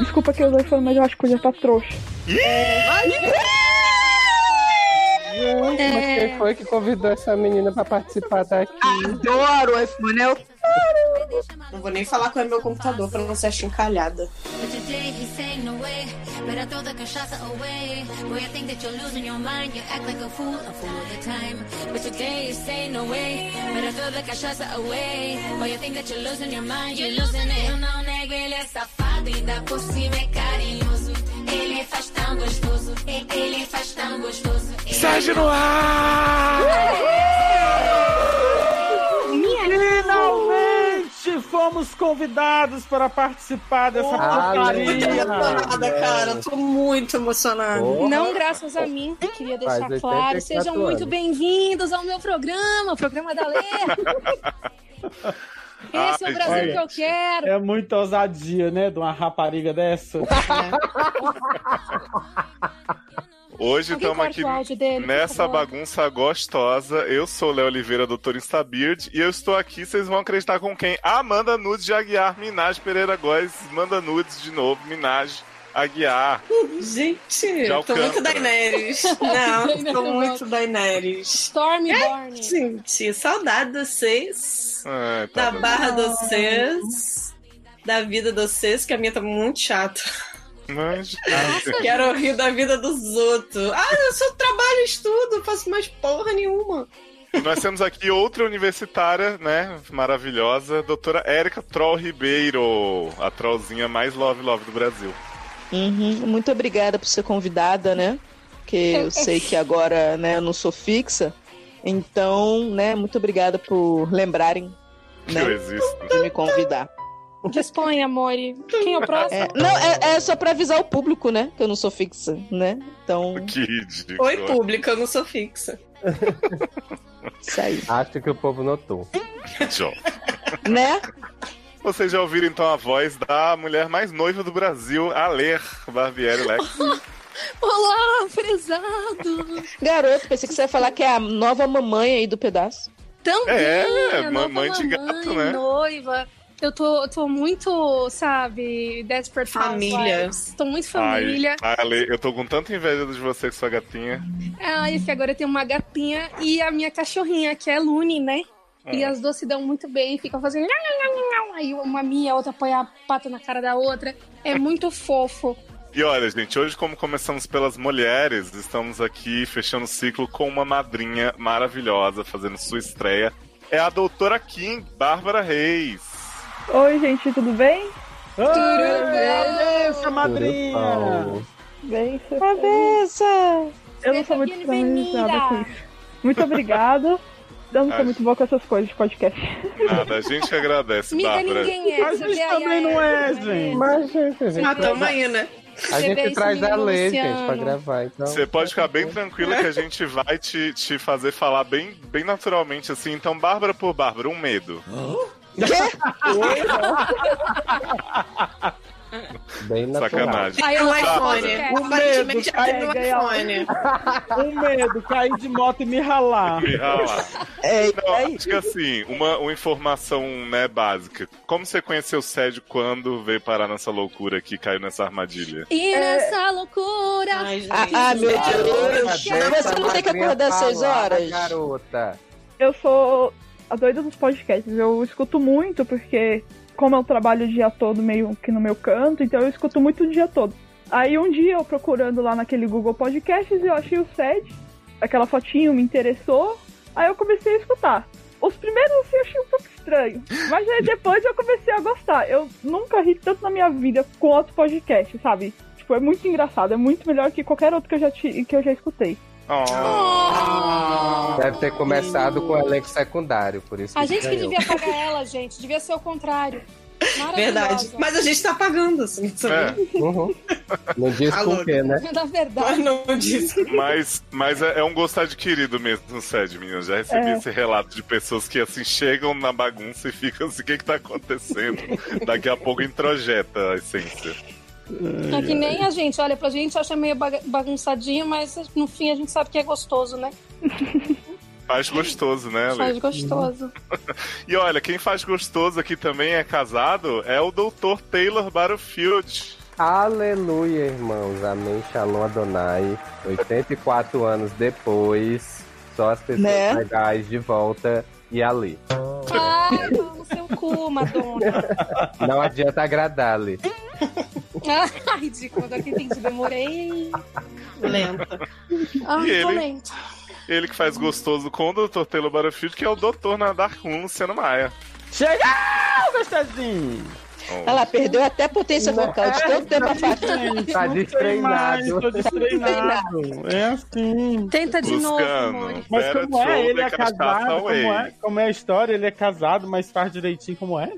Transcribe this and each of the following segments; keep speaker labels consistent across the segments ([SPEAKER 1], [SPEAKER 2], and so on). [SPEAKER 1] desculpa que eu usei mas eu acho que o Julia tá trouxa.
[SPEAKER 2] Mas quem foi que convidou essa menina pra participar daqui?
[SPEAKER 3] Adoro o iPhone, eu
[SPEAKER 4] Não vou nem falar qual é meu computador pra não ser achincalhada.
[SPEAKER 5] But today he's saying no way. Better throw the cachaça away. Boy, I think that you're losing your mind. You act like a fool, a fool all the time. But today he's saying no way. Better throw the cachaça away. Boy, you think that you're losing your mind. You're losing it. Eu não nego, ele é safado. e Ainda por cima é carinhoso. Ele faz tão gostoso. e- Ele faz tão gostoso. Ele-
[SPEAKER 6] Sérgio no ar!
[SPEAKER 7] Finalmente fomos convidados para participar dessa
[SPEAKER 2] Ah,
[SPEAKER 4] Muito
[SPEAKER 7] porcaria.
[SPEAKER 4] emocionada, cara. Eu tô muito emocionada.
[SPEAKER 8] Não graças a mim, que queria deixar
[SPEAKER 2] Faz
[SPEAKER 8] claro.
[SPEAKER 2] 84
[SPEAKER 8] Sejam
[SPEAKER 2] anos.
[SPEAKER 8] muito bem-vindos ao meu programa, o programa da Lê. Esse é
[SPEAKER 6] Ai,
[SPEAKER 8] o Brasil
[SPEAKER 7] olha.
[SPEAKER 8] que eu quero.
[SPEAKER 7] É muita ousadia, né? De uma rapariga dessa.
[SPEAKER 6] Hoje
[SPEAKER 8] Alguém
[SPEAKER 6] estamos
[SPEAKER 8] corta
[SPEAKER 6] aqui
[SPEAKER 8] o áudio dele,
[SPEAKER 6] nessa
[SPEAKER 8] por favor.
[SPEAKER 6] bagunça gostosa. Eu sou Léo Oliveira, doutor em Sabird, e eu estou aqui, vocês vão acreditar com quem? Amanda Nudes de Aguiar, Minaj Pereira Góes, manda Nudes de novo, Minaj Aguiar.
[SPEAKER 4] Gente,
[SPEAKER 6] Já
[SPEAKER 4] eu tô
[SPEAKER 6] alcança.
[SPEAKER 4] muito Daenerys. Não, eu tô muito Daenerys. É,
[SPEAKER 8] Stormborn.
[SPEAKER 4] Gente, saudade de vocês.
[SPEAKER 6] Ai, tá
[SPEAKER 4] Da
[SPEAKER 6] bom.
[SPEAKER 4] barra de vocês. Da vida de vocês, que a minha tá muito chata.
[SPEAKER 6] Mas-
[SPEAKER 4] Quero rir da vida dos outros. Ah, eu só trabalho, estudo, não faço mais porra nenhuma.
[SPEAKER 6] E Nós temos aqui outra universitária, né? Maravilhosa, doutora Érica Troll Ribeiro, a trollzinha mais love love do Brasil.
[SPEAKER 3] Uhum, Muito obrigada por ser convidada, né? Porque eu sei que agora, né, eu não sou fixa. Então, né, muito obrigada por lembrarem
[SPEAKER 6] Que
[SPEAKER 3] Não.
[SPEAKER 6] eu existo.
[SPEAKER 3] de me convidar.
[SPEAKER 8] Disponha, Mori. Quem é o próximo?
[SPEAKER 3] É, não, é, é só pra avisar o público, né? Que eu não sou fixa, né? Então,
[SPEAKER 6] Que ridículo.
[SPEAKER 4] Oi, público, eu não sou fixa.
[SPEAKER 3] isso aí.
[SPEAKER 2] Acho que o povo notou.
[SPEAKER 6] Tchau.
[SPEAKER 3] Né?
[SPEAKER 6] Vocês já ouviram então a voz da mulher mais noiva do Brasil, a ler Barbieri Lex.
[SPEAKER 8] Olá, frisado.
[SPEAKER 3] Garoto, pensei que você ia falar que é a nova mamãe aí do pedaço.
[SPEAKER 8] Também,
[SPEAKER 6] É,
[SPEAKER 8] a nova
[SPEAKER 6] mamãe de gato, né?
[SPEAKER 8] noiva. Eu tô, eu tô muito, sabe, desperate
[SPEAKER 4] Família.
[SPEAKER 8] Housewives. Tô muito família.
[SPEAKER 6] Ai, ai, Lê, eu tô com tanta inveja de você com sua gatinha.
[SPEAKER 8] Ah, e que agora tem uma gatinha e a minha cachorrinha, que é Luni, né?
[SPEAKER 6] É.
[SPEAKER 8] E as duas se dão muito bem, ficam fazendo. Aí uma minha, a outra põe a pata na cara da outra. É muito fofo.
[SPEAKER 6] E olha, gente, hoje, como começamos pelas mulheres, estamos aqui fechando o ciclo com uma madrinha maravilhosa fazendo sua estreia. É a doutora Kim, Bárbara Reis.
[SPEAKER 1] Oi, gente, tudo bem?
[SPEAKER 7] Ah, Ai, Essa madrinha!
[SPEAKER 2] Tudo bom.
[SPEAKER 1] Bem, você-
[SPEAKER 3] Cabeça!
[SPEAKER 1] eu não sou muito
[SPEAKER 8] Seja
[SPEAKER 1] familiarizada com
[SPEAKER 8] bem-vinda.
[SPEAKER 1] isso. Muito obrigada. Eu
[SPEAKER 6] Ah.
[SPEAKER 1] não sou muito boa com essas coisas de podcast.
[SPEAKER 6] Nada, a gente que agradece,
[SPEAKER 8] Miga
[SPEAKER 6] Bárbara.
[SPEAKER 8] ninguém é.
[SPEAKER 7] A
[SPEAKER 8] você
[SPEAKER 7] gente
[SPEAKER 8] vê aí,
[SPEAKER 7] também
[SPEAKER 8] aí,
[SPEAKER 7] não é,
[SPEAKER 8] aí,
[SPEAKER 7] gente.
[SPEAKER 2] Mas, gente, a gente,
[SPEAKER 4] Ah, tamo aí, né?
[SPEAKER 2] a
[SPEAKER 8] Você vê
[SPEAKER 2] gente
[SPEAKER 8] esse
[SPEAKER 2] traz a
[SPEAKER 8] menino
[SPEAKER 2] lei,
[SPEAKER 8] Luciano.
[SPEAKER 2] gente, pra gravar. Então,
[SPEAKER 6] Você pode ficar bem tranquila que a gente vai te, te fazer falar bem, bem naturalmente, assim. Então, Bárbara por Bárbara, um medo.
[SPEAKER 2] bem natural.
[SPEAKER 6] Sacanagem.
[SPEAKER 8] Aí
[SPEAKER 4] É um
[SPEAKER 8] ela-
[SPEAKER 4] iPhone.
[SPEAKER 8] O
[SPEAKER 4] Aparentemente
[SPEAKER 7] medo,
[SPEAKER 4] já teve um
[SPEAKER 7] cara,
[SPEAKER 4] iPhone.
[SPEAKER 7] Um medo, cair de moto e me ralar.
[SPEAKER 6] Me rala.
[SPEAKER 3] É,
[SPEAKER 6] Não, acho que assim, uma, uma informação né, básica. Como você conheceu o Sérgio quando veio parar nessa loucura que caiu nessa armadilha?
[SPEAKER 8] E nessa loucura.
[SPEAKER 4] Ai, gente.
[SPEAKER 3] Ah, meu Deus!
[SPEAKER 2] Deixa
[SPEAKER 3] Você não tem que
[SPEAKER 2] madrinha
[SPEAKER 3] acordar às seis
[SPEAKER 2] falar,
[SPEAKER 3] horas?
[SPEAKER 2] Garota.
[SPEAKER 1] Eu sou a doida dos podcasts. Eu escuto muito, porque como eu trabalho o dia todo meio que no meu canto, então eu escuto muito o dia todo. Aí um dia eu procurando lá naquele Google Podcasts, eu achei o SED, aquela fotinho me interessou, aí eu comecei a escutar. Os primeiros assim, eu achei um pouco estranho, mas aí depois eu comecei a gostar. Eu nunca ri tanto na minha vida quanto podcast, sabe? Tipo, é muito engraçado, é muito melhor que qualquer outro que eu já, ti- que eu já escutei.
[SPEAKER 6] Oh,
[SPEAKER 8] Oh!
[SPEAKER 2] Deve ter começado com o elenco secundário, por isso
[SPEAKER 8] A gente que
[SPEAKER 2] ganhou.
[SPEAKER 8] devia pagar ela, gente. Devia ser o contrário.
[SPEAKER 4] Verdade.
[SPEAKER 8] Maravilhosa.
[SPEAKER 4] Mas a gente tá pagando, assim, não sabia?
[SPEAKER 6] é,
[SPEAKER 2] Uhum. Não diz
[SPEAKER 4] Alô.
[SPEAKER 2] com o quê, né?
[SPEAKER 8] Na verdade.
[SPEAKER 4] Mas não disse.
[SPEAKER 6] mas, mas é, é um gostar adquirido mesmo, Sérgio, menino. Já recebi
[SPEAKER 1] É.
[SPEAKER 6] esse relato de pessoas que assim chegam na bagunça e ficam assim, o que, que tá acontecendo? Daqui a pouco introjeta a essência.
[SPEAKER 8] É que nem a gente, olha, pra gente acha meio baga- bagunçadinho, mas no fim a gente sabe que é gostoso, né?
[SPEAKER 6] Faz gostoso, né, Lê?
[SPEAKER 8] Faz gostoso.
[SPEAKER 6] E olha, quem faz gostoso aqui também é casado é o doutor Taylor Barfield.
[SPEAKER 2] Aleluia, irmãos. Amém, Shalom Adonai. 84 anos depois, só as pessoas
[SPEAKER 3] Né?
[SPEAKER 2] legais de volta e ali.
[SPEAKER 8] Ai, não, no seu cu, Madonna.
[SPEAKER 2] Não adianta agradar ali.
[SPEAKER 8] Ai, ridículo, agora que eu entendi, demorei.
[SPEAKER 4] Lenta.
[SPEAKER 8] Ai,
[SPEAKER 6] E
[SPEAKER 8] tô
[SPEAKER 6] ele?
[SPEAKER 8] lento.
[SPEAKER 6] Ele que faz gostoso com o Dr. Taylor Battlefield, que é o Dr. na Dark Room, Luciano Maia. Então,
[SPEAKER 7] Chega! Ah, gostosinho!
[SPEAKER 6] Bom,
[SPEAKER 3] Olha lá, perdeu até a potência vocal de tanto tempo a
[SPEAKER 2] Tá
[SPEAKER 7] Não sei mais,
[SPEAKER 2] destreinado.
[SPEAKER 7] Tô destreinado. É assim.
[SPEAKER 8] Tenta
[SPEAKER 3] é
[SPEAKER 8] de
[SPEAKER 6] Buscando.
[SPEAKER 8] novo, amor.
[SPEAKER 7] Mas
[SPEAKER 6] Better
[SPEAKER 7] como é?
[SPEAKER 6] Soul,
[SPEAKER 7] Ele é
[SPEAKER 6] The Cachaça
[SPEAKER 7] casado? Como é?
[SPEAKER 6] Way.
[SPEAKER 7] como é a história? Ele é casado, mas faz direitinho como é?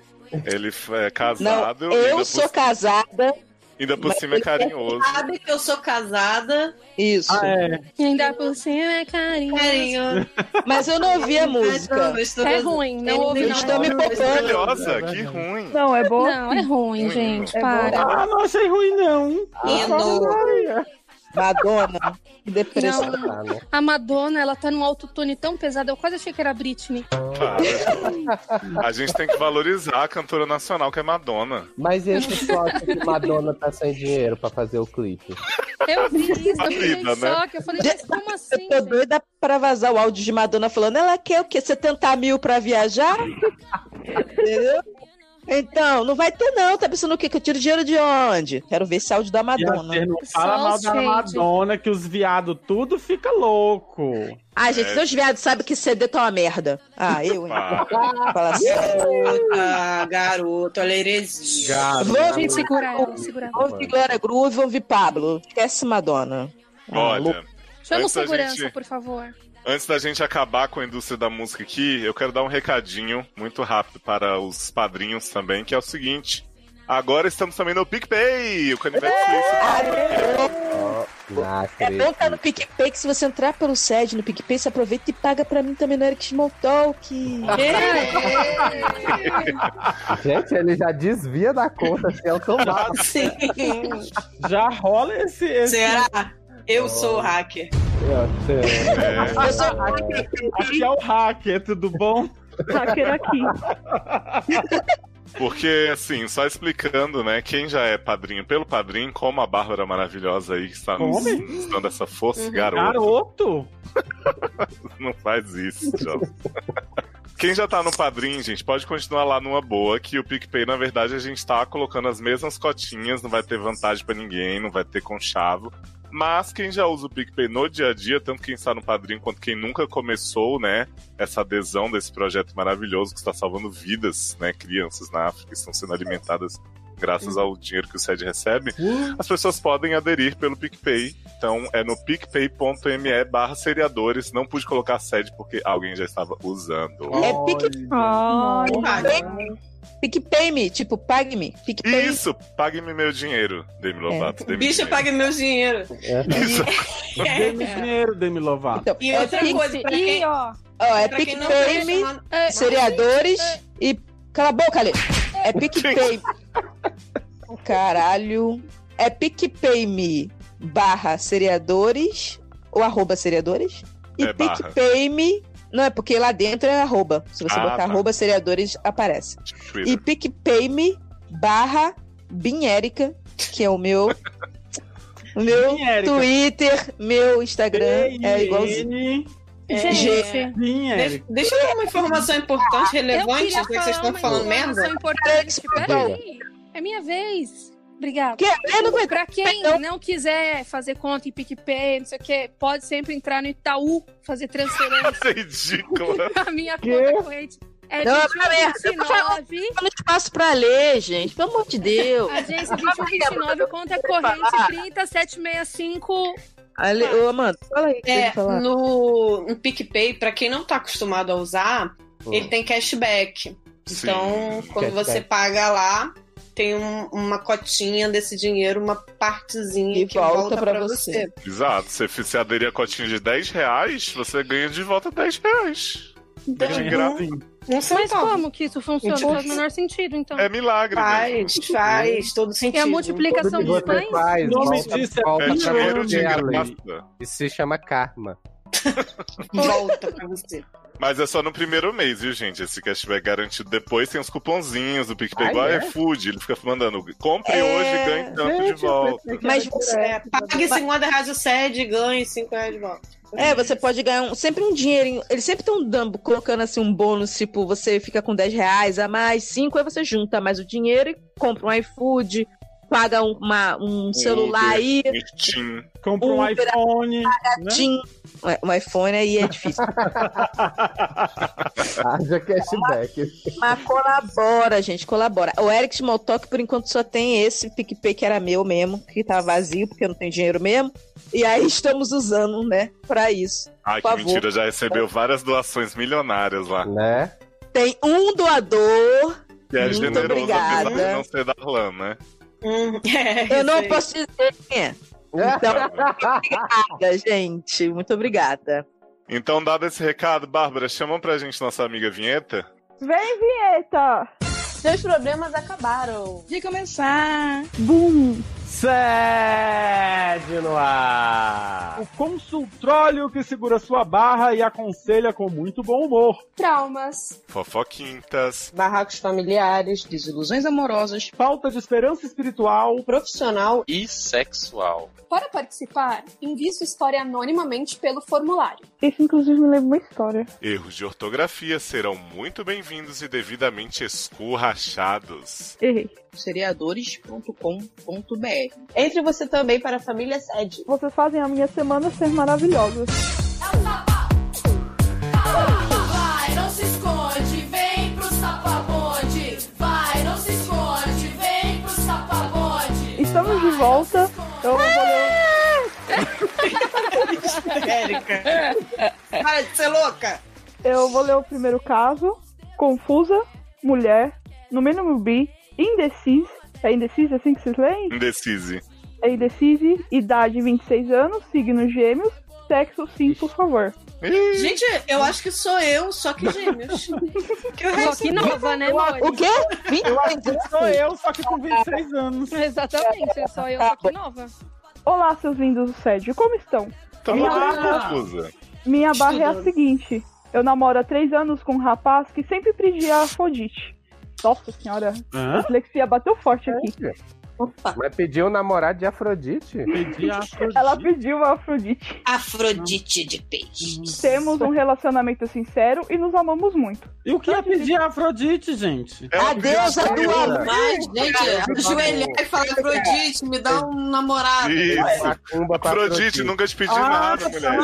[SPEAKER 6] Ele f- é
[SPEAKER 3] Não,
[SPEAKER 6] casado, ainda,
[SPEAKER 3] eu
[SPEAKER 6] por,
[SPEAKER 3] sou casada.
[SPEAKER 6] ainda por
[SPEAKER 3] mas
[SPEAKER 6] cima é
[SPEAKER 3] ele é
[SPEAKER 6] carinhoso.
[SPEAKER 4] Sabe que eu sou casada,
[SPEAKER 3] Isso.
[SPEAKER 7] Ah, é.
[SPEAKER 8] E ainda por cima é carinho.
[SPEAKER 4] carinho.
[SPEAKER 3] Mas eu é? não ouvi a música.
[SPEAKER 8] É ruim, não ouvi
[SPEAKER 3] Eu
[SPEAKER 8] não.
[SPEAKER 3] estou me poupando.
[SPEAKER 6] Maravilhosa, que ruim.
[SPEAKER 1] Não, é boa.
[SPEAKER 8] Não, é ruim,
[SPEAKER 6] Ruim,
[SPEAKER 8] gente.
[SPEAKER 1] não.
[SPEAKER 8] Para.
[SPEAKER 7] Ah, não achei ruim, não.
[SPEAKER 4] Lindo.
[SPEAKER 3] Madonna. Que depressão.
[SPEAKER 8] Não.
[SPEAKER 2] Ah, né?
[SPEAKER 8] A Madonna, ela tá num autotune tão pesado, eu quase achei que era a Britney.
[SPEAKER 6] Para. A gente tem que valorizar a cantora nacional, que é Madonna.
[SPEAKER 2] Mas e esse sorte que Madonna tá sem dinheiro pra fazer o clipe?
[SPEAKER 8] Eu vi isso, eu fiquei
[SPEAKER 6] Vida,
[SPEAKER 8] em
[SPEAKER 6] né?
[SPEAKER 8] choque. Eu falei, mas como assim?
[SPEAKER 3] Eu tô
[SPEAKER 8] gente?
[SPEAKER 3] doida pra vazar o áudio de Madonna falando, ela quer o quê? 70 mil pra viajar? Entendeu? Então, não vai ter não, tá pensando o quê? Que eu tiro dinheiro de onde? Quero ver esse áudio da Madonna.
[SPEAKER 7] Não fala
[SPEAKER 8] Só
[SPEAKER 7] mal
[SPEAKER 8] os
[SPEAKER 7] da
[SPEAKER 8] shade.
[SPEAKER 7] Madonna, que os viados tudo fica louco.
[SPEAKER 3] Ah, gente,
[SPEAKER 6] É.
[SPEAKER 3] meus viados sabem que CD tá uma merda. Ah, eu, hein?
[SPEAKER 6] Para.
[SPEAKER 3] Fala sério.
[SPEAKER 4] Ah, garoto, olha a heresia.
[SPEAKER 3] Vamos
[SPEAKER 8] Gente, segura ela, segura ela.
[SPEAKER 3] Vamos ouvir Glória Groove, vamos ouvir Pablo. Esquece Madonna.
[SPEAKER 6] Olha,
[SPEAKER 8] Chama o
[SPEAKER 6] Antes da
[SPEAKER 8] segurança,
[SPEAKER 6] gente-
[SPEAKER 8] por favor.
[SPEAKER 6] Antes da gente acabar com a indústria da música aqui, eu quero dar um recadinho muito rápido para os padrinhos também, que é o seguinte. Agora estamos também no PicPay, o Canivete Suíço.
[SPEAKER 3] Ah, é
[SPEAKER 2] Não
[SPEAKER 3] bom estar
[SPEAKER 2] acredito.
[SPEAKER 3] no PicPay, que se você entrar pelo sede no PicPay, você aproveita e paga pra mim também no Eric Small Talk.
[SPEAKER 2] Gente, ele já desvia da conta assim automático.
[SPEAKER 4] Sim.
[SPEAKER 7] Já rola esse. esse...
[SPEAKER 4] Será? Eu sou o hacker.
[SPEAKER 2] Assim,
[SPEAKER 6] É,
[SPEAKER 3] Eu sou
[SPEAKER 4] Ah,
[SPEAKER 7] Aqui é o hacker, tudo bom?
[SPEAKER 1] Hacker aqui.
[SPEAKER 6] Porque, assim, só explicando, né, quem já é padrinho pelo padrinho, como a Bárbara maravilhosa aí que está nos,
[SPEAKER 7] Homem.
[SPEAKER 6] nos dando essa força,
[SPEAKER 4] Uhum.
[SPEAKER 6] garoto,
[SPEAKER 7] Garoto.
[SPEAKER 6] não faz isso, John. Quem já tá no padrinho, gente, pode continuar lá numa boa, que o PicPay, na verdade, a gente tá colocando as mesmas cotinhas, não vai ter vantagem pra ninguém, não vai ter conchavo. Mas quem já usa o PicPay no dia a dia, tanto quem está no padrinho quanto quem nunca começou, né, essa adesão desse projeto maravilhoso que está salvando vidas, né, crianças na África que estão sendo alimentadas graças ao dinheiro que o SED recebe, as pessoas podem aderir pelo PicPay. Então é no picpay.me barra seriadores. Não pude colocar sede porque alguém já estava usando.
[SPEAKER 3] É Pic-
[SPEAKER 1] Ai,
[SPEAKER 3] PicPay-me, tipo, pague-me. PicPay.
[SPEAKER 6] Isso! Pague-me meu dinheiro,
[SPEAKER 4] É.
[SPEAKER 6] Demi Lovato. Demi
[SPEAKER 4] Bicha,
[SPEAKER 6] dinheiro.
[SPEAKER 4] pague meu dinheiro.
[SPEAKER 3] É.
[SPEAKER 7] Dê-me
[SPEAKER 4] É.
[SPEAKER 7] dinheiro, Demi Lovato.
[SPEAKER 3] Então,
[SPEAKER 4] E
[SPEAKER 3] é
[SPEAKER 4] outra
[SPEAKER 3] Pic-
[SPEAKER 4] coisa, pra quem,
[SPEAKER 8] E, ó,
[SPEAKER 3] ó, é
[SPEAKER 4] pra quem não quer
[SPEAKER 3] PicPay-me,
[SPEAKER 4] chamar...
[SPEAKER 8] é,
[SPEAKER 3] seriadores e. Cala a boca, Ale. É PicPay. Caralho. É PicPay-me barra seriadores ou arroba seriadores e
[SPEAKER 6] É barra.
[SPEAKER 3] PicPay-me. Não, é porque lá dentro é arroba. Se você
[SPEAKER 6] Ah,
[SPEAKER 3] botar
[SPEAKER 6] tá.
[SPEAKER 3] arroba seriadores, aparece. E
[SPEAKER 6] Twitter.
[SPEAKER 3] PicPay-me barra Binérica, que é o meu. o meu
[SPEAKER 7] Sim, Érica.
[SPEAKER 3] Twitter, meu Instagram é igualzinho.
[SPEAKER 7] Sim,
[SPEAKER 8] Gente,
[SPEAKER 7] Sim,
[SPEAKER 4] Deixa,
[SPEAKER 7] Érica.
[SPEAKER 4] deixa eu dar uma informação importante,
[SPEAKER 8] eu
[SPEAKER 4] relevante,
[SPEAKER 8] queria
[SPEAKER 4] já que
[SPEAKER 8] falar
[SPEAKER 4] vocês estão
[SPEAKER 8] uma
[SPEAKER 4] falando
[SPEAKER 8] informação
[SPEAKER 4] merda.
[SPEAKER 8] importante. Peraí, é minha vez. Obrigada.
[SPEAKER 3] Que? Eu não vou-
[SPEAKER 8] Pra quem
[SPEAKER 3] Então-
[SPEAKER 8] não quiser fazer conta em PicPay, não sei o que, pode sempre entrar no Itaú, fazer transferência
[SPEAKER 6] Isso é ridículo.
[SPEAKER 8] pra minha conta corrente. É
[SPEAKER 3] Não,
[SPEAKER 8] 2129,
[SPEAKER 3] Dando um espaço pra ler, gente. Pelo amor de Deus.
[SPEAKER 8] agência 2129, conta corrente 30765.
[SPEAKER 3] Ale... Ô, Amanda, fala aí.
[SPEAKER 4] É,
[SPEAKER 3] É, falar.
[SPEAKER 4] no, no PicPay, pra quem não tá acostumado a usar, ele tem cashback.
[SPEAKER 6] Sim.
[SPEAKER 4] Então, quando
[SPEAKER 2] Cashback.
[SPEAKER 4] você paga lá, tem um- uma cotinha desse dinheiro, uma partezinha
[SPEAKER 3] E
[SPEAKER 4] que
[SPEAKER 3] volta
[SPEAKER 4] volta,
[SPEAKER 3] pra
[SPEAKER 4] pra,
[SPEAKER 3] você.
[SPEAKER 4] você.
[SPEAKER 6] Exato. Se você se aderir a cotinha de 10 reais, você ganha de volta 10 reais. É
[SPEAKER 4] Então,
[SPEAKER 6] Deixa
[SPEAKER 4] um,
[SPEAKER 7] assim?
[SPEAKER 6] grátis.
[SPEAKER 4] um
[SPEAKER 8] Mas
[SPEAKER 4] centavo.
[SPEAKER 8] como que isso funciona?
[SPEAKER 4] Tipo-
[SPEAKER 8] Faz o menor sentido, então.
[SPEAKER 6] É milagre. mesmo.
[SPEAKER 4] Faz, faz, todo sentido.
[SPEAKER 8] É a multiplicação
[SPEAKER 2] Tudo que
[SPEAKER 8] dos
[SPEAKER 2] você
[SPEAKER 8] pães?
[SPEAKER 2] faz,
[SPEAKER 7] O nome
[SPEAKER 2] volta,
[SPEAKER 7] disso é
[SPEAKER 2] volta
[SPEAKER 6] É
[SPEAKER 2] pra
[SPEAKER 6] dinheiro de
[SPEAKER 2] você, Ale.
[SPEAKER 6] graça.
[SPEAKER 2] Isso se chama karma.
[SPEAKER 4] Volta pra você.
[SPEAKER 6] Mas é só no primeiro mês, viu, gente? Esse cashback garantido depois tem os cuponzinhos do PicPay,
[SPEAKER 2] Ah,
[SPEAKER 6] igual
[SPEAKER 2] é?
[SPEAKER 6] é? food. Ele fica mandando, compre
[SPEAKER 3] É,
[SPEAKER 6] hoje ganhe tanto de volta.
[SPEAKER 3] Mas você-
[SPEAKER 4] É, pague 50 reais o SED e ganhe 5 reais de volta.
[SPEAKER 3] É, você pode ganhar um- sempre um dinheirinho. Eles sempre estão dando, colocando assim um bônus, tipo, você fica com 10 reais a mais, 5, aí você junta mais o dinheiro e compra um iFood, paga um- uma- um celular aí,
[SPEAKER 6] Steam.
[SPEAKER 7] Compra um
[SPEAKER 3] Uber,
[SPEAKER 7] iPhone.
[SPEAKER 3] Tim. Ué, Um iPhone aí é difícil.
[SPEAKER 2] Haja
[SPEAKER 3] assim?
[SPEAKER 2] cashback.
[SPEAKER 3] Mas colabora, gente, colabora. O Eric Smalltalk, por enquanto, só tem esse PicPay que era meu mesmo, que tá vazio, porque eu não tenho dinheiro mesmo. E aí estamos usando, né, pra isso.
[SPEAKER 6] Ai, que
[SPEAKER 3] Por favor.
[SPEAKER 6] mentira, já recebeu várias doações milionárias lá.
[SPEAKER 2] Né?
[SPEAKER 3] Tem um doador.
[SPEAKER 6] Que é
[SPEAKER 3] Muito
[SPEAKER 6] generoso,
[SPEAKER 3] obrigada.
[SPEAKER 6] apesar de não ser da LAN, né?
[SPEAKER 4] Hum, é,
[SPEAKER 3] Eu não
[SPEAKER 4] isso aí.
[SPEAKER 3] posso dizer quem é.
[SPEAKER 2] né?
[SPEAKER 3] Obrigada, gente. Muito obrigada.
[SPEAKER 6] Então, dado esse recado, Bárbara, chamam pra gente nossa amiga Vinheta?
[SPEAKER 1] Vem, vinheta!
[SPEAKER 9] Seus problemas acabaram.
[SPEAKER 8] De começar.
[SPEAKER 1] Bum!
[SPEAKER 2] Sede no ar.
[SPEAKER 7] O consultróleo que segura sua barra e aconselha com muito bom humor.
[SPEAKER 8] Traumas.
[SPEAKER 6] Fofoquintas.
[SPEAKER 9] Barracos familiares, desilusões amorosas,
[SPEAKER 7] Falta de esperança espiritual.
[SPEAKER 9] profissional.
[SPEAKER 10] E sexual.
[SPEAKER 8] Para participar, envie sua história anonimamente pelo formulário.
[SPEAKER 1] Isso, inclusive, me lembra uma história.
[SPEAKER 6] Erros de ortografia serão muito bem-vindos e devidamente escurrachados.
[SPEAKER 1] Errei.
[SPEAKER 9] Seriadores.com.br. Entre você também para a família sede.
[SPEAKER 1] Vocês fazem a minha semana ser maravilhosa.
[SPEAKER 5] Ah, Vai, não se esconde, vem pro sapabonde. Vai, não se esconde, vem pro sapabonde.
[SPEAKER 1] Estamos de volta. Eu vou ler.
[SPEAKER 4] Érica. Para de ser louca.
[SPEAKER 1] Eu vou ler o primeiro caso. Confusa, mulher, no mínimo bi, indecisa. É indecisa assim que vocês leem?
[SPEAKER 6] Indecise.
[SPEAKER 1] É indecisa, idade 26 anos, signo gêmeos, sexo sim, por favor.
[SPEAKER 6] Ih,
[SPEAKER 4] Gente, eu acho que sou eu, só que gêmeos. que o
[SPEAKER 9] Só que nova, né,
[SPEAKER 3] O
[SPEAKER 9] amor?
[SPEAKER 3] quê?
[SPEAKER 7] Eu acho que sou eu, só que com 26 anos.
[SPEAKER 9] Exatamente, é só eu, só que nova.
[SPEAKER 1] Olá, seus lindos do SED, como estão?
[SPEAKER 6] Então não
[SPEAKER 1] Ah.
[SPEAKER 6] tô confusa.
[SPEAKER 1] Minha barra é a
[SPEAKER 4] Estudando.
[SPEAKER 1] seguinte: eu namoro há três anos com um rapaz que sempre pedia a Afrodite. Nossa senhora, a dislexia bateu forte aqui.
[SPEAKER 3] é?
[SPEAKER 2] Mas pediu o namorado de Afrodite?
[SPEAKER 7] Pedi a Afrodite.
[SPEAKER 1] Ela pediu a Afrodite.
[SPEAKER 4] Afrodite de peixe.
[SPEAKER 1] Temos um relacionamento sincero e nos amamos muito.
[SPEAKER 7] E o que é pedir a Afrodite, gente?
[SPEAKER 6] Ela
[SPEAKER 3] A deusa
[SPEAKER 6] pediu
[SPEAKER 3] do
[SPEAKER 6] ajuda.
[SPEAKER 3] amor.
[SPEAKER 4] Mas, gente, ajoelhar e falar, Afrodite, me dá um namorado.
[SPEAKER 6] Isso.
[SPEAKER 2] Macumba pra
[SPEAKER 6] Afrodite, nunca te pedi
[SPEAKER 7] Ah,
[SPEAKER 6] nada, mulher.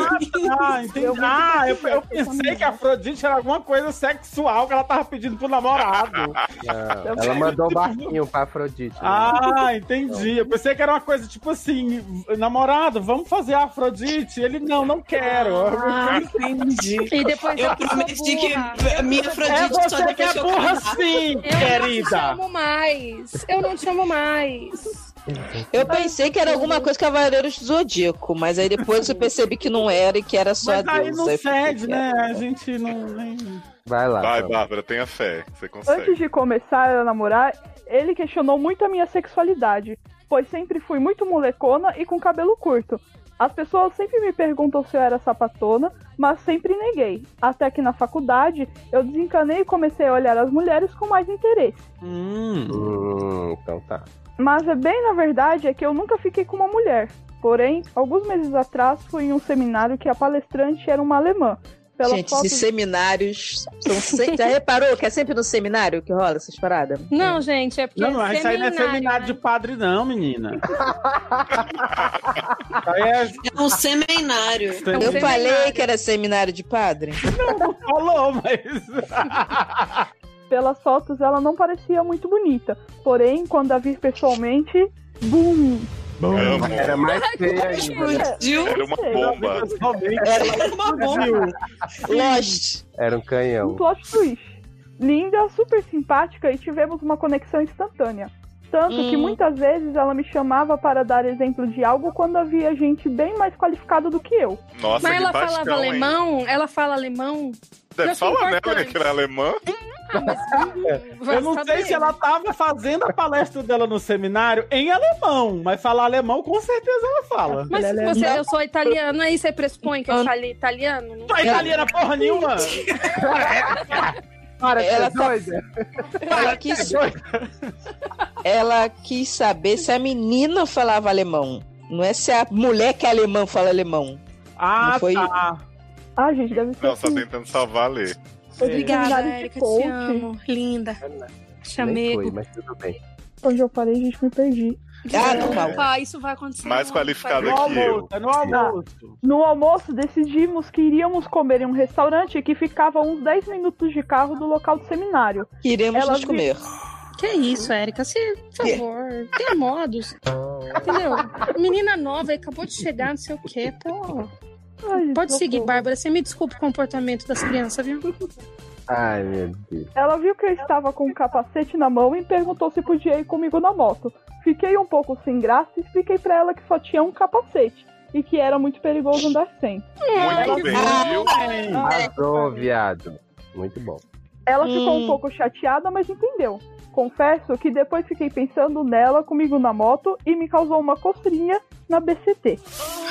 [SPEAKER 7] Ah, entendi. Ah, eu, eu pensei que a Afrodite era alguma coisa sexual que ela tava pedindo pro namorado.
[SPEAKER 2] Não, Ela mandou o barquinho pra Afrodite.
[SPEAKER 7] Ah, entendi. Eu pensei que era uma coisa tipo assim, namorado, vamos fazer a Afrodite? Ele, não, não quero.
[SPEAKER 4] Ah, entendi.
[SPEAKER 9] E depois
[SPEAKER 4] Eu
[SPEAKER 9] eu que sou
[SPEAKER 4] prometi que
[SPEAKER 9] burra.
[SPEAKER 4] a minha
[SPEAKER 7] É
[SPEAKER 4] Afrodite só
[SPEAKER 7] você que
[SPEAKER 4] depois que
[SPEAKER 7] é
[SPEAKER 4] eu
[SPEAKER 7] burra
[SPEAKER 4] casar.
[SPEAKER 7] sim,
[SPEAKER 9] Eu não te
[SPEAKER 7] querida.
[SPEAKER 9] amo mais. Eu não te amo mais.
[SPEAKER 3] Eu pensei que era alguma coisa Cavaleiros do Zodíaco, mas aí depois eu percebi que não era e que era só
[SPEAKER 7] Mas
[SPEAKER 3] a
[SPEAKER 7] aí
[SPEAKER 3] deusa.
[SPEAKER 7] não
[SPEAKER 3] Eu fiquei
[SPEAKER 7] cede, né?
[SPEAKER 3] quieta.
[SPEAKER 7] A gente não... nem-
[SPEAKER 2] Vai lá.
[SPEAKER 6] Vai,
[SPEAKER 2] Fran.
[SPEAKER 6] Bárbara, tenha fé. Você consegue.
[SPEAKER 1] Antes de começar a namorar, ele questionou muito a minha sexualidade, pois sempre fui muito molecona e com cabelo curto. As pessoas sempre me perguntam se eu era sapatona, mas sempre neguei. Até que na faculdade eu desencanei e comecei a olhar as mulheres com mais interesse.
[SPEAKER 7] Hum.
[SPEAKER 2] Hum, então tá.
[SPEAKER 1] Mas é bem na verdade é que eu nunca fiquei com uma mulher. Porém, alguns meses atrás fui em um seminário que a palestrante era uma alemã. Pelas
[SPEAKER 3] Gente,
[SPEAKER 1] fotos
[SPEAKER 3] esses seminários são sempre... Já reparou que é sempre no seminário que rola essas paradas?
[SPEAKER 9] Não, gente, é porque
[SPEAKER 7] Não, não,
[SPEAKER 9] é
[SPEAKER 7] isso aí não é seminário de
[SPEAKER 9] né?
[SPEAKER 7] padre, não, menina. Isso aí é.
[SPEAKER 4] É um É seminário.
[SPEAKER 3] Eu
[SPEAKER 9] seminário.
[SPEAKER 3] falei que era seminário de padre.
[SPEAKER 7] Falou, mas.
[SPEAKER 1] Pelas fotos ela não parecia muito bonita. Porém, quando a vi pessoalmente, bum!
[SPEAKER 6] Amo.
[SPEAKER 2] Era mais feia ainda. né?
[SPEAKER 4] Explodiu
[SPEAKER 6] é Era uma
[SPEAKER 1] sei,
[SPEAKER 6] bomba.
[SPEAKER 4] uma bomba.
[SPEAKER 3] Lost.
[SPEAKER 2] Era um
[SPEAKER 1] Um
[SPEAKER 2] canhão.
[SPEAKER 1] plot twist. Linda, super simpática e tivemos uma conexão instantânea. Tanto que
[SPEAKER 3] Hum.
[SPEAKER 1] muitas vezes ela me chamava para dar exemplo de algo quando havia gente bem mais qualificada do que eu.
[SPEAKER 6] Nossa,
[SPEAKER 9] Mas
[SPEAKER 6] que
[SPEAKER 9] ela
[SPEAKER 6] paixão,
[SPEAKER 9] falava
[SPEAKER 6] hein?
[SPEAKER 9] alemão? Ela fala alemão?
[SPEAKER 6] Deve
[SPEAKER 9] Isso é
[SPEAKER 6] falar, né,
[SPEAKER 9] importante.
[SPEAKER 6] Maria, que era alemã?
[SPEAKER 9] Ah, mas hum, vai
[SPEAKER 7] Eu não sei
[SPEAKER 9] saber.
[SPEAKER 7] se ela tava fazendo a palestra dela no seminário em alemão, mas falar alemão com certeza ela é fala.
[SPEAKER 9] Mas se você, eu sou italiana, aí você pressupõe que eu falo italiano? Não
[SPEAKER 7] Tu é italiana porra nenhuma!
[SPEAKER 2] Para,
[SPEAKER 3] Ela
[SPEAKER 2] ela
[SPEAKER 3] tá-
[SPEAKER 2] doida.
[SPEAKER 3] Ela quis, ela quis saber se a menina falava alemão. Não é se a mulher que é alemã fala alemão.
[SPEAKER 7] Ah,
[SPEAKER 3] Não foi-
[SPEAKER 7] tá.
[SPEAKER 1] Ah, gente, deve ser
[SPEAKER 6] Não, só
[SPEAKER 1] assim,
[SPEAKER 6] tentando salvar a Lê.
[SPEAKER 8] Obrigada,
[SPEAKER 1] seminário de
[SPEAKER 8] Erika. Te
[SPEAKER 1] coaching.
[SPEAKER 8] amo. Linda.
[SPEAKER 2] Nem
[SPEAKER 7] é.
[SPEAKER 8] Chamei.
[SPEAKER 2] foi, mas tudo bem.
[SPEAKER 1] Onde eu parei, gente, me perdi.
[SPEAKER 3] Ah, normal.
[SPEAKER 8] Opa, isso vai acontecer.
[SPEAKER 6] Mais
[SPEAKER 8] não,
[SPEAKER 6] qualificada
[SPEAKER 7] No
[SPEAKER 8] vai-
[SPEAKER 6] que eu.
[SPEAKER 7] almoço, é no almoço.
[SPEAKER 1] No almoço, decidimos que iríamos comer em um restaurante que ficava a uns 10 minutos de carro do local do seminário.
[SPEAKER 3] Queremos
[SPEAKER 1] Ela
[SPEAKER 3] nos
[SPEAKER 1] vi-
[SPEAKER 3] comer.
[SPEAKER 9] Que isso, Érica? Você, por favor, tem modos. Entendeu? Menina nova, acabou de chegar, não sei o quê. Pô.
[SPEAKER 1] Ai, gente,
[SPEAKER 9] Pode
[SPEAKER 1] que
[SPEAKER 9] seguir,
[SPEAKER 1] horror.
[SPEAKER 9] Bárbara. Você me desculpa o comportamento das crianças, viu?
[SPEAKER 2] Ai, meu Deus.
[SPEAKER 1] Ela viu que eu estava com um capacete na mão e perguntou se podia ir comigo na moto. Fiquei um pouco sem graça e expliquei pra ela que só tinha um capacete e que era muito perigoso andar sem.
[SPEAKER 9] É,
[SPEAKER 6] Muito Tá bem,
[SPEAKER 9] assim.
[SPEAKER 6] viu?
[SPEAKER 7] Tá
[SPEAKER 3] É.
[SPEAKER 2] Arrasou, viado. Muito bom.
[SPEAKER 1] Ela ficou
[SPEAKER 3] Hum.
[SPEAKER 1] um pouco chateada, mas entendeu. Confesso que depois fiquei pensando nela comigo na moto e me causou uma costrinha na BCT.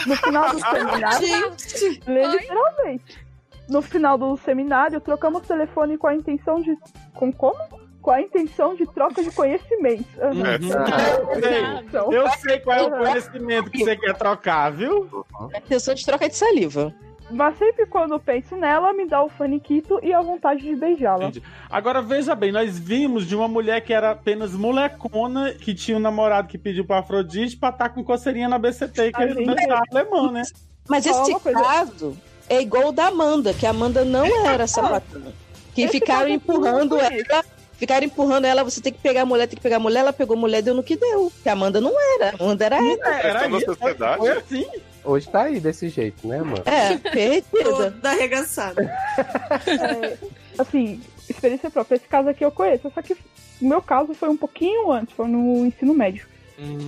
[SPEAKER 1] No final do seminário,
[SPEAKER 4] Gente,
[SPEAKER 1] Lê
[SPEAKER 9] Oi?
[SPEAKER 1] literalmente. No final do seminário, trocamos telefone com a intenção de. Com como? Com a intenção de troca de conhecimentos. Aham.
[SPEAKER 7] Eu sei.
[SPEAKER 1] Então,
[SPEAKER 7] Eu sei qual é o conhecimento que você quer trocar, viu?
[SPEAKER 3] Atenção É de troca de saliva.
[SPEAKER 1] Mas sempre quando eu penso nela, me dá o faniquito e a vontade de beijá-la.
[SPEAKER 7] Entendi. Agora veja bem, nós vimos de uma mulher que era apenas molecona, que tinha um namorado que pediu pra Afrodite pra estar com coceirinha na BCT e querendo
[SPEAKER 1] gente.
[SPEAKER 7] beijar alemão, né?
[SPEAKER 3] Mas
[SPEAKER 1] Só
[SPEAKER 3] esse
[SPEAKER 1] uma coisa.
[SPEAKER 3] caso é igual o da Amanda, que a Amanda não era sapatão. Que
[SPEAKER 1] Esse
[SPEAKER 3] ficaram
[SPEAKER 1] caso é eu
[SPEAKER 3] empurrando
[SPEAKER 1] não
[SPEAKER 3] ela. Ficaram empurrando ela, você tem que pegar a mulher, tem que pegar a mulher, ela pegou a mulher, deu no que deu. Que a Amanda não era. A Amanda era hétero.
[SPEAKER 9] É,
[SPEAKER 7] Era
[SPEAKER 6] Questão da
[SPEAKER 7] isso, né?
[SPEAKER 6] sociedade.
[SPEAKER 7] foi assim.
[SPEAKER 2] Hoje tá aí desse jeito, né, mano?
[SPEAKER 3] É, perdida.
[SPEAKER 4] toda arregaçada.
[SPEAKER 1] É, assim, experiência própria. Esse caso aqui eu conheço, só que o meu caso foi um pouquinho antes, foi no ensino médio.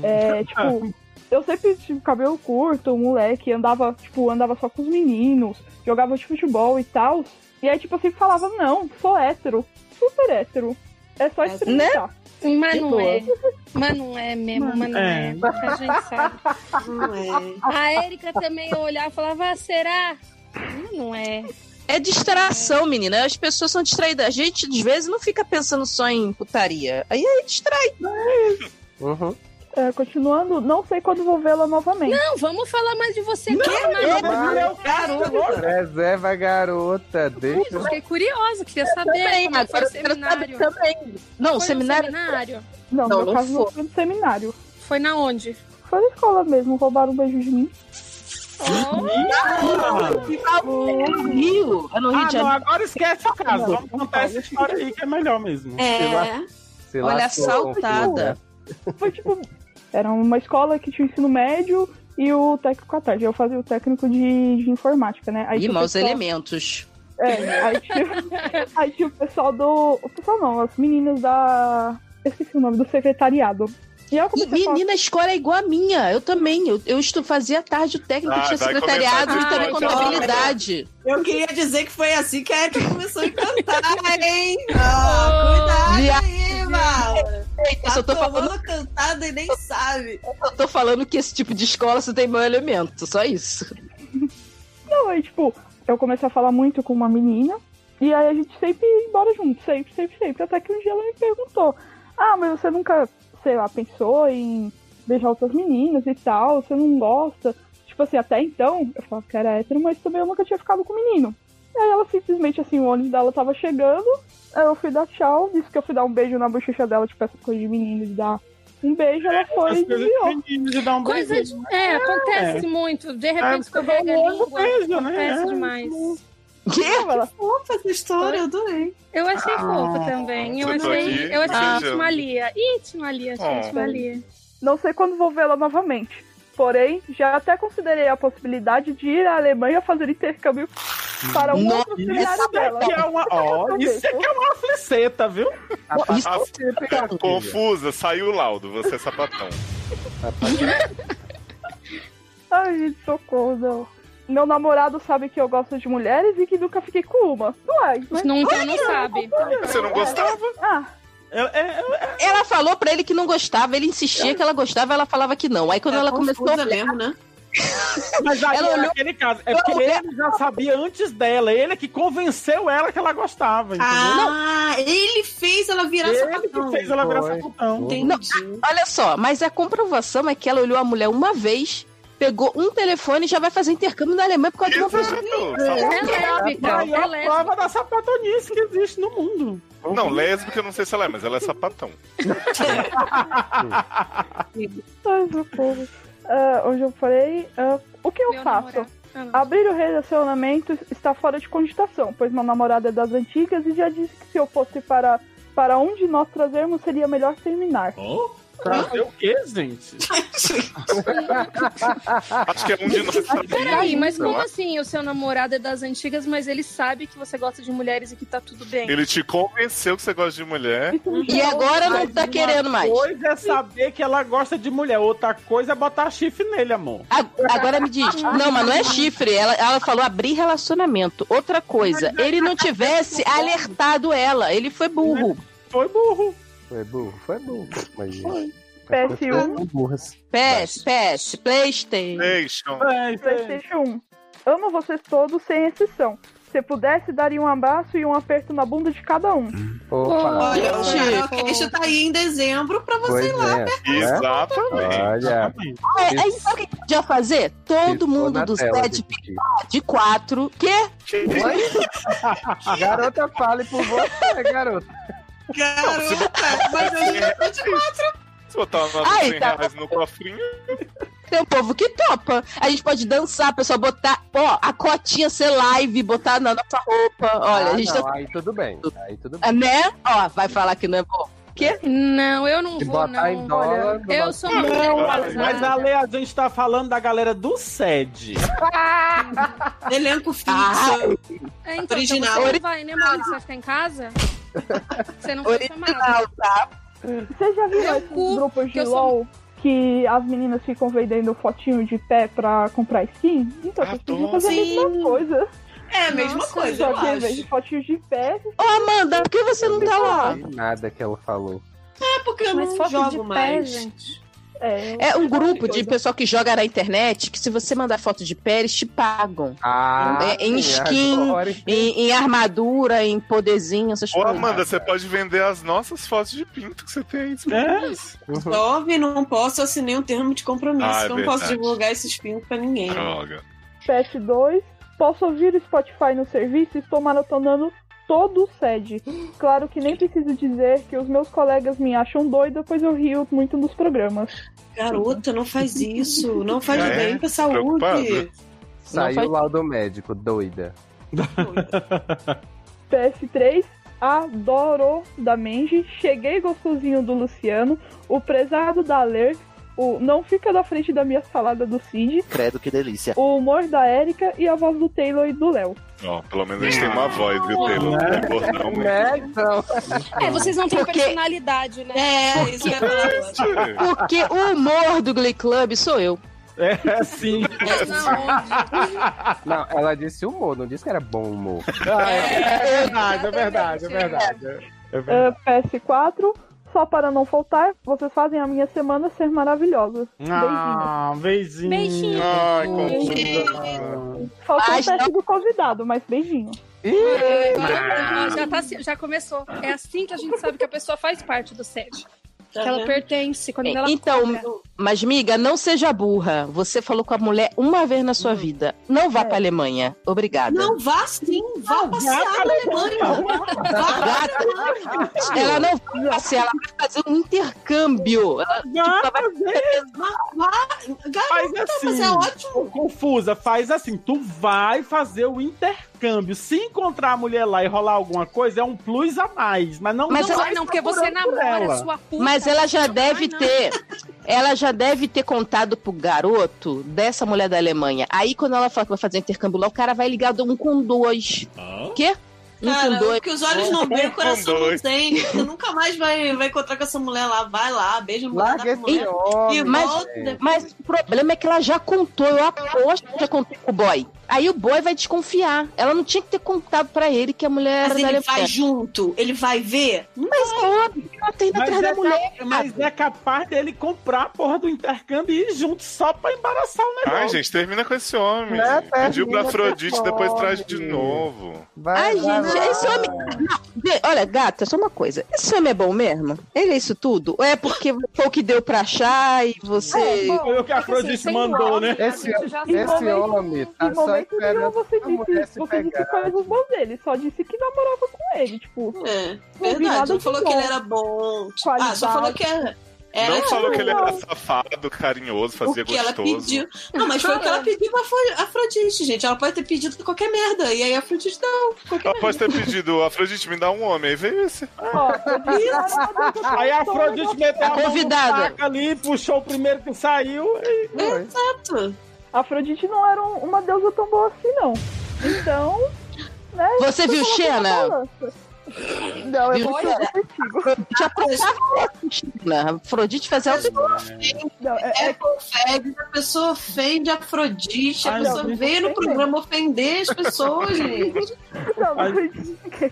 [SPEAKER 1] É, tipo, eu sempre tive cabelo curto, moleque, andava, tipo, andava só com os meninos, jogava de futebol e tal. E aí, tipo, eu sempre falava, não, sou hétero, super hétero. É só
[SPEAKER 3] assim,
[SPEAKER 4] Né?
[SPEAKER 1] experimentar.
[SPEAKER 9] Mas
[SPEAKER 1] De
[SPEAKER 9] não
[SPEAKER 1] boa.
[SPEAKER 9] é. Mas não é mesmo, mas não
[SPEAKER 7] é.
[SPEAKER 9] é. A gente sabe.
[SPEAKER 4] Não é.
[SPEAKER 9] A Érica também ia olhar e falava, ah, será? Mas Não é.
[SPEAKER 3] É distração, menina. As pessoas são distraídas. A gente, às vezes, não fica pensando só em putaria. Aí, aí distrai.
[SPEAKER 2] Uhum.
[SPEAKER 1] É, continuando, não sei quando vou vê-la novamente.
[SPEAKER 9] Não, vamos falar mais de você aqui,
[SPEAKER 7] Eu
[SPEAKER 9] Marina.
[SPEAKER 7] não meu
[SPEAKER 9] é
[SPEAKER 7] né?
[SPEAKER 4] Garoto.
[SPEAKER 2] Preserva a garota, deixa.
[SPEAKER 9] Fiquei curiosa, queria saber como é que foi o
[SPEAKER 3] eu quero saber
[SPEAKER 9] seminário.
[SPEAKER 3] também. Não,
[SPEAKER 9] Foi
[SPEAKER 3] o
[SPEAKER 9] no
[SPEAKER 3] seminário.
[SPEAKER 9] seminário?
[SPEAKER 1] Não,
[SPEAKER 3] Não,
[SPEAKER 1] meu
[SPEAKER 3] não
[SPEAKER 1] caso não
[SPEAKER 3] foi.
[SPEAKER 1] foi no seminário.
[SPEAKER 9] Foi na onde?
[SPEAKER 1] Foi na escola mesmo, roubaram um beijo de mim.
[SPEAKER 9] Oh,
[SPEAKER 3] É no Rio. É no
[SPEAKER 7] Ah,
[SPEAKER 3] Rio de
[SPEAKER 7] não,
[SPEAKER 3] Janeiro.
[SPEAKER 7] agora esquece o caso. Vamos contar essa história aí que é melhor mesmo.
[SPEAKER 4] É.
[SPEAKER 2] Se
[SPEAKER 3] Olha,
[SPEAKER 2] lascou,
[SPEAKER 3] assaltada.
[SPEAKER 1] Foi tipo. Era uma escola que tinha o ensino médio e o técnico à tarde. Eu fazia o técnico de, de informática, né?
[SPEAKER 3] E
[SPEAKER 1] tinha o
[SPEAKER 3] maus
[SPEAKER 1] pessoal-
[SPEAKER 3] elementos.
[SPEAKER 1] É, aí tinha, aí tinha o pessoal do. O pessoal não, as meninas da. Eu esqueci o nome, do secretariado. E eu
[SPEAKER 3] E,
[SPEAKER 1] comecei a falar.
[SPEAKER 3] menina, a escola é igual a minha. Eu também. Eu, eu estu, fazia à tarde o técnico,
[SPEAKER 6] Ah,
[SPEAKER 3] tinha
[SPEAKER 6] vai
[SPEAKER 3] secretariado
[SPEAKER 6] começar
[SPEAKER 3] e
[SPEAKER 6] a
[SPEAKER 3] também
[SPEAKER 6] discussão.
[SPEAKER 3] contabilidade.
[SPEAKER 4] Eu queria dizer que foi assim que a Erika começou a encantar, hein? Ah, cuidado aí, Val.
[SPEAKER 3] Eu só
[SPEAKER 4] Tá
[SPEAKER 3] tô falando,
[SPEAKER 4] tomando cantada e nem sabe.
[SPEAKER 3] eu tô falando que esse tipo de escola só tem mau elemento. Só isso.
[SPEAKER 1] Não, aí, tipo, eu comecei a falar muito com uma menina. E aí a gente sempre ia embora junto, sempre, sempre, sempre. Até que um dia ela me perguntou: Ah, mas você nunca, sei lá, pensou em beijar outras meninas e tal? Você não gosta? Tipo assim, até então, eu falava que era hétero, mas também eu nunca tinha ficado com menino. E aí ela simplesmente, assim, o ônibus dela tava chegando. Aí eu fui dar tchau, disse que eu fui dar um beijo na bochecha dela, tipo essa coisa de menino, de dar um beijo. Ela foi
[SPEAKER 7] As
[SPEAKER 1] e
[SPEAKER 7] coisas
[SPEAKER 1] desviou.
[SPEAKER 7] de menino de dar um beijo.
[SPEAKER 9] coisa de... É, acontece muito. De
[SPEAKER 7] É,
[SPEAKER 9] repente
[SPEAKER 7] você dá
[SPEAKER 9] escorrega
[SPEAKER 7] um
[SPEAKER 9] a
[SPEAKER 7] longo
[SPEAKER 9] língua.
[SPEAKER 7] beijo, né?
[SPEAKER 9] Acontece
[SPEAKER 7] É.
[SPEAKER 9] demais.
[SPEAKER 3] Quê?
[SPEAKER 1] Ela,
[SPEAKER 4] Opa, essa história, eu adorei.
[SPEAKER 9] Eu achei fofo também. Eu
[SPEAKER 6] eu tô
[SPEAKER 9] achei,
[SPEAKER 6] aqui
[SPEAKER 9] eu achei
[SPEAKER 6] beijando.
[SPEAKER 9] íntima Lia. Íntima Lia, achei
[SPEAKER 6] Ah.
[SPEAKER 9] íntima Lia.
[SPEAKER 1] Não sei quando vou vê-la novamente. Porém, já até considerei a possibilidade de ir à Alemanha fazer intercâmbio para um
[SPEAKER 3] Nossa,
[SPEAKER 1] outro seminário dela.
[SPEAKER 7] Que é uma, ó, isso é que é uma fliceta, viu?
[SPEAKER 3] Isso
[SPEAKER 6] Ah,
[SPEAKER 3] é sapatão.
[SPEAKER 6] Confusa, saiu o laudo, você é sapatão.
[SPEAKER 1] Ai, gente, socorro, não. meu namorado sabe que eu gosto de mulheres e que nunca fiquei com uma. Ué, mas...
[SPEAKER 9] Não, então não sabe.
[SPEAKER 6] Você não gostava?
[SPEAKER 1] Ah,
[SPEAKER 7] Eu- é- é-
[SPEAKER 3] Ela falou pra ele que não gostava, ele insistia que ela gostava, ela falava que não. Aí quando ela começou a
[SPEAKER 4] É confusa
[SPEAKER 3] olhar,
[SPEAKER 4] mesmo, né?
[SPEAKER 7] mas aí
[SPEAKER 3] Ela
[SPEAKER 7] é
[SPEAKER 3] olhou-
[SPEAKER 7] aquele caso. É porque ele já sabia antes dela. Ele é que convenceu ela que ela gostava. Entendeu?
[SPEAKER 4] Ah, ele fez ela virar
[SPEAKER 7] ele que
[SPEAKER 4] sapatão.
[SPEAKER 7] fez ela virar
[SPEAKER 2] Foi.
[SPEAKER 7] sapatão.
[SPEAKER 2] Foi.
[SPEAKER 4] Entendi.
[SPEAKER 3] olha só, mas a comprovação é que ela olhou a mulher uma vez, pegou um telefone e já vai fazer intercâmbio na Alemanha por causa de uma pessoa.
[SPEAKER 6] Exato.
[SPEAKER 9] É lésbica.
[SPEAKER 7] Maior
[SPEAKER 9] É
[SPEAKER 8] Então,
[SPEAKER 9] lésbica.
[SPEAKER 7] prova da sapatonice que existe no mundo.
[SPEAKER 6] Só- Não, lésbica eu não sei se ela é, mas ela é sapatão.
[SPEAKER 1] ai, meu povo. Ah, onde eu falei, ah, o que eu
[SPEAKER 9] Meu
[SPEAKER 1] faço?
[SPEAKER 9] namorado. Ah, não.
[SPEAKER 1] Abrir o relacionamento está fora de cogitação, pois meu namorado é das antigas e já disse que se eu fosse para, para um de nós trazermos, seria melhor terminar.
[SPEAKER 7] Fazer o quê, gente?
[SPEAKER 6] Acho que é um de nós sabia.
[SPEAKER 9] Peraí, mas como assim? O seu namorado é das antigas, mas ele sabe que você gosta de mulheres e que tá tudo bem.
[SPEAKER 6] Ele te convenceu que você gosta de mulher.
[SPEAKER 3] E agora não
[SPEAKER 7] Mas
[SPEAKER 3] tá
[SPEAKER 7] uma
[SPEAKER 3] querendo mais.
[SPEAKER 7] coisa é saber que ela gosta de mulher, outra coisa é botar chifre nele, amor.
[SPEAKER 3] A- Agora me diz, não, mas não é chifre. Ela, ela falou abrir relacionamento. Outra coisa, ele não tivesse alertado ela, ele foi burro.
[SPEAKER 7] Foi burro.
[SPEAKER 2] Foi burro, foi burro. Mas, as
[SPEAKER 1] PS1.
[SPEAKER 2] pessoas são burras.
[SPEAKER 3] PS, PS, PlayStation.
[SPEAKER 6] Deixam.
[SPEAKER 7] É, é.
[SPEAKER 1] PlayStation 1. Amo vocês todos, sem exceção. Se pudesse, daria um abraço e um aperto na bunda de cada um.
[SPEAKER 2] Opa,
[SPEAKER 4] Olha,
[SPEAKER 9] Gente.
[SPEAKER 4] o Carol tá aí em dezembro pra você
[SPEAKER 2] pois
[SPEAKER 4] ir lá.
[SPEAKER 2] é. né?
[SPEAKER 6] Exatamente.
[SPEAKER 2] Olha,
[SPEAKER 3] É, aí sabe o que podia fazer? Todo
[SPEAKER 2] piscou
[SPEAKER 3] mundo
[SPEAKER 2] na
[SPEAKER 3] do
[SPEAKER 2] tela,
[SPEAKER 3] set
[SPEAKER 2] gente.
[SPEAKER 3] de quatro. Quê?
[SPEAKER 2] Oi? garota, fale por você, garota.
[SPEAKER 3] é.
[SPEAKER 4] Garota, mas eu já tô de
[SPEAKER 6] Se botar uma nota de
[SPEAKER 3] Ai,
[SPEAKER 6] 100
[SPEAKER 3] tá.
[SPEAKER 6] reais no cofrinho,
[SPEAKER 3] Tem um povo que topa. A gente pode dançar, pessoal, botar, ó, a cotinha ser live, botar na nossa roupa. Olha,
[SPEAKER 2] Ah,
[SPEAKER 3] a gente
[SPEAKER 2] não,
[SPEAKER 3] tá.
[SPEAKER 2] Aí tudo bem. Aí tudo bem.
[SPEAKER 3] Né? Ó, vai falar que não é bom.
[SPEAKER 9] Não, eu não
[SPEAKER 2] Se
[SPEAKER 9] vou,
[SPEAKER 2] botar em
[SPEAKER 9] não.
[SPEAKER 2] dólar,
[SPEAKER 9] Olha,
[SPEAKER 2] não
[SPEAKER 9] eu
[SPEAKER 2] vai-
[SPEAKER 9] sou
[SPEAKER 7] Não,
[SPEAKER 9] muito
[SPEAKER 7] mas, mas
[SPEAKER 9] casada.
[SPEAKER 7] Ale, a gente tá falando da galera do SED.
[SPEAKER 4] Elenco fixo.
[SPEAKER 3] Ai.
[SPEAKER 9] É, então,
[SPEAKER 4] Original.
[SPEAKER 9] Você não vai, né, Maurício? Você vai ficar em casa? Você não foi chamada.
[SPEAKER 3] Original, tá?
[SPEAKER 1] Vocês já viram
[SPEAKER 9] Meu
[SPEAKER 1] esses
[SPEAKER 9] cu,
[SPEAKER 1] grupos de
[SPEAKER 9] eu sou-
[SPEAKER 1] LOL que as meninas ficam vendendo fotinho de pé pra comprar skin? Então, vocês
[SPEAKER 6] Adoro.
[SPEAKER 1] podiam fazer a mesma coisa.
[SPEAKER 4] É a mesma
[SPEAKER 9] Nossa,
[SPEAKER 4] coisa, eu
[SPEAKER 1] Só que ao invés de
[SPEAKER 4] acho.
[SPEAKER 1] fotinho de pé,
[SPEAKER 3] Ô, Amanda, por que você não tá lá?
[SPEAKER 2] Não tem nada que ela falou.
[SPEAKER 4] É porque eu
[SPEAKER 9] Mas
[SPEAKER 4] não
[SPEAKER 9] foto
[SPEAKER 4] jogo
[SPEAKER 9] de pé,
[SPEAKER 4] mais.
[SPEAKER 9] gente.
[SPEAKER 1] é...
[SPEAKER 3] É um grupo de
[SPEAKER 1] coisa.
[SPEAKER 3] pessoal que joga na internet que se você mandar foto de pé, eles te pagam.
[SPEAKER 2] Ah,
[SPEAKER 3] É, em
[SPEAKER 2] sim,
[SPEAKER 3] skin,
[SPEAKER 2] agora-
[SPEAKER 3] Em, em armadura, em poderzinho, essas
[SPEAKER 6] Ô,
[SPEAKER 3] coisas.
[SPEAKER 6] Amanda, você pode vender as nossas fotos de pinto que você tem aí.
[SPEAKER 7] É.
[SPEAKER 2] Uhum.
[SPEAKER 4] Jovem, não posso assinei um termo de compromisso.
[SPEAKER 6] Ah, é
[SPEAKER 4] não posso
[SPEAKER 6] verdade.
[SPEAKER 4] divulgar esses pintos pra ninguém.
[SPEAKER 6] Droga.
[SPEAKER 1] PS2. Posso ouvir o Spotify no serviço e estou maratonando todo o SED. Claro que nem preciso dizer que os meus colegas me acham doida, pois eu rio muito nos programas.
[SPEAKER 4] Garota, não faz isso. Não faz
[SPEAKER 6] Já é?
[SPEAKER 4] bem pra saúde.
[SPEAKER 6] Preocupado?
[SPEAKER 2] Saiu
[SPEAKER 3] faz-
[SPEAKER 2] o laudo médico, doida.
[SPEAKER 4] Tá
[SPEAKER 1] PS3. Adoro da Menji. Cheguei gostosinho do Luciano. O prezado da Ler. O Não Fica da Frente da Minha Salada do Cid.
[SPEAKER 10] Credo, que delícia.
[SPEAKER 1] O humor da Érica e a voz do Taylor e do Léo.
[SPEAKER 6] Ó, pelo menos a gente tem uma voz, viu, Taylor? Não é bordão mesmo.
[SPEAKER 2] É, então.
[SPEAKER 9] É, vocês não têm
[SPEAKER 3] Porque-
[SPEAKER 9] personalidade, né?
[SPEAKER 4] É, isso é verdade.
[SPEAKER 3] Porque o humor do Glee Club sou eu.
[SPEAKER 7] É sim.
[SPEAKER 9] Mas na onde?
[SPEAKER 2] Não, ela disse humor, não disse que era bom humor.
[SPEAKER 7] Ah, é, é verdade, é verdade, é verdade. É verdade.
[SPEAKER 1] Ah, PS4. Só para não faltar, vocês fazem a minha semana ser maravilhosa.
[SPEAKER 7] Ah, beijinho.
[SPEAKER 9] Beijinho.
[SPEAKER 2] é.
[SPEAKER 6] Ai, confusa.
[SPEAKER 1] Faltou
[SPEAKER 3] Mas
[SPEAKER 1] o um teste do convidado, mas beijinho.
[SPEAKER 9] Ah, Já, tá se- já começou. É assim que a gente sabe que a pessoa faz parte do set. Que
[SPEAKER 4] Tá
[SPEAKER 9] ela
[SPEAKER 4] vendo?
[SPEAKER 9] pertence. Quando ela
[SPEAKER 3] Então,
[SPEAKER 9] compra.
[SPEAKER 3] mas miga, não seja burra. Você falou com a mulher uma vez na sua vida. Não vá
[SPEAKER 1] É.
[SPEAKER 3] pra Alemanha. Obrigada.
[SPEAKER 4] Não, vá sim, vá passear na Alemanha. Vá.
[SPEAKER 3] Gata, ela não vai passear, ela vai fazer um intercâmbio. Ela, tipo, ela vai
[SPEAKER 4] Garota,
[SPEAKER 7] é, Faz
[SPEAKER 4] mas é
[SPEAKER 7] assim.
[SPEAKER 4] ótimo.
[SPEAKER 7] Confusa, faz assim. Tu vai fazer o intercâmbio. Se encontrar a mulher lá e rolar alguma coisa, é um plus a mais. Mas não
[SPEAKER 3] Mas
[SPEAKER 9] não,
[SPEAKER 3] ela-
[SPEAKER 9] vai,
[SPEAKER 7] vai
[SPEAKER 9] não, porque você
[SPEAKER 7] procurando por
[SPEAKER 9] namora
[SPEAKER 7] ela.
[SPEAKER 9] sua puta.
[SPEAKER 3] Mas ela já deve
[SPEAKER 9] não.
[SPEAKER 3] ter. Ela já deve ter contado pro garoto dessa mulher da Alemanha. Aí, quando ela fala que vai fazer um intercâmbio lá, o cara vai ligar do um com dois. Quê? Um
[SPEAKER 4] Cara,
[SPEAKER 3] com dois.
[SPEAKER 4] o que os olhos não veem, o
[SPEAKER 6] Um com
[SPEAKER 4] coração não
[SPEAKER 6] dois.
[SPEAKER 4] tem. Você nunca mais vai, vai encontrar com essa mulher lá. Vai lá, beija a mulher
[SPEAKER 2] Larga
[SPEAKER 4] da
[SPEAKER 2] esse
[SPEAKER 4] mulher.
[SPEAKER 2] homem.
[SPEAKER 4] E
[SPEAKER 3] Mas- é
[SPEAKER 4] volta depois.
[SPEAKER 3] Mas o problema é que ela já contou. Eu aposto que já contou pro boy. Aí o boy vai desconfiar. Ela não tinha que ter contado pra ele que é. a mulher
[SPEAKER 4] Mas
[SPEAKER 3] era
[SPEAKER 4] ele
[SPEAKER 3] lésbica.
[SPEAKER 4] vai junto, ele vai ver.
[SPEAKER 3] Mas óbvio que ela tá indo
[SPEAKER 7] Mas
[SPEAKER 3] atrás
[SPEAKER 7] é,
[SPEAKER 3] da mulher.
[SPEAKER 7] ca- mas é capaz dele comprar a porra do intercâmbio e ir junto só pra embaraçar o negócio.
[SPEAKER 6] Ai, gente, termina com esse homem.
[SPEAKER 2] É,
[SPEAKER 6] gente. Pediu pra
[SPEAKER 2] termina com
[SPEAKER 6] Afrodite,
[SPEAKER 2] esse
[SPEAKER 6] depois traz de
[SPEAKER 2] homem.
[SPEAKER 6] novo.
[SPEAKER 2] Vai,
[SPEAKER 3] Ai,
[SPEAKER 2] vai,
[SPEAKER 3] gente,
[SPEAKER 2] vai.
[SPEAKER 3] esse homem. Não, vê, olha, gata, só uma coisa. Esse homem é bom mesmo? Ele é isso tudo? Ou é porque foi o que deu pra achar e você.
[SPEAKER 8] É,
[SPEAKER 7] Foi o que a
[SPEAKER 9] tipo assim,
[SPEAKER 7] Afrodite mandou, né?
[SPEAKER 2] Esse-
[SPEAKER 1] Em
[SPEAKER 2] Esse
[SPEAKER 1] momento-
[SPEAKER 2] homem tá
[SPEAKER 1] em
[SPEAKER 2] só
[SPEAKER 1] momento nenhum
[SPEAKER 2] esperando
[SPEAKER 1] você
[SPEAKER 2] a mulher
[SPEAKER 1] disse,
[SPEAKER 2] se
[SPEAKER 1] você disse
[SPEAKER 2] pegar.
[SPEAKER 1] coisas boas dele, só disse que namorava com ele, tipo.
[SPEAKER 4] É, verdade.
[SPEAKER 1] Combinado
[SPEAKER 4] Não falou
[SPEAKER 1] de
[SPEAKER 4] que
[SPEAKER 1] bom.
[SPEAKER 4] ele era bom. Ah, só
[SPEAKER 1] Qualidade.
[SPEAKER 4] falou que era. era
[SPEAKER 6] não falou
[SPEAKER 4] o-
[SPEAKER 6] que ele era safado, carinhoso, fazia
[SPEAKER 4] É. o que ela
[SPEAKER 6] gostoso.
[SPEAKER 4] pediu. Não, mas foi o que ela pediu pra Afro- Afrodite, gente. Ela pode ter pedido qualquer merda. E aí a Afrodite não. Qualquer
[SPEAKER 6] Ela pode ter pedido, Afrodite, me dá um homem. Aí veio esse.
[SPEAKER 1] Ó,
[SPEAKER 7] Aí
[SPEAKER 1] Ah,
[SPEAKER 7] a Afrodite meteu a mão no
[SPEAKER 3] Convidada.
[SPEAKER 7] saco ali, puxou o primeiro que saiu. e-
[SPEAKER 4] merda.
[SPEAKER 1] Afrodite não era um- uma deusa tão boa assim, não. Então. Né,
[SPEAKER 3] Você viu
[SPEAKER 1] coloquei na
[SPEAKER 3] Xena?
[SPEAKER 1] balança. Não, eu
[SPEAKER 3] Viu
[SPEAKER 1] vou
[SPEAKER 3] Xena? Te aprovava China. Afrodite fazia algo.
[SPEAKER 1] não, é,
[SPEAKER 4] É que ofende, a pessoa ofende a Afrodite, a
[SPEAKER 7] Ai,
[SPEAKER 4] pessoa
[SPEAKER 7] não,
[SPEAKER 4] veio no
[SPEAKER 1] ofende.
[SPEAKER 4] programa ofender as pessoas, gente.
[SPEAKER 1] não,
[SPEAKER 7] Ai.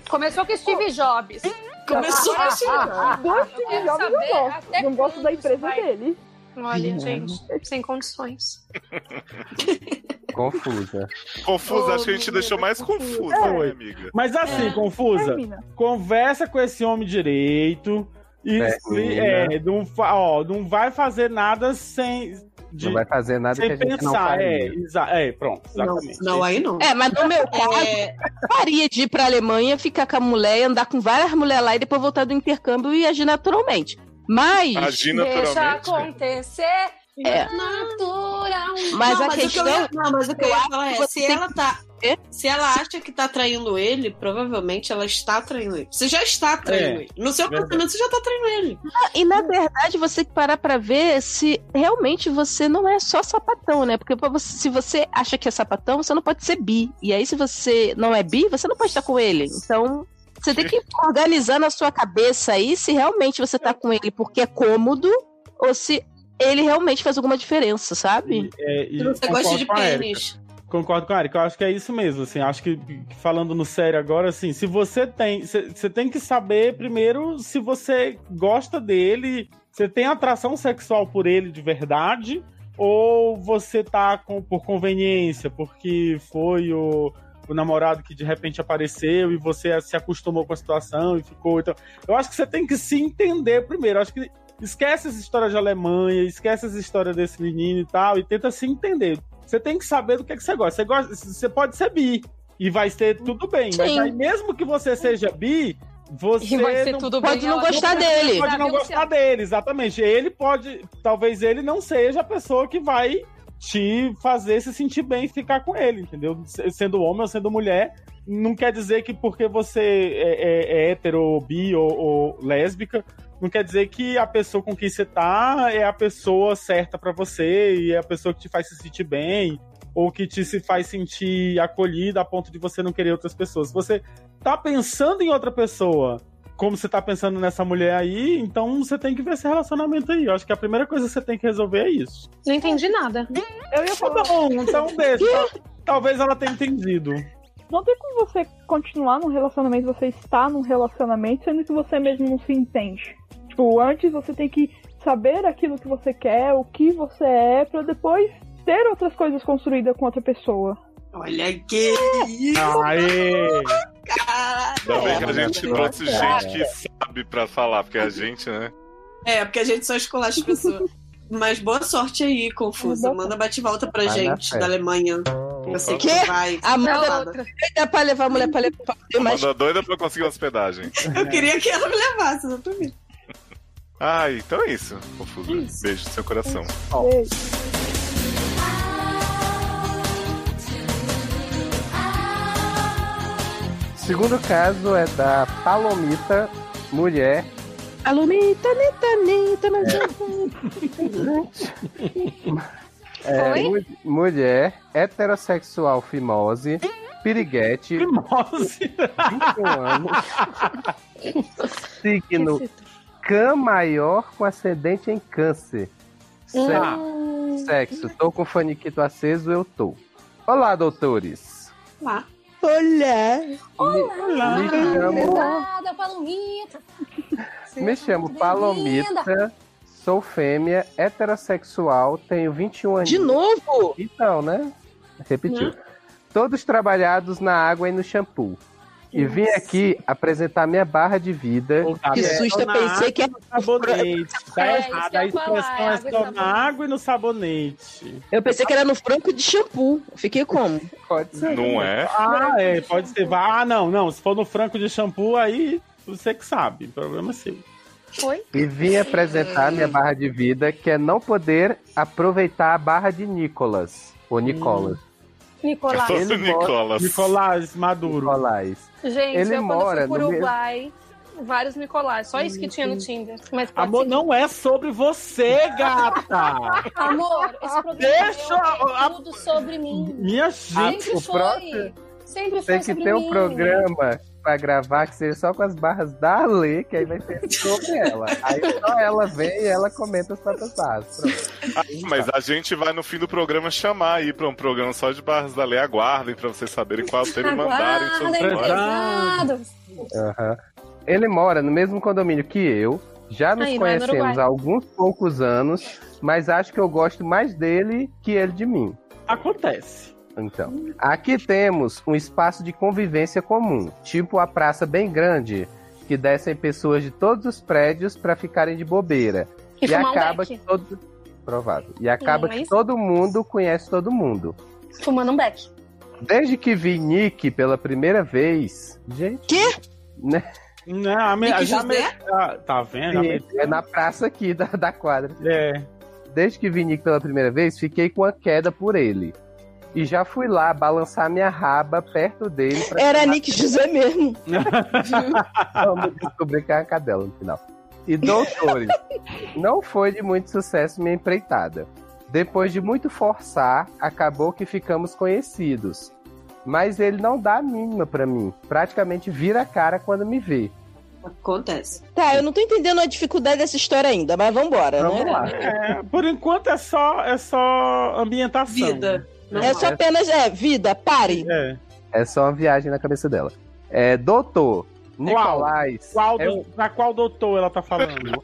[SPEAKER 9] Começou com Steve Jobs.
[SPEAKER 4] Começou assim. a
[SPEAKER 1] dois times
[SPEAKER 9] quero
[SPEAKER 1] jovens
[SPEAKER 9] saber
[SPEAKER 1] eu gosto.
[SPEAKER 9] até
[SPEAKER 1] Não gosto da
[SPEAKER 9] quando
[SPEAKER 1] empresa
[SPEAKER 9] vai.
[SPEAKER 1] dele.
[SPEAKER 9] Olha, gente, sem condições.
[SPEAKER 2] Confusa.
[SPEAKER 6] Confusa,
[SPEAKER 4] Ô,
[SPEAKER 6] acho que a gente
[SPEAKER 4] menina,
[SPEAKER 6] deixou mais confusa,
[SPEAKER 2] É.
[SPEAKER 6] né,
[SPEAKER 7] Foi.
[SPEAKER 6] amiga?
[SPEAKER 7] Mas assim,
[SPEAKER 4] É.
[SPEAKER 7] confusa,
[SPEAKER 1] Termina.
[SPEAKER 7] conversa com esse homem direito. E
[SPEAKER 2] É,
[SPEAKER 7] se- é, não, fa- ó, não vai fazer nada sem, de-
[SPEAKER 2] Não vai fazer nada que a
[SPEAKER 7] sem
[SPEAKER 2] gente não
[SPEAKER 7] pensar. É,
[SPEAKER 2] faria.
[SPEAKER 7] exa- é, pronto, exatamente.
[SPEAKER 4] Não, aí não.
[SPEAKER 3] É, mas no meu caso,
[SPEAKER 4] É,
[SPEAKER 3] faria de ir pra Alemanha, ficar com a mulher, andar com várias mulheres lá e depois voltar do intercâmbio e agir naturalmente. Mas.
[SPEAKER 6] Agir
[SPEAKER 9] Deixa
[SPEAKER 6] naturalmente.
[SPEAKER 9] acontecer
[SPEAKER 3] É.
[SPEAKER 9] natural.
[SPEAKER 3] Mas
[SPEAKER 4] não,
[SPEAKER 3] a
[SPEAKER 4] mas
[SPEAKER 3] questão.
[SPEAKER 4] O que eu ia, não, mas o que eu ia falar é,
[SPEAKER 3] você
[SPEAKER 4] se
[SPEAKER 3] tem
[SPEAKER 4] ela tá.
[SPEAKER 3] É?
[SPEAKER 4] Se ela acha que tá traindo ele, provavelmente ela está traindo ele. Você já está traindo
[SPEAKER 7] É,
[SPEAKER 4] ele. No seu
[SPEAKER 7] verdade.
[SPEAKER 4] pensamento, você já tá traindo ele.
[SPEAKER 3] E na verdade, você que parar pra ver se realmente você não é só sapatão, né? Porque pra você- se você acha que é sapatão, você não pode ser bi. E aí, se você não é bi, você não pode estar com ele. Então, você tem que ir organizando a sua cabeça aí se realmente você tá com ele porque é cômodo ou se ele realmente faz alguma diferença, sabe?
[SPEAKER 7] É, e
[SPEAKER 4] Você gosta
[SPEAKER 7] concordo
[SPEAKER 4] de
[SPEAKER 7] com a Erika.
[SPEAKER 4] pênis.
[SPEAKER 7] Concordo com a Erika, eu acho que é isso mesmo, assim, acho que falando no sério agora, assim, se você tem, você você tem que saber primeiro se você gosta dele, você tem atração sexual por ele de verdade, ou você tá com, por conveniência, porque foi o, o namorado que de repente apareceu e você se acostumou com a situação e ficou, então, eu acho que você tem que se entender primeiro, eu acho que esquece essa história de Alemanha, esquece essa história desse menino e tal, e tenta se entender. Você tem que saber do que, que você gosta. Você, gosta. você pode ser bi e vai ser tudo bem. Mas
[SPEAKER 3] Sim.
[SPEAKER 7] aí, mesmo que você seja bi, você
[SPEAKER 9] E vai ser
[SPEAKER 7] não
[SPEAKER 9] tudo
[SPEAKER 3] pode
[SPEAKER 9] bem.
[SPEAKER 3] não
[SPEAKER 9] ela
[SPEAKER 3] gostar dele.
[SPEAKER 7] pode não
[SPEAKER 9] Sabe, eu
[SPEAKER 7] gostar dele, exatamente. Ele pode. Talvez ele não seja a pessoa que vai te fazer se sentir bem e ficar com ele, entendeu? Se- Sendo homem ou sendo mulher, não quer dizer que porque você é, é, é hétero, ou bi ou, ou lésbica, não quer dizer que a pessoa com quem você tá é a pessoa certa pra você e é a pessoa que te faz se sentir bem ou que te se faz sentir acolhida a ponto de você não querer outras pessoas. Se você tá pensando em outra pessoa como você tá pensando nessa mulher aí, então você tem que ver esse relacionamento aí. Eu acho que a primeira coisa que você tem que resolver é isso.
[SPEAKER 9] Não entendi nada.
[SPEAKER 1] Eu ia
[SPEAKER 7] Tá
[SPEAKER 1] falar,
[SPEAKER 7] bom, então deixa. Talvez ela tenha entendido.
[SPEAKER 1] não tem como você continuar num relacionamento, você está num relacionamento, sendo que você mesmo não se entende. Tipo, antes você tem que saber aquilo que você quer, o que você é, pra depois ter outras coisas construídas com outra pessoa.
[SPEAKER 4] Olha que isso,
[SPEAKER 7] Aê!
[SPEAKER 4] cara.
[SPEAKER 6] Ainda bem que a
[SPEAKER 2] É,
[SPEAKER 6] gente
[SPEAKER 2] né?
[SPEAKER 6] trouxe
[SPEAKER 2] Cara.
[SPEAKER 6] gente que sabe pra falar, porque a gente, né?
[SPEAKER 4] É, porque a gente só escolacha as pessoas. Mas boa sorte aí, Confusa. Manda bate e volta pra
[SPEAKER 2] Vai na
[SPEAKER 4] gente,
[SPEAKER 2] fé.
[SPEAKER 4] da Alemanha.
[SPEAKER 6] Por
[SPEAKER 4] Eu sei
[SPEAKER 6] favor.
[SPEAKER 4] que
[SPEAKER 3] Quê?
[SPEAKER 4] vai.
[SPEAKER 3] A Amanda- é
[SPEAKER 4] Tá lá.
[SPEAKER 3] Dá pra levar a mulher pra levar pra ter mais.
[SPEAKER 6] Manda doida pra conseguir hospedagem.
[SPEAKER 4] Eu queria que ela me levasse, exatamente.
[SPEAKER 6] Ai, então é isso. Confusa.
[SPEAKER 4] Isso.
[SPEAKER 6] Beijo no seu coração.
[SPEAKER 7] é.
[SPEAKER 2] Segundo caso é da Palomita, mulher.
[SPEAKER 3] Alumita, neta, neta, mas
[SPEAKER 2] É,
[SPEAKER 9] Oi?
[SPEAKER 2] mu- mulher, heterossexual fimose,
[SPEAKER 1] Hum?
[SPEAKER 2] piriguete,
[SPEAKER 7] Fimose.
[SPEAKER 2] 21 anos. Signo Cã maior com ascendente em câncer. Se- Sexo, tô com o faniquito aceso, eu tô. Olá, doutores.
[SPEAKER 4] Lá.
[SPEAKER 3] Olha!
[SPEAKER 2] Olá. Me, chamo,
[SPEAKER 8] Nada, palomita.
[SPEAKER 2] me chamo Palomita, sou fêmea, heterossexual, tenho 21 anos.
[SPEAKER 3] De novo?
[SPEAKER 2] Então, né? Repetiu. Todos trabalhados na água e no shampoo. E vim aqui apresentar minha barra de vida. é-
[SPEAKER 3] Que susto, eu pensei que era
[SPEAKER 7] Sabonete. Tá
[SPEAKER 9] É, isso
[SPEAKER 7] errado.
[SPEAKER 9] que eu
[SPEAKER 7] A
[SPEAKER 9] ia
[SPEAKER 7] expressão é só
[SPEAKER 9] falar, água e sabonete.
[SPEAKER 7] na água e no sabonete.
[SPEAKER 3] Eu pensei que era no franco de shampoo. Fiquei como?
[SPEAKER 2] Pode ser.
[SPEAKER 6] Não é?
[SPEAKER 7] Ah, é, pode ser. Ah, não, não. Se for no franco de shampoo, aí você que sabe. O problema é seu.
[SPEAKER 9] Foi?
[SPEAKER 2] E vim apresentar minha barra de vida, que é não poder aproveitar a barra de Nicolas. Ou Nicolas.
[SPEAKER 9] Nicolás.
[SPEAKER 6] Todo
[SPEAKER 2] ele
[SPEAKER 6] Nicolas.
[SPEAKER 7] Nicolás Maduro.
[SPEAKER 2] Nicolás.
[SPEAKER 9] Gente,
[SPEAKER 2] Ele
[SPEAKER 9] eu
[SPEAKER 2] mora
[SPEAKER 9] quando fui
[SPEAKER 2] no
[SPEAKER 9] pro Uruguai, vários Nicolás. Só isso que tinha no Tinder. Mas pode
[SPEAKER 7] Amor,
[SPEAKER 9] seguir.
[SPEAKER 7] não é sobre você, gata!
[SPEAKER 9] Amor, esse programa
[SPEAKER 7] Ah, Deixa Ah,
[SPEAKER 9] meu é
[SPEAKER 7] a-
[SPEAKER 9] tudo sobre mim.
[SPEAKER 7] Minha gente,
[SPEAKER 9] Sempre
[SPEAKER 2] o
[SPEAKER 9] foi.
[SPEAKER 2] próximo-
[SPEAKER 9] Sempre foi
[SPEAKER 2] Tem que
[SPEAKER 9] sobre
[SPEAKER 2] ter
[SPEAKER 9] mim.
[SPEAKER 2] um programa pra gravar que seja só com as barras da Lê, que aí vai ser sobre ela. Aí só ela vem e ela comenta os próprias barras. Pronto.
[SPEAKER 6] Ah, mas a gente vai no fim do programa chamar aí pra um programa só de barras da lei. Aguardem pra vocês saberem qual tema e mandarem suas
[SPEAKER 8] Aguardem, É
[SPEAKER 7] Aguardem.
[SPEAKER 6] histórias.
[SPEAKER 8] pesados.
[SPEAKER 2] Aham. Ele mora no mesmo condomínio que eu. Já nos
[SPEAKER 9] Aí, vai no
[SPEAKER 2] conhecemos
[SPEAKER 9] Uruguai.
[SPEAKER 2] há alguns poucos anos, mas acho que eu gosto mais dele que ele de mim.
[SPEAKER 7] acontece.
[SPEAKER 2] Então, aqui temos um espaço de convivência comum, tipo a praça bem grande, que descem pessoas de todos os prédios para ficarem de bobeira.
[SPEAKER 9] E fumar um
[SPEAKER 2] acaba
[SPEAKER 9] beck.
[SPEAKER 2] que todo provável. E acaba
[SPEAKER 9] Não é
[SPEAKER 2] que
[SPEAKER 9] isso?
[SPEAKER 2] todo mundo conhece todo mundo.
[SPEAKER 9] Fumando um beck.
[SPEAKER 2] Desde que vi Nick pela primeira vez, gente,
[SPEAKER 7] Né, a me,
[SPEAKER 4] Nick
[SPEAKER 7] a gente
[SPEAKER 4] José?
[SPEAKER 7] me- ah, tá vendo? A me-
[SPEAKER 2] é na praça aqui da, da quadra.
[SPEAKER 7] É.
[SPEAKER 2] Desde que vi Nick pela primeira vez, fiquei com a queda por ele. E já fui lá balançar minha raba perto dele pra
[SPEAKER 3] Era Nick José mesmo.
[SPEAKER 2] Vamos descobrir que é a cadela no final. E doutores, não foi de muito sucesso minha empreitada. Depois de muito forçar, acabou que ficamos conhecidos. Mas ele não dá a mínima pra mim. Praticamente vira a cara quando me vê.
[SPEAKER 4] Acontece.
[SPEAKER 3] Tá, eu não tô entendendo a dificuldade dessa história ainda, mas vambora,
[SPEAKER 2] Vamos
[SPEAKER 3] né?
[SPEAKER 2] lá.
[SPEAKER 7] É, por enquanto é só, é só ambientação.
[SPEAKER 4] Vida.
[SPEAKER 3] É só apenas, é, vida, pare.
[SPEAKER 7] É.
[SPEAKER 2] É só uma viagem na cabeça dela. É, doutor, Nicolás.
[SPEAKER 7] É Qual
[SPEAKER 2] é
[SPEAKER 7] do, Pra qual doutor ela tá falando?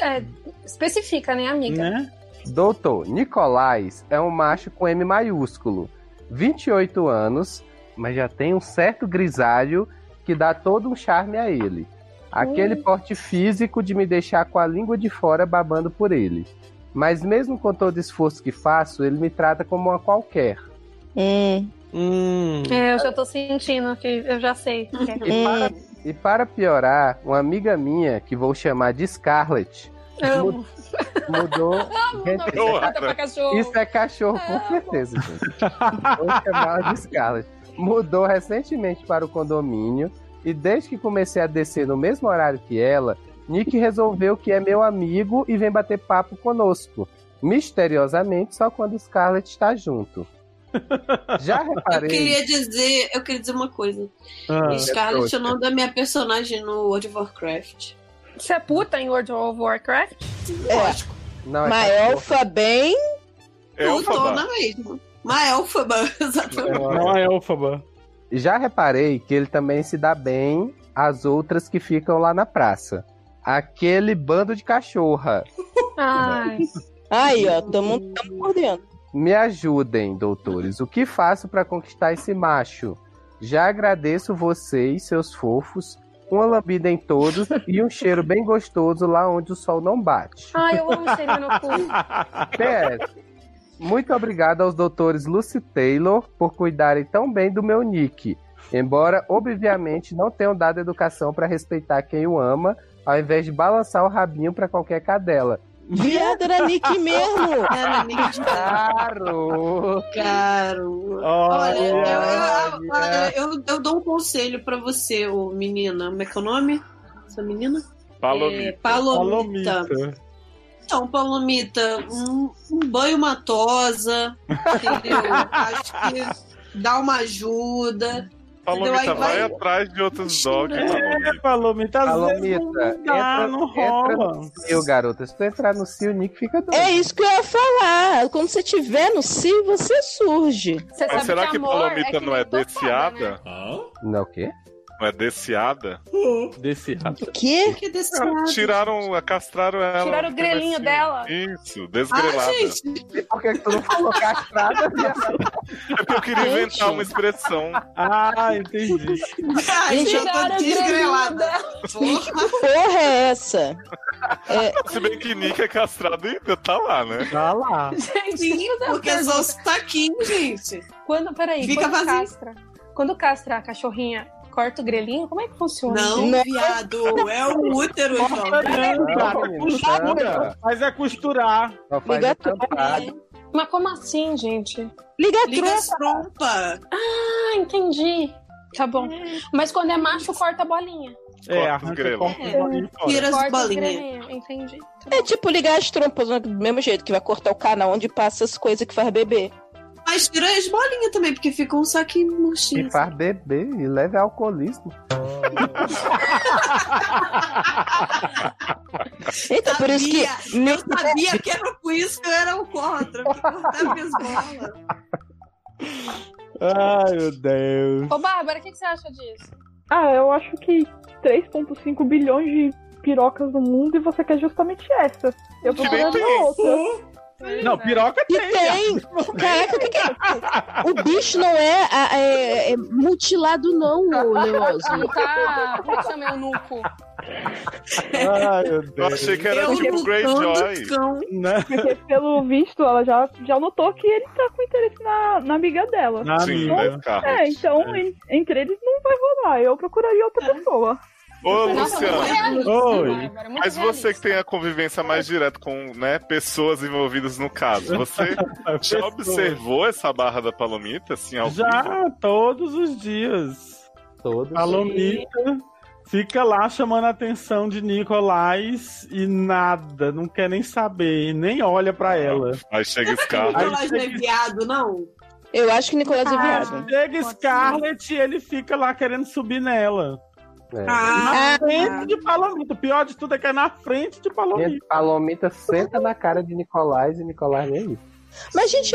[SPEAKER 9] É, especifica, né, amiga?
[SPEAKER 7] né?
[SPEAKER 2] Doutor, Nicolás é um macho com M maiúsculo, 28 anos, mas já tem um certo grisalho que dá todo um charme a ele.
[SPEAKER 9] Hum.
[SPEAKER 2] Aquele porte físico de me deixar com a língua de fora babando por ele. Mas mesmo com todo esforço que faço, ele me trata como uma qualquer.
[SPEAKER 3] Hum.
[SPEAKER 7] Hum.
[SPEAKER 9] É, eu já tô sentindo que eu já sei. o que é.
[SPEAKER 2] E para, e para piorar, uma amiga minha, que vou chamar de Scarlett,
[SPEAKER 9] Amo.
[SPEAKER 2] mudou. Gente,
[SPEAKER 9] Não,
[SPEAKER 6] Boa.
[SPEAKER 9] conta pra cachorro.
[SPEAKER 2] Isso é cachorro, com certeza, gente. Vou chamar ela de Scarlett. Mudou recentemente para o condomínio e desde que comecei a descer no mesmo horário que ela, Nick resolveu que é meu amigo e vem bater papo conosco. Misteriosamente, só quando Scarlett está junto. Já
[SPEAKER 4] Eu
[SPEAKER 2] reparei.
[SPEAKER 4] queria dizer, eu queria dizer uma coisa.
[SPEAKER 7] Ah.
[SPEAKER 4] Scarlett é o nome da minha personagem no World of Warcraft.
[SPEAKER 9] Você é puta em World of Warcraft?
[SPEAKER 3] É,
[SPEAKER 2] Não, é
[SPEAKER 3] mas
[SPEAKER 4] tá
[SPEAKER 2] cachorro.
[SPEAKER 3] elfa bem.
[SPEAKER 6] Elfaba.
[SPEAKER 4] Putona mesmo. Uma élfaba, é exatamente.
[SPEAKER 7] Não é Elfaba.
[SPEAKER 2] Já reparei que ele também se dá bem às outras que ficam lá na praça. Aquele bando de cachorra.
[SPEAKER 9] Ai,
[SPEAKER 3] Aí, ó, tamo, tamo por dentro.
[SPEAKER 2] Me ajudem, doutores. O que faço para conquistar esse macho? Já agradeço vocês, seus fofos. Uma lambida em todos e um cheiro bem gostoso lá onde o sol não bate.
[SPEAKER 9] ai eu amo cheirinho no cu.
[SPEAKER 2] PS. Muito obrigado aos doutores Lucy Taylor por cuidarem tão bem do meu nick. Embora, obviamente, não tenham dado educação para respeitar quem o ama, ao invés de balançar o rabinho para qualquer cadela.
[SPEAKER 3] Viado era Nick mesmo.
[SPEAKER 4] Era amiga de
[SPEAKER 2] Claro!
[SPEAKER 4] caro. Olha, é eu,
[SPEAKER 2] É.
[SPEAKER 4] eu- olha, eu- eu dou um conselho pra você, ô menina. Como é que é o nome? Essa menina? É,
[SPEAKER 6] Palomita.
[SPEAKER 4] Palomita.
[SPEAKER 7] Palomita.
[SPEAKER 4] Então, Palomita, um, um banho matosa, entendeu? Acho que dá uma ajuda.
[SPEAKER 6] Palomita,
[SPEAKER 4] Então, aí
[SPEAKER 6] vai
[SPEAKER 4] vai-
[SPEAKER 6] atrás de outros dogs,
[SPEAKER 7] É,
[SPEAKER 6] Palomita.
[SPEAKER 7] Palomita, às vezes não
[SPEAKER 2] Palomita,
[SPEAKER 7] dá,
[SPEAKER 2] entra,
[SPEAKER 7] não
[SPEAKER 2] entra
[SPEAKER 7] rola.
[SPEAKER 2] no cio, garota. Se tu entrar no cio, o Nick fica doido.
[SPEAKER 3] É isso que eu ia falar. Quando você tiver no si, você surge.
[SPEAKER 9] Você
[SPEAKER 6] Mas será que
[SPEAKER 9] amor
[SPEAKER 6] Palomita
[SPEAKER 9] que
[SPEAKER 6] não
[SPEAKER 9] nem
[SPEAKER 6] é
[SPEAKER 9] tocada,
[SPEAKER 6] desciada?
[SPEAKER 9] né?
[SPEAKER 2] Não, o quê?
[SPEAKER 6] Não é desciada?
[SPEAKER 7] Desse rato.
[SPEAKER 3] O quê?
[SPEAKER 4] Que desgraça.
[SPEAKER 6] Tiraram, castraram ela. é um assim.
[SPEAKER 9] Tiraram o grelhinho dela.
[SPEAKER 6] Isso,
[SPEAKER 4] Ah,
[SPEAKER 6] desgrelada.
[SPEAKER 4] gente,
[SPEAKER 2] E por que, que tu não falou castrada, viado?
[SPEAKER 6] É porque eu queria
[SPEAKER 3] Gente.
[SPEAKER 6] inventar uma expressão.
[SPEAKER 7] Ah, entendi.
[SPEAKER 4] ai, gente, eu
[SPEAKER 9] Tiraram
[SPEAKER 4] tô
[SPEAKER 9] o grelhinho
[SPEAKER 4] desgrelada. Porra.
[SPEAKER 3] Porra é essa?
[SPEAKER 6] Se bem que Nick é castrado e ainda tá lá, né?
[SPEAKER 7] Tá lá.
[SPEAKER 9] Gente, da
[SPEAKER 4] Porque é só os taquinhos, gente.
[SPEAKER 9] Quando, peraí,
[SPEAKER 4] Fica
[SPEAKER 9] quando tá
[SPEAKER 4] vazio.
[SPEAKER 9] castra. Quando castra a cachorrinha, corta o grelhinho, como é que funciona?
[SPEAKER 4] Não,
[SPEAKER 3] Não.
[SPEAKER 4] viado. É o útero, João.
[SPEAKER 7] Costura. Mas é costurar.
[SPEAKER 2] Só
[SPEAKER 4] é
[SPEAKER 2] faz
[SPEAKER 3] Liga
[SPEAKER 2] o
[SPEAKER 3] tudo,
[SPEAKER 2] tampado.
[SPEAKER 9] Mas como assim, gente?
[SPEAKER 3] Liga a
[SPEAKER 4] Liga as
[SPEAKER 3] trouxa.
[SPEAKER 4] trompas.
[SPEAKER 9] Ah, entendi. Tá bom. Mas quando é macho, corta a bolinha.
[SPEAKER 7] É,
[SPEAKER 6] Corta o grelo.
[SPEAKER 7] corta o bolinho fora.
[SPEAKER 4] Tira as
[SPEAKER 9] Corta o
[SPEAKER 4] bolinhas.
[SPEAKER 9] grelhinho, entendi. Tá
[SPEAKER 3] É
[SPEAKER 9] bom.
[SPEAKER 3] tipo ligar as trompas né? do mesmo jeito, que vai cortar o canal onde passa as coisas que faz bebê.
[SPEAKER 4] Mas tira as bolinhas também, porque fica um saquinho
[SPEAKER 3] É
[SPEAKER 4] murchinho.
[SPEAKER 2] E faz bebê e leva ao alcoolismo.
[SPEAKER 3] Eita, por isso que.
[SPEAKER 4] Eu sabia que era por isso que eu era o contra. Porque cortava minhas bolas.
[SPEAKER 7] Ai, meu Deus.
[SPEAKER 9] Ô, Bárbara, o que, que você acha disso?
[SPEAKER 1] Ah, eu acho que 3,5 bilhões de pirocas no mundo e você quer justamente essa. Eu tô
[SPEAKER 6] Que bem
[SPEAKER 1] querendo
[SPEAKER 6] tem.
[SPEAKER 1] outra.
[SPEAKER 9] é. Tá,
[SPEAKER 7] Não, piroca
[SPEAKER 3] E
[SPEAKER 7] tem.
[SPEAKER 3] tem! Caraca, o que, que é? O bicho não é, a- é- é mutilado, não, ô, Leoz.
[SPEAKER 9] Não tá. Como é que chama eunuco?
[SPEAKER 7] Ai, meu
[SPEAKER 6] Eu
[SPEAKER 7] Deus.
[SPEAKER 6] achei que
[SPEAKER 2] É
[SPEAKER 6] era
[SPEAKER 2] um
[SPEAKER 4] eu
[SPEAKER 6] tipo Greyjoy.
[SPEAKER 4] lutando cão.
[SPEAKER 7] Não,
[SPEAKER 1] Porque, pelo visto, ela já, já notou que ele tá com interesse na, na amiga dela.
[SPEAKER 7] não, Ah,
[SPEAKER 6] Sim,
[SPEAKER 7] não.
[SPEAKER 6] vai ficar.
[SPEAKER 1] É, então en- entre eles não vai rolar. Eu procuraria
[SPEAKER 3] É.
[SPEAKER 1] outra pessoa.
[SPEAKER 6] Ô,
[SPEAKER 9] Nossa, muito
[SPEAKER 6] Luciano.
[SPEAKER 9] realista,
[SPEAKER 7] Oi.
[SPEAKER 9] Bárbara, muito
[SPEAKER 6] Mas você que
[SPEAKER 9] realista.
[SPEAKER 6] tem a convivência mais direta com né, pessoas envolvidas no caso, você já observou essa barra da palomita, assim, ao vivo?
[SPEAKER 7] Já, todos os dias.
[SPEAKER 2] Todo.
[SPEAKER 7] Palomita fica lá chamando a atenção de Nicolás e nada, não quer nem saber, nem olha pra ela.
[SPEAKER 6] Aí chega esse
[SPEAKER 4] Não
[SPEAKER 6] carro.
[SPEAKER 7] Aí-
[SPEAKER 4] é viado, não.
[SPEAKER 3] Eu acho que Nicolás é
[SPEAKER 9] Ah.
[SPEAKER 3] viado.
[SPEAKER 7] Chega
[SPEAKER 9] pode
[SPEAKER 7] Scarlett e ele fica lá querendo subir nela.
[SPEAKER 2] É.
[SPEAKER 4] Ah,
[SPEAKER 7] Na frente de Palomita. O pior de tudo é que é na frente de Palomita.
[SPEAKER 2] Gente, Palomita senta na cara de Nicolás e Nicolás nem aí.
[SPEAKER 11] Ah,
[SPEAKER 3] Mas, gente,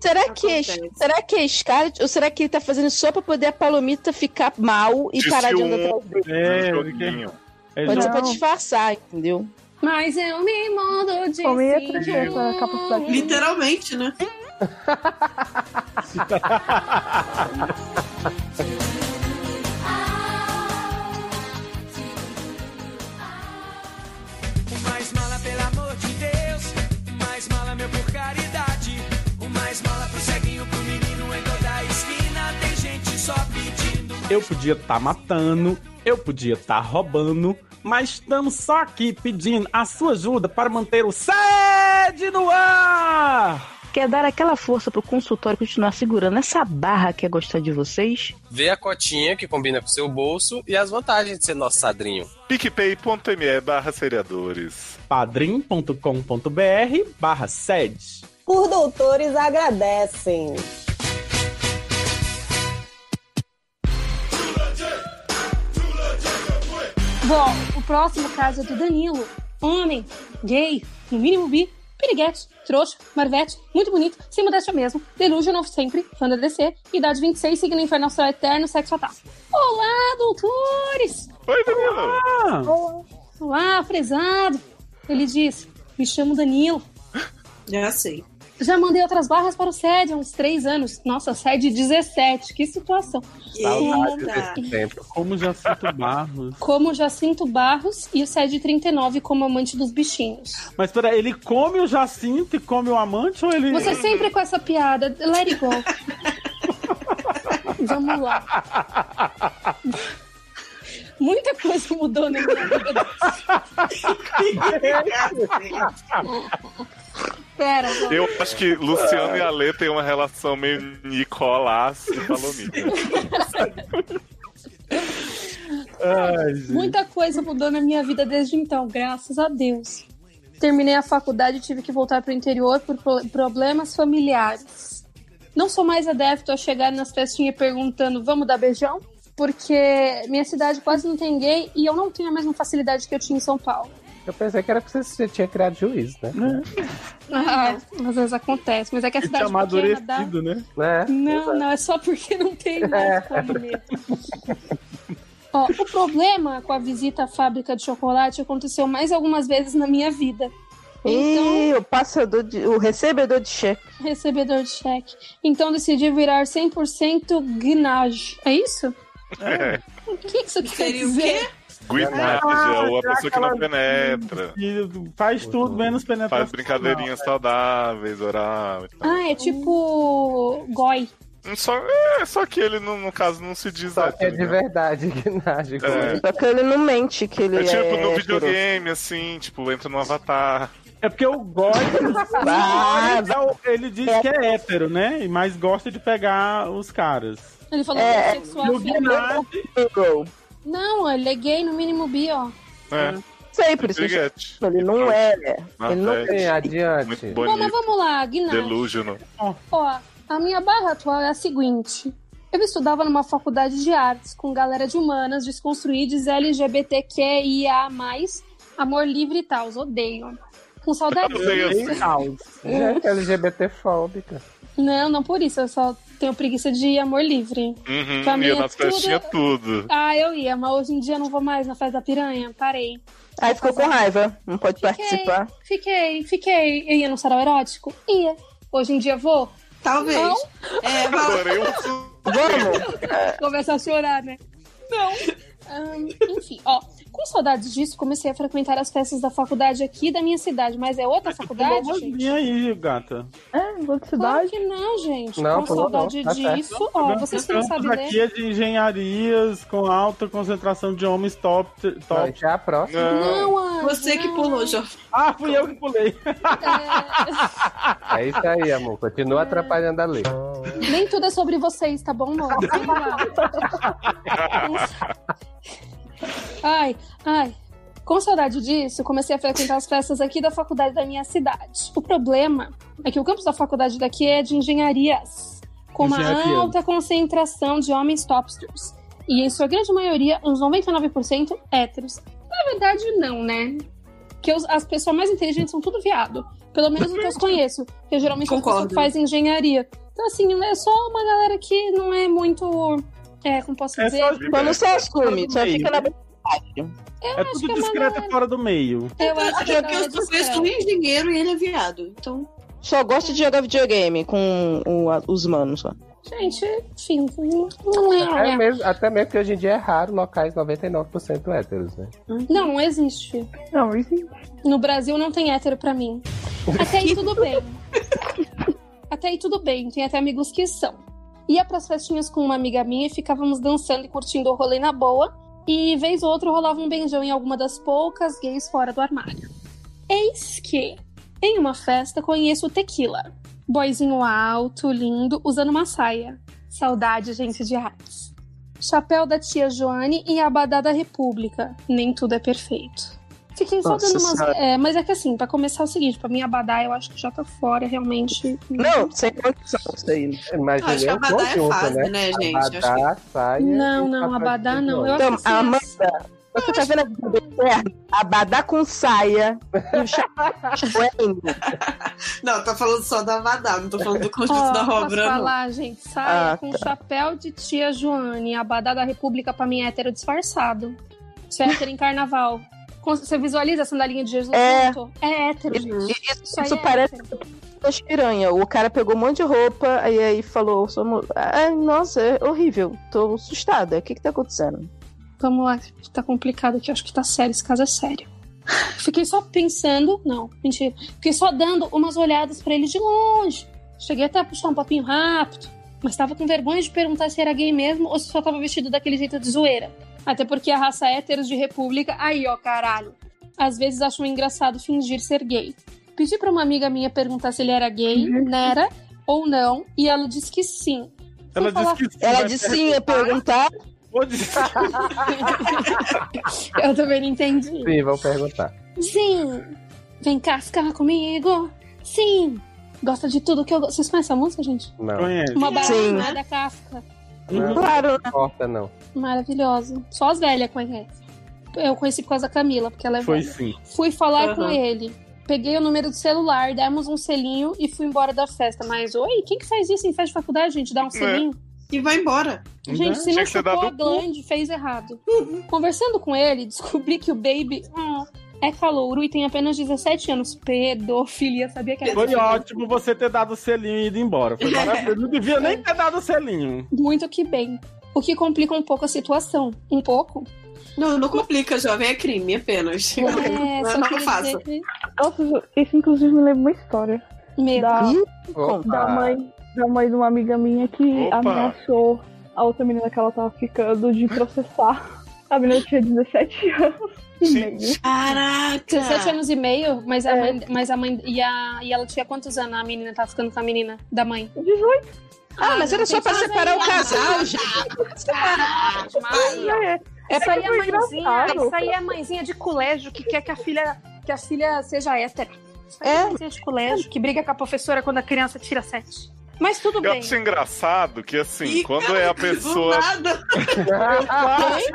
[SPEAKER 3] será que,
[SPEAKER 4] Acontece.
[SPEAKER 3] será que é Scarlett? Ou será que ele tá fazendo só pra poder a Palomita ficar mal e
[SPEAKER 6] De
[SPEAKER 3] parar de andar
[SPEAKER 6] ciúme.
[SPEAKER 3] atrás dele?
[SPEAKER 7] É,
[SPEAKER 6] no joguinho.
[SPEAKER 7] é
[SPEAKER 3] Pode
[SPEAKER 7] já-
[SPEAKER 3] ser Tipo, pra disfarçar, entendeu?
[SPEAKER 9] Mas eu me mando de.
[SPEAKER 1] Como ia
[SPEAKER 9] sítio.
[SPEAKER 1] trazer é essa capacidade?
[SPEAKER 4] literalmente, né?
[SPEAKER 10] O mais mala, pelo amor de Deus. O mais mala, meu, por caridade. O mais mala pro ceguinho, pro menino em toda a esquina. Tem gente só pedindo.
[SPEAKER 7] Eu podia estar matando, eu podia estar roubando, mas estamos só aqui pedindo a sua ajuda para manter o sede no ar!
[SPEAKER 11] Quer dar aquela força pro consultório continuar segurando essa barra que é gostar de vocês?
[SPEAKER 12] Vê a cotinha que combina com o seu bolso e as vantagens de ser nosso sadrinho.
[SPEAKER 6] PicPay.me barra seriadores.
[SPEAKER 7] padrim.com.br barra sede.
[SPEAKER 5] Por doutores agradecem.
[SPEAKER 9] Bom, o próximo caso é do Danilo. Homem, gay, no mínimo bi, piriguete, trouxa, marvete, muito bonito, sem modéstia mesmo, delúgio novo sempre, fã da DC, idade 26, signo infernal, céu eterno, sexo fatal. Olá, doutores!
[SPEAKER 6] Oi, Danilo!
[SPEAKER 7] Ah,
[SPEAKER 9] Olá, "Ah, fresado! Ele diz, me chamo Danilo.
[SPEAKER 4] Já sei.
[SPEAKER 9] Já mandei outras barras para o SED há uns três anos. Nossa, SED 17, que situação.
[SPEAKER 2] Saudades
[SPEAKER 4] Eita.
[SPEAKER 2] desse tempo.
[SPEAKER 7] como já sinto barros.
[SPEAKER 9] Como Jacinto Barros e o SED 39 como amante dos bichinhos.
[SPEAKER 7] Mas peraí, ele come o Jacinto e come o amante ou ele.
[SPEAKER 9] Você sempre com essa piada. Let it go. Vamos lá. Muita coisa mudou na minha vida. Pera, vamos.
[SPEAKER 6] Eu acho que Luciano e Alê têm uma relação meio Nicolás e Palomita.
[SPEAKER 7] Ai, gente.
[SPEAKER 9] muita coisa mudou na minha vida desde então, graças a Deus. Terminei a faculdade e tive que voltar para o interior por pro- problemas familiares.
[SPEAKER 8] Não sou mais adepto a chegar nas festinhas perguntando, vamos dar beijão? Porque minha cidade quase não tem gay e eu não tenho a mesma facilidade que eu tinha em São Paulo.
[SPEAKER 2] Eu pensei que era porque você tinha criado juízo, né?
[SPEAKER 8] Ah, às vezes acontece, mas é que a
[SPEAKER 2] E
[SPEAKER 8] cidade
[SPEAKER 2] tá
[SPEAKER 8] pequena dá...
[SPEAKER 2] amadurecido, né? É,
[SPEAKER 8] não, não, é só porque não tem mais como mesmo. Ó, o problema com a visita à fábrica de chocolate aconteceu mais algumas vezes na minha vida. Então,
[SPEAKER 3] E o passador de, o recebedor de cheque.
[SPEAKER 8] Recebedor de cheque. Então decidi virar 100% guinage. É isso?
[SPEAKER 6] É.
[SPEAKER 8] O que que isso quer dizer?
[SPEAKER 6] Guinage,
[SPEAKER 7] Ah,
[SPEAKER 6] ou a
[SPEAKER 7] já
[SPEAKER 6] pessoa que não
[SPEAKER 7] aquela-
[SPEAKER 6] penetra.
[SPEAKER 7] E faz tudo, menos penetração.
[SPEAKER 6] Faz brincadeirinhas saudáveis, oral.
[SPEAKER 8] Ah, é tipo goi.
[SPEAKER 6] Só, é, só que ele, no, no caso, não se diz. né, tá
[SPEAKER 2] Só que é de verdade, Gnage.
[SPEAKER 6] É.
[SPEAKER 3] Só que ele não mente que ele
[SPEAKER 6] É
[SPEAKER 3] é.
[SPEAKER 6] tipo no
[SPEAKER 3] heterossexual.
[SPEAKER 6] videogame, assim, tipo, entra no avatar.
[SPEAKER 7] É porque o Góis.
[SPEAKER 8] Ah,
[SPEAKER 7] é ele diz que é hétero, né? Mas gosta de pegar os caras.
[SPEAKER 8] Ele falou
[SPEAKER 3] É,
[SPEAKER 8] que
[SPEAKER 3] é
[SPEAKER 8] é sexual.
[SPEAKER 7] no
[SPEAKER 8] filho.
[SPEAKER 7] guinage.
[SPEAKER 8] Não, ele é gay, no mínimo bi, ó.
[SPEAKER 6] É.
[SPEAKER 3] Sei, por isso. que eu
[SPEAKER 6] Briguete.
[SPEAKER 3] chamo, Ele não é, né?
[SPEAKER 6] Ah,
[SPEAKER 3] Ele não
[SPEAKER 6] é.
[SPEAKER 3] é.
[SPEAKER 2] adiante.
[SPEAKER 6] Muito
[SPEAKER 8] Bom, mas
[SPEAKER 6] bonito.
[SPEAKER 8] vamos lá, guinage.
[SPEAKER 6] Delúgio, não.
[SPEAKER 8] Ó, a minha barra atual é a seguinte. Eu estudava numa faculdade de artes com galera de humanas, desconstruídos, LGBTQIA+, amor livre e tal. Odeio. Com saudade.
[SPEAKER 6] assim,
[SPEAKER 2] Gente, LGBT fóbica.
[SPEAKER 8] Não, não por isso. Eu só tenho preguiça de amor livre. Pra
[SPEAKER 6] Uhum,
[SPEAKER 8] mim
[SPEAKER 6] ia
[SPEAKER 8] é
[SPEAKER 6] nas
[SPEAKER 8] tudo-
[SPEAKER 6] festinhas tudo.
[SPEAKER 8] Ah, eu ia, mas hoje em dia eu não vou mais na festa da piranha. Parei.
[SPEAKER 3] Aí ficou com raiva, não pode participar.
[SPEAKER 8] Fiquei, fiquei. Eu ia no sarau erótico? Ia. Hoje em dia vou?
[SPEAKER 4] Talvez. É,
[SPEAKER 8] Não.
[SPEAKER 6] Adorei o
[SPEAKER 8] Começa a chorar, né? Não. Ahn, enfim, ó. Com saudades disso, comecei a frequentar as festas da faculdade aqui da minha cidade, mas é outra faculdade, gente?
[SPEAKER 7] E aí, gata?
[SPEAKER 1] É, outra
[SPEAKER 8] Claro
[SPEAKER 1] cidade.
[SPEAKER 8] que não, gente.
[SPEAKER 7] Não,
[SPEAKER 8] com
[SPEAKER 7] pulou não,
[SPEAKER 8] saudade
[SPEAKER 7] tá certo.
[SPEAKER 8] disso, ó, vocês né? que não tá sabem ler.
[SPEAKER 7] aqui é de engenharias com alta concentração de homens top. top.
[SPEAKER 2] já a próxima.
[SPEAKER 8] Não, Anjo,
[SPEAKER 4] Você que
[SPEAKER 8] não.
[SPEAKER 4] pulou, Jorge.
[SPEAKER 7] Ah, fui eu que pulei.
[SPEAKER 2] É isso aí, amor. Continua atrapalhando a lei.
[SPEAKER 8] Nem tudo é sobre vocês, tá bom, amor? Vai lá. Ai, ai. Com saudade disso, comecei a frequentar as festas aqui da faculdade da minha cidade. O problema é que o campus da faculdade daqui é de engenharias, com uma
[SPEAKER 7] Engenharia.
[SPEAKER 8] alta concentração de homens topsters. E em sua grande maioria, uns 99% héteros. Na verdade, não, né? Porque os- as pessoas mais inteligentes são tudo viado. Pelo menos o que eu conheço. Porque geralmente as pessoas
[SPEAKER 4] Concordo.
[SPEAKER 8] que fazem engenharia. Então, assim, é só uma galera que não é muito. É, como posso
[SPEAKER 7] É
[SPEAKER 8] dizer?
[SPEAKER 7] só-
[SPEAKER 8] Eu
[SPEAKER 3] Mas não se assume, só
[SPEAKER 7] Meio.
[SPEAKER 3] fica na
[SPEAKER 7] É
[SPEAKER 8] acho que
[SPEAKER 7] tudo
[SPEAKER 8] é uma
[SPEAKER 7] discreto fora do meio.
[SPEAKER 8] acho que é
[SPEAKER 4] Porque eu só conheço um
[SPEAKER 8] discreto.
[SPEAKER 4] engenheiro e ele é viado. Então,
[SPEAKER 3] Só gosta de jogar videogame com o- a- os manos só.
[SPEAKER 8] Gente, enfim. Não é.
[SPEAKER 2] Até mesmo, até mesmo que hoje em dia é raro locais 99% héteros, né?
[SPEAKER 8] Não, não existe.
[SPEAKER 1] Não, isso
[SPEAKER 8] No Brasil não tem hétero pra mim. Até aí tudo bem. Até aí tudo bem, tem até amigos que são. Ia pras festinhas com uma amiga minha e ficávamos dançando e curtindo o rolê na boa. E vez ou outra rolava um beijão em alguma das poucas gays fora do armário. Eis que, em uma festa, conheço o Tequila. Boizinho alto, lindo, usando uma saia. Saudade, gente, de artes. Chapéu da tia Joane e abadá da República. Nem tudo é perfeito. Fiquei só
[SPEAKER 3] Nossa
[SPEAKER 8] dando umas.
[SPEAKER 3] Senhora.
[SPEAKER 8] É, mas é que assim, pra começar é o seguinte, pra mim abadá eu acho que já tá fora, realmente.
[SPEAKER 3] Não, sem condição isso aí.
[SPEAKER 4] acho
[SPEAKER 2] Imaginei
[SPEAKER 4] que
[SPEAKER 2] um
[SPEAKER 4] abadá é
[SPEAKER 2] conjunto,
[SPEAKER 4] fácil,
[SPEAKER 2] né?
[SPEAKER 4] né, gente? Acho que-
[SPEAKER 2] Abadá, saia
[SPEAKER 8] Não,
[SPEAKER 2] e
[SPEAKER 8] não,
[SPEAKER 2] sapato
[SPEAKER 8] abadá
[SPEAKER 2] de
[SPEAKER 8] não. Eu acho
[SPEAKER 2] couro.
[SPEAKER 3] Então,
[SPEAKER 8] que
[SPEAKER 3] a
[SPEAKER 8] assim,
[SPEAKER 3] Amanda, você tá vendo a vida do inferno? Abadá com saia e o chapéu é lindo.
[SPEAKER 4] Não, tá falando só da Vadá, não tô falando do conjunto
[SPEAKER 8] Ó,
[SPEAKER 4] da
[SPEAKER 8] Ah, posso
[SPEAKER 4] obra, não.
[SPEAKER 8] falar, gente? Saia
[SPEAKER 3] Ah,
[SPEAKER 8] com
[SPEAKER 3] tá.
[SPEAKER 8] chapéu de tia Joane. Abadá da República, pra mim, é hétero disfarçado. Isso é hétero em carnaval. Con- Você visualiza a sandalinha de Jesus
[SPEAKER 3] É.
[SPEAKER 8] junto? É hétero, gente.
[SPEAKER 3] E Isso,
[SPEAKER 8] Isso aí
[SPEAKER 3] isso
[SPEAKER 8] é
[SPEAKER 3] parece
[SPEAKER 8] hétero.
[SPEAKER 3] uma piranha. O cara pegou um monte de roupa e aí falou: somos... Ai, nossa, é horrível. Tô assustada. O que que tá acontecendo?
[SPEAKER 8] Vamos lá, tá complicado aqui. eu Acho que tá sério, esse caso é sério. Fiquei só pensando. Não, mentira. Fiquei só dando umas olhadas pra ele de longe. Cheguei até a puxar um papinho rápido. Mas tava com vergonha de perguntar se era gay mesmo ou se só tava vestido daquele jeito de zoeira. Até porque a raça héteros de república. Aí, ó, caralho. Às vezes acham engraçado fingir ser gay. Pedi pra uma amiga minha perguntar se ele era gay, nera ou não, e ela disse que sim. Fui
[SPEAKER 7] Ela
[SPEAKER 8] falar-
[SPEAKER 7] disse que sim.
[SPEAKER 3] Ela
[SPEAKER 7] vai
[SPEAKER 3] disse
[SPEAKER 7] ter-
[SPEAKER 3] sim, ia perguntar.
[SPEAKER 7] Vou dizer.
[SPEAKER 8] Eu também não entendi.
[SPEAKER 2] Sim, vão perguntar.
[SPEAKER 8] Sim. Vem cá ficar comigo. Sim.
[SPEAKER 9] Gosta de tudo que eu gosto. Vocês conhecem a música, gente?
[SPEAKER 2] Não.
[SPEAKER 9] Uma
[SPEAKER 2] Sim.
[SPEAKER 9] barata da casca.
[SPEAKER 7] né?
[SPEAKER 2] Não,
[SPEAKER 9] Claro.
[SPEAKER 3] né?
[SPEAKER 2] Não importa, não.
[SPEAKER 9] Maravilhosa. Só as velhas conhecem. Eu conheci por causa da Camila, porque ela é
[SPEAKER 2] Foi
[SPEAKER 9] velha.
[SPEAKER 2] sim.
[SPEAKER 9] Fui falar
[SPEAKER 2] Aham.
[SPEAKER 9] com ele. Peguei o número do celular, demos um selinho e fui embora da festa. Mas, oi, quem que faz isso em festa de faculdade, gente?
[SPEAKER 2] É.
[SPEAKER 9] Dá um selinho?
[SPEAKER 4] E vai embora.
[SPEAKER 3] Uhum.
[SPEAKER 9] Gente, se
[SPEAKER 4] Tinha
[SPEAKER 9] não
[SPEAKER 4] que ser
[SPEAKER 9] chupou
[SPEAKER 4] dado
[SPEAKER 9] a
[SPEAKER 4] o cu.
[SPEAKER 9] glande, fez errado. Conversando com ele, descobri que o Baby ah, é calouro e tem apenas 17 anos. Pedofilia, sabia que era
[SPEAKER 7] Foi
[SPEAKER 9] pedofilia?
[SPEAKER 7] ótimo você ter dado o selinho e ido embora. Foi maravilhoso. Não devia nem ter dado o selinho.
[SPEAKER 9] Muito que bem. O que complica um pouco a situação. Um pouco?
[SPEAKER 4] Não, não complica, jovem. É crime apenas.
[SPEAKER 9] É,
[SPEAKER 4] não
[SPEAKER 9] só
[SPEAKER 4] é
[SPEAKER 9] queria
[SPEAKER 4] fácil.
[SPEAKER 9] dizer que...
[SPEAKER 1] Nossa, isso inclusive me lembra uma história.
[SPEAKER 9] Meu
[SPEAKER 1] da,
[SPEAKER 3] Ah.
[SPEAKER 4] Opa.
[SPEAKER 2] Ah.
[SPEAKER 1] da mãe Da mãe de uma amiga minha que
[SPEAKER 4] Opa.
[SPEAKER 1] ameaçou a outra menina que ela tava ficando de processar. A menina tinha 17 anos. e meio.
[SPEAKER 4] Caraca!
[SPEAKER 9] 17 anos e meio, mas
[SPEAKER 3] É.
[SPEAKER 9] a mãe. Mas a mãe e, a, e ela tinha quantos anos a menina tava ficando com a menina da mãe?
[SPEAKER 1] 18.
[SPEAKER 3] Ah, mas era só pra separar o casal já.
[SPEAKER 8] Essa aí é a
[SPEAKER 9] que foi
[SPEAKER 8] mãezinha,
[SPEAKER 9] engraçado.
[SPEAKER 8] essa aí é a mãezinha de colégio que quer que a filha, que a filha seja hétero. Essa aí é a mãezinha de colégio que briga com a professora quando a criança tira sete. Mas tudo
[SPEAKER 6] Eu
[SPEAKER 8] bem.
[SPEAKER 6] acho engraçado que, assim, quando é a pessoa.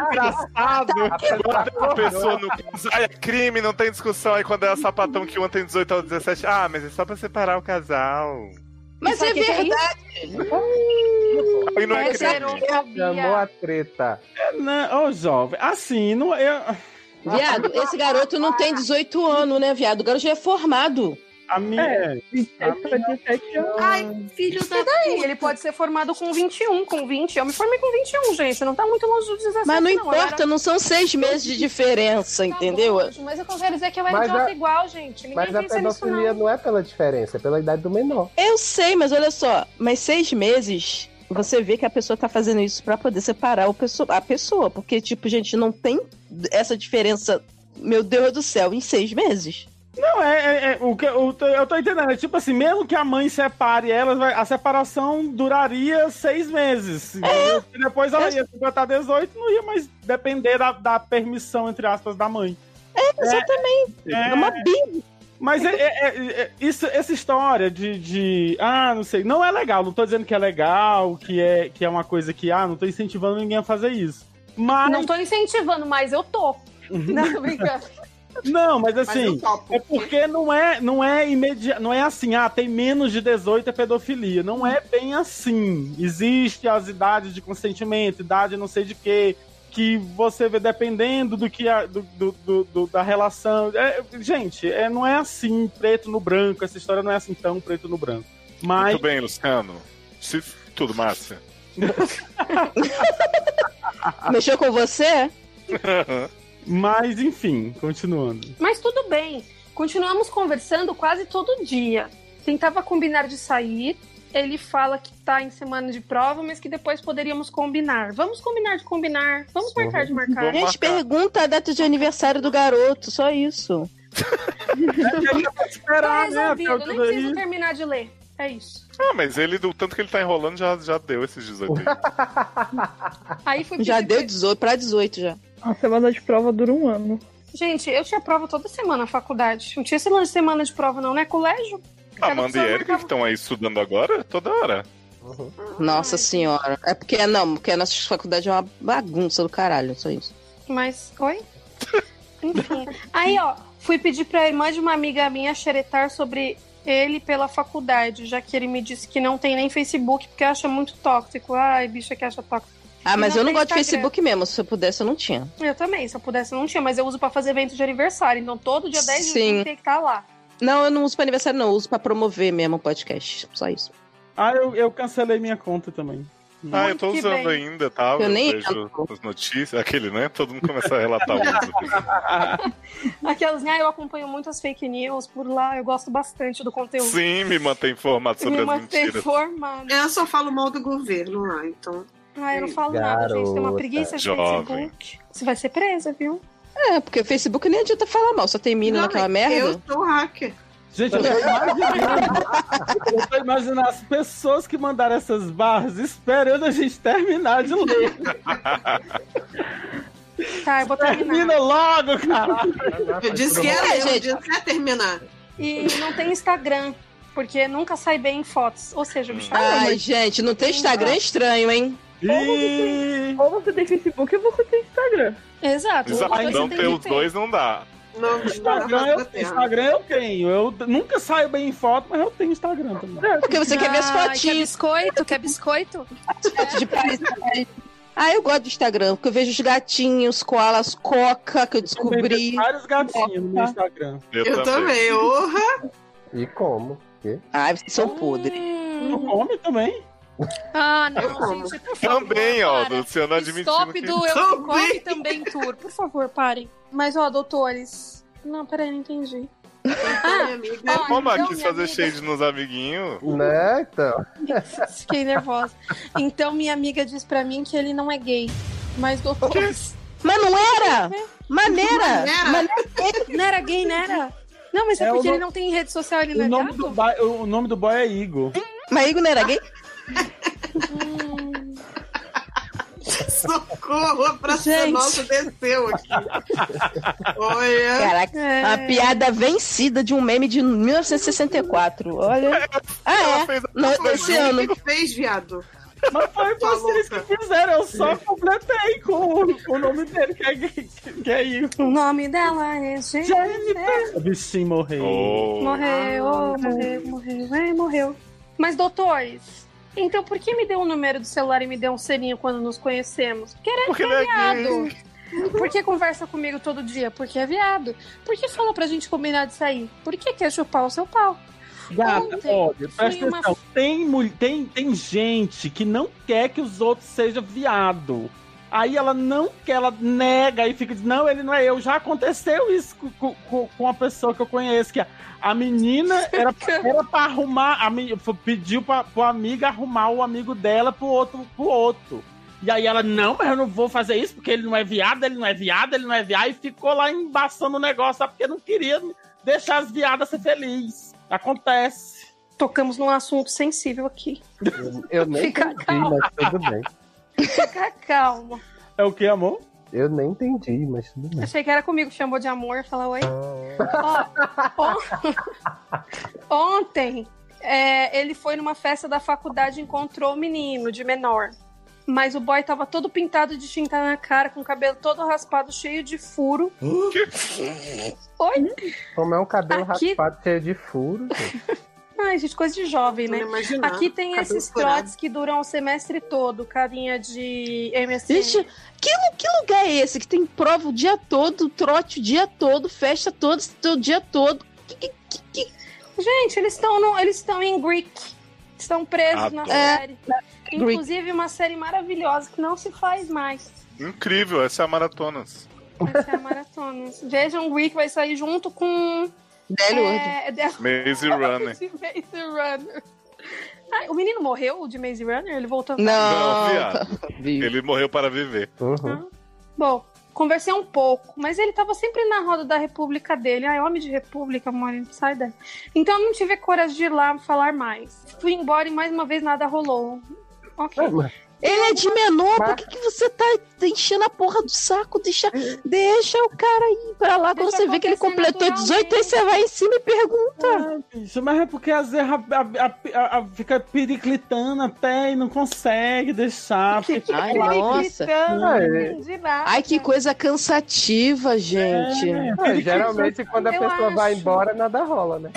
[SPEAKER 7] engraçado.
[SPEAKER 6] Quando é a pessoa no casal é crime, não tem discussão. Aí quando é a sapatão que uma tem 18 ou 17, ah, mas é só pra separar o casal.
[SPEAKER 3] Mas
[SPEAKER 9] Sabe
[SPEAKER 3] é
[SPEAKER 9] o que que é
[SPEAKER 3] verdade.
[SPEAKER 6] Aí não é crime.
[SPEAKER 2] Chamou a treta.
[SPEAKER 7] É, né? Ô, jovem, assim, não é.
[SPEAKER 3] Viado, esse garoto não tem 18 anos, né, viado? O garoto já é formado.
[SPEAKER 7] A minha.
[SPEAKER 1] É, pra 17 anos.
[SPEAKER 8] Ai, filho da. E daí? Ele pode ser formado com 21, com 20. Eu me formei com 21, gente. Não tá muito longe do 17.
[SPEAKER 3] Mas não
[SPEAKER 8] Eu
[SPEAKER 3] importa,
[SPEAKER 8] era- Tá
[SPEAKER 3] não são seis meses de diferença, entendeu?
[SPEAKER 8] Mas eu quero dizer que eu era
[SPEAKER 2] Mas
[SPEAKER 8] idiota
[SPEAKER 2] a-
[SPEAKER 8] igual, gente. Ninguém
[SPEAKER 2] Mas a
[SPEAKER 8] pensa nisso,
[SPEAKER 2] pedofilia
[SPEAKER 8] não.
[SPEAKER 2] não é pela diferença, é pela idade do menor.
[SPEAKER 3] Eu sei, mas olha só, mas seis meses você vê que a pessoa tá fazendo isso pra poder separar o pesso- a pessoa, porque tipo, gente, não tem essa diferença, meu Deus do céu, em seis meses.
[SPEAKER 7] Não, é, é- é- o que eu tô, eu tô entendendo. É tipo assim, mesmo que a mãe separe elas, vai- a separação duraria seis meses. E depois ela ia completar 18, não ia mais depender da, da permissão, entre aspas, da mãe.
[SPEAKER 3] É, exatamente. É uma bíblia.
[SPEAKER 7] Mas é- é- é- é- isso, essa história de, de, Ah, não sei. Não é legal. Não tô dizendo que é legal, que é, que é uma coisa que. Ah, não tô incentivando ninguém a fazer isso. Mas.
[SPEAKER 8] Não tô incentivando, mas eu tô. Não, tô brincando.
[SPEAKER 7] Não, mas
[SPEAKER 8] Mas eu
[SPEAKER 7] assim,
[SPEAKER 8] topo.
[SPEAKER 7] é porque não é, não é imediato, não é assim, ah, tem menos de 18 é pedofilia, não é bem assim. Existe as idades de consentimento, idade não sei de quê, que você vê dependendo do que a- do, do- do- do- da relação. É, gente, é, não é assim preto no branco, essa história não é assim tão preto no branco. Mas
[SPEAKER 6] Muito bem, Luciano. Se... Tudo, Márcia.
[SPEAKER 3] Mexeu com você?
[SPEAKER 7] mas enfim, continuando.
[SPEAKER 8] Mas tudo bem. Continuamos conversando quase todo dia. Tentava combinar de sair. Ele fala que tá em semana de prova, mas que depois poderíamos combinar. Vamos combinar de combinar. Vamos marcar de marcar.
[SPEAKER 3] Gente, pergunta a data de aniversário do garoto, só isso.
[SPEAKER 8] Tá
[SPEAKER 7] esperar, né,
[SPEAKER 8] resolvido. Nem preciso terminar de ler. É isso.
[SPEAKER 6] Ah, mas ele, do tanto que ele tá enrolando, já, já deu esses 18 aí.
[SPEAKER 8] Aí fui
[SPEAKER 3] Já
[SPEAKER 8] pedir-
[SPEAKER 3] deu 18 pra 18 já.
[SPEAKER 1] A semana de prova dura um ano.
[SPEAKER 8] Gente, eu tinha prova toda semana na faculdade. Não tinha semana de semana de prova, não, né? Colégio?
[SPEAKER 6] Amanda e Erika que estão aí estudando agora, toda hora.
[SPEAKER 2] Uhum.
[SPEAKER 3] Nossa senhora. É porque não, porque a nossa faculdade é uma bagunça do caralho, só isso.
[SPEAKER 8] Mas, oi? Enfim. Aí, ó, fui pedir pra irmã de uma amiga minha xeretar sobre ele pela faculdade, já que ele me disse que não tem nem Facebook porque acha muito tóxico. Ai, bicha que acha tóxico.
[SPEAKER 3] Ah,
[SPEAKER 8] E
[SPEAKER 3] mas eu não
[SPEAKER 8] tem
[SPEAKER 3] gosto de
[SPEAKER 8] Instagram.
[SPEAKER 3] Facebook mesmo. Se eu pudesse, eu não tinha.
[SPEAKER 8] Eu também, se eu pudesse, eu não tinha, mas eu uso pra fazer evento de aniversário. Então todo dia 10 de
[SPEAKER 3] Sim.
[SPEAKER 8] junho tem que estar lá.
[SPEAKER 3] Não, eu não uso pra aniversário, não. Eu uso pra promover mesmo o podcast. Só isso.
[SPEAKER 7] Ah, eu, eu cancelei minha conta também.
[SPEAKER 6] Ah, eu tô usando ainda, tá?
[SPEAKER 3] Eu nem
[SPEAKER 6] vejo as notícias, aquele, né? Todo mundo começa a relatar o
[SPEAKER 8] É Aquelas, né? Eu acompanho muitas fake news por lá, eu gosto bastante do conteúdo.
[SPEAKER 6] Sim, me mantém informado sobre
[SPEAKER 8] me
[SPEAKER 6] as
[SPEAKER 8] mantém
[SPEAKER 6] mentiras.
[SPEAKER 8] informada.
[SPEAKER 4] Eu só falo mal do governo lá, então.
[SPEAKER 8] Ah, eu não falo nada, gente. Tem uma
[SPEAKER 3] Garota.
[SPEAKER 8] preguiça de
[SPEAKER 3] Jovem.
[SPEAKER 8] Facebook. Você vai ser presa, viu?
[SPEAKER 3] É, porque o Facebook nem adianta falar mal. Só tem mina naquela merda.
[SPEAKER 4] Eu sou hacker.
[SPEAKER 7] Gente, eu tô imaginando. eu tô imaginando as pessoas que mandaram essas barras esperando a gente terminar de ler.
[SPEAKER 8] Tá, eu vou terminar.
[SPEAKER 7] Termina logo, cara.
[SPEAKER 3] É,
[SPEAKER 4] Eu disse que era, eu disse que ia terminar.
[SPEAKER 8] E não tem Instagram. Porque nunca sai bem em fotos. Ou seja, o bicho
[SPEAKER 1] Ah,
[SPEAKER 8] tá
[SPEAKER 3] Ai,
[SPEAKER 8] doido.
[SPEAKER 3] gente, não ter Instagram é estranho, hein?
[SPEAKER 1] Ou você, tem, ou você tem Facebook ou você tem Instagram.
[SPEAKER 8] Exato.
[SPEAKER 6] Exato, Então, não ter os dois não dá.
[SPEAKER 4] Não,
[SPEAKER 7] Instagram eu, Instagram eu tenho. Eu t- nunca saio bem em foto, mas eu tenho Instagram também.
[SPEAKER 3] É Porque você quer ver as
[SPEAKER 8] Ai, Quer
[SPEAKER 3] fotinhas.
[SPEAKER 8] biscoito? Quer biscoito?
[SPEAKER 3] Foto de paisagem. Ah, eu gosto do Instagram, porque eu vejo os gatinhos, koalas, coca, que
[SPEAKER 7] Tem
[SPEAKER 3] eu descobri.
[SPEAKER 7] vários gatinhos no meu Instagram.
[SPEAKER 6] Eu,
[SPEAKER 4] Eu também, orra.
[SPEAKER 2] E como? Quê?
[SPEAKER 3] Ai, vocês são podres.
[SPEAKER 7] Tu come também?
[SPEAKER 8] Hum. Ah,
[SPEAKER 4] Eu
[SPEAKER 8] não,
[SPEAKER 4] como.
[SPEAKER 8] gente, por favor.
[SPEAKER 6] Também, ó,
[SPEAKER 8] para.
[SPEAKER 6] Luciano admitindo
[SPEAKER 8] Stop
[SPEAKER 6] que...
[SPEAKER 8] do eu
[SPEAKER 4] Também.
[SPEAKER 8] come também tour, por favor, parem. Mas ó, doutores. Não, peraí, não entendi.
[SPEAKER 4] Minha amiga.
[SPEAKER 8] Ó,
[SPEAKER 6] Né, Como
[SPEAKER 8] então,
[SPEAKER 6] quis
[SPEAKER 8] minha
[SPEAKER 6] fazer
[SPEAKER 8] amiga-
[SPEAKER 6] shade nos amiguinhos?
[SPEAKER 2] Né, então?
[SPEAKER 8] Fiquei nervosa. Então minha amiga diz pra mim que ele não é gay. Mas doutores.
[SPEAKER 3] Mas não era! Maneira!
[SPEAKER 4] Maneira.
[SPEAKER 3] Maneira.
[SPEAKER 8] Não era gay, não era? Não, mas é,
[SPEAKER 7] É,
[SPEAKER 8] porque
[SPEAKER 7] o
[SPEAKER 8] ele não tem rede social, ele
[SPEAKER 7] O
[SPEAKER 8] não é
[SPEAKER 7] nome,
[SPEAKER 8] gato?
[SPEAKER 7] do ba- o nome do boy é Igor.
[SPEAKER 3] Mas Igor não era gay?
[SPEAKER 4] Socorro, a praça
[SPEAKER 8] Gente.
[SPEAKER 4] nossa desceu aqui. Olha.
[SPEAKER 3] Caraca,
[SPEAKER 8] É.
[SPEAKER 7] Ah,
[SPEAKER 3] a piada vencida de um meme de 1964. Olha. Ah, é?
[SPEAKER 6] Ela fez a
[SPEAKER 3] Não,
[SPEAKER 4] Foi
[SPEAKER 3] esse
[SPEAKER 4] você
[SPEAKER 3] ano.
[SPEAKER 4] que fez, viado.
[SPEAKER 7] Mas foi
[SPEAKER 4] Tá
[SPEAKER 7] vocês que
[SPEAKER 4] louca.
[SPEAKER 7] fizeram, eu só completei com o, o nome dele, que é, que, que é
[SPEAKER 8] O
[SPEAKER 7] Igor.
[SPEAKER 8] nome dela é gente.
[SPEAKER 7] Jennifer! O bichinho morreu.
[SPEAKER 6] Oh.
[SPEAKER 8] Morreu,
[SPEAKER 7] Ah.
[SPEAKER 8] oh, morreu, morreu, é, morreu. Mas, doutores, então por que me deu o número do celular e me deu um selinho quando nos conhecemos? Porque era
[SPEAKER 6] Porque ele é
[SPEAKER 8] viado.
[SPEAKER 6] gay.
[SPEAKER 8] Por que conversa comigo todo dia? Porque é viado. Por que fala pra gente combinar de sair? Por que quer chupar o seu pau?
[SPEAKER 7] Gata,
[SPEAKER 8] Ontem
[SPEAKER 7] olha, presta
[SPEAKER 8] fui uma-
[SPEAKER 7] atenção. Tem, mul- tem, tem gente que não quer que os outros sejam viado. Aí ela não quer, ela nega e fica dizendo, não, ele não é eu. Já aconteceu isso co- co- co- com, uma pessoa que eu conheço, que a, a menina era, era pra arrumar, a meni- f- pediu pra, pra amiga arrumar o amigo dela pro outro, pro outro. E aí ela, não, mas eu não vou fazer isso, porque ele não é viado, ele não é viado, ele não é viado, e ficou lá embaçando o negócio, sabe? Porque não queria deixar as viadas ser felizes. Acontece.
[SPEAKER 8] Tocamos num assunto sensível aqui.
[SPEAKER 2] Eu nem
[SPEAKER 8] Fica
[SPEAKER 2] entendi,
[SPEAKER 8] calma.
[SPEAKER 2] mas tudo bem.
[SPEAKER 8] Fica calma.
[SPEAKER 7] É o que, amor?
[SPEAKER 2] Eu nem entendi, mas tudo bem.
[SPEAKER 8] Achei que era comigo, chamou de amor, fala oi. Ó, on- Ontem é, ele foi numa festa da faculdade e encontrou o menino de menor. Mas o boy tava todo pintado de tinta na cara, com o cabelo todo raspado, cheio de furo. Oi?
[SPEAKER 2] Como é um cabelo
[SPEAKER 8] Aqui-
[SPEAKER 2] raspado cheio de furo, gente.
[SPEAKER 8] Ai, gente, coisa de jovem,
[SPEAKER 4] Não
[SPEAKER 8] né?
[SPEAKER 4] imaginar.
[SPEAKER 8] Aqui tem
[SPEAKER 4] Cabelo
[SPEAKER 8] esses
[SPEAKER 4] furado.
[SPEAKER 8] trotes que duram o semestre todo, carinha de MSN.
[SPEAKER 3] Gente, que, lu- que lugar é esse que tem prova o dia todo, trote o dia todo, festa todo, o dia todo? Que- que- que- que-
[SPEAKER 8] Gente, eles estão no- eles estão em Greek. Estão presos na
[SPEAKER 6] Adoro.
[SPEAKER 8] série.
[SPEAKER 3] Greek.
[SPEAKER 8] Inclusive, uma série maravilhosa que não se faz mais.
[SPEAKER 6] Incrível, essa é a Maratonas.
[SPEAKER 8] Essa é a maratona. Vejam, Greek vai sair junto com.
[SPEAKER 3] Velho, é...
[SPEAKER 8] é, The-
[SPEAKER 6] Maze Runner.
[SPEAKER 8] de Maze Runner. Ai, o menino morreu de Maze Runner? Ele voltou.
[SPEAKER 6] Não,
[SPEAKER 3] Não,
[SPEAKER 6] viado. Ele morreu para viver.
[SPEAKER 2] Uhum.
[SPEAKER 8] Bom, conversei um pouco, mas ele tava sempre na roda da República dele. Ai, homem de República, mano, sai daí. Então eu não tive coragem de ir lá falar mais. Fui embora e mais uma vez nada rolou. Ok.
[SPEAKER 3] ele é de menor, por que, que você tá enchendo a porra do saco? Deixa, deixa o cara ir pra lá. Quando
[SPEAKER 8] Deixa
[SPEAKER 3] você vê que ele
[SPEAKER 8] acontecer
[SPEAKER 3] completou 18, aí você vai em cima e pergunta.
[SPEAKER 7] Isso, mas é porque às vezes a, a- a- a- fica periclitando até e não consegue deixar. porque-
[SPEAKER 3] Ai,
[SPEAKER 8] Ele
[SPEAKER 3] nossa.
[SPEAKER 8] gritando,
[SPEAKER 2] Ah, é.
[SPEAKER 8] não entendi nada.
[SPEAKER 3] Ai, que coisa cansativa, gente.
[SPEAKER 2] Ah, geralmente quando a
[SPEAKER 8] Eu
[SPEAKER 2] pessoa vai
[SPEAKER 8] acho.
[SPEAKER 2] embora, nada rola, né?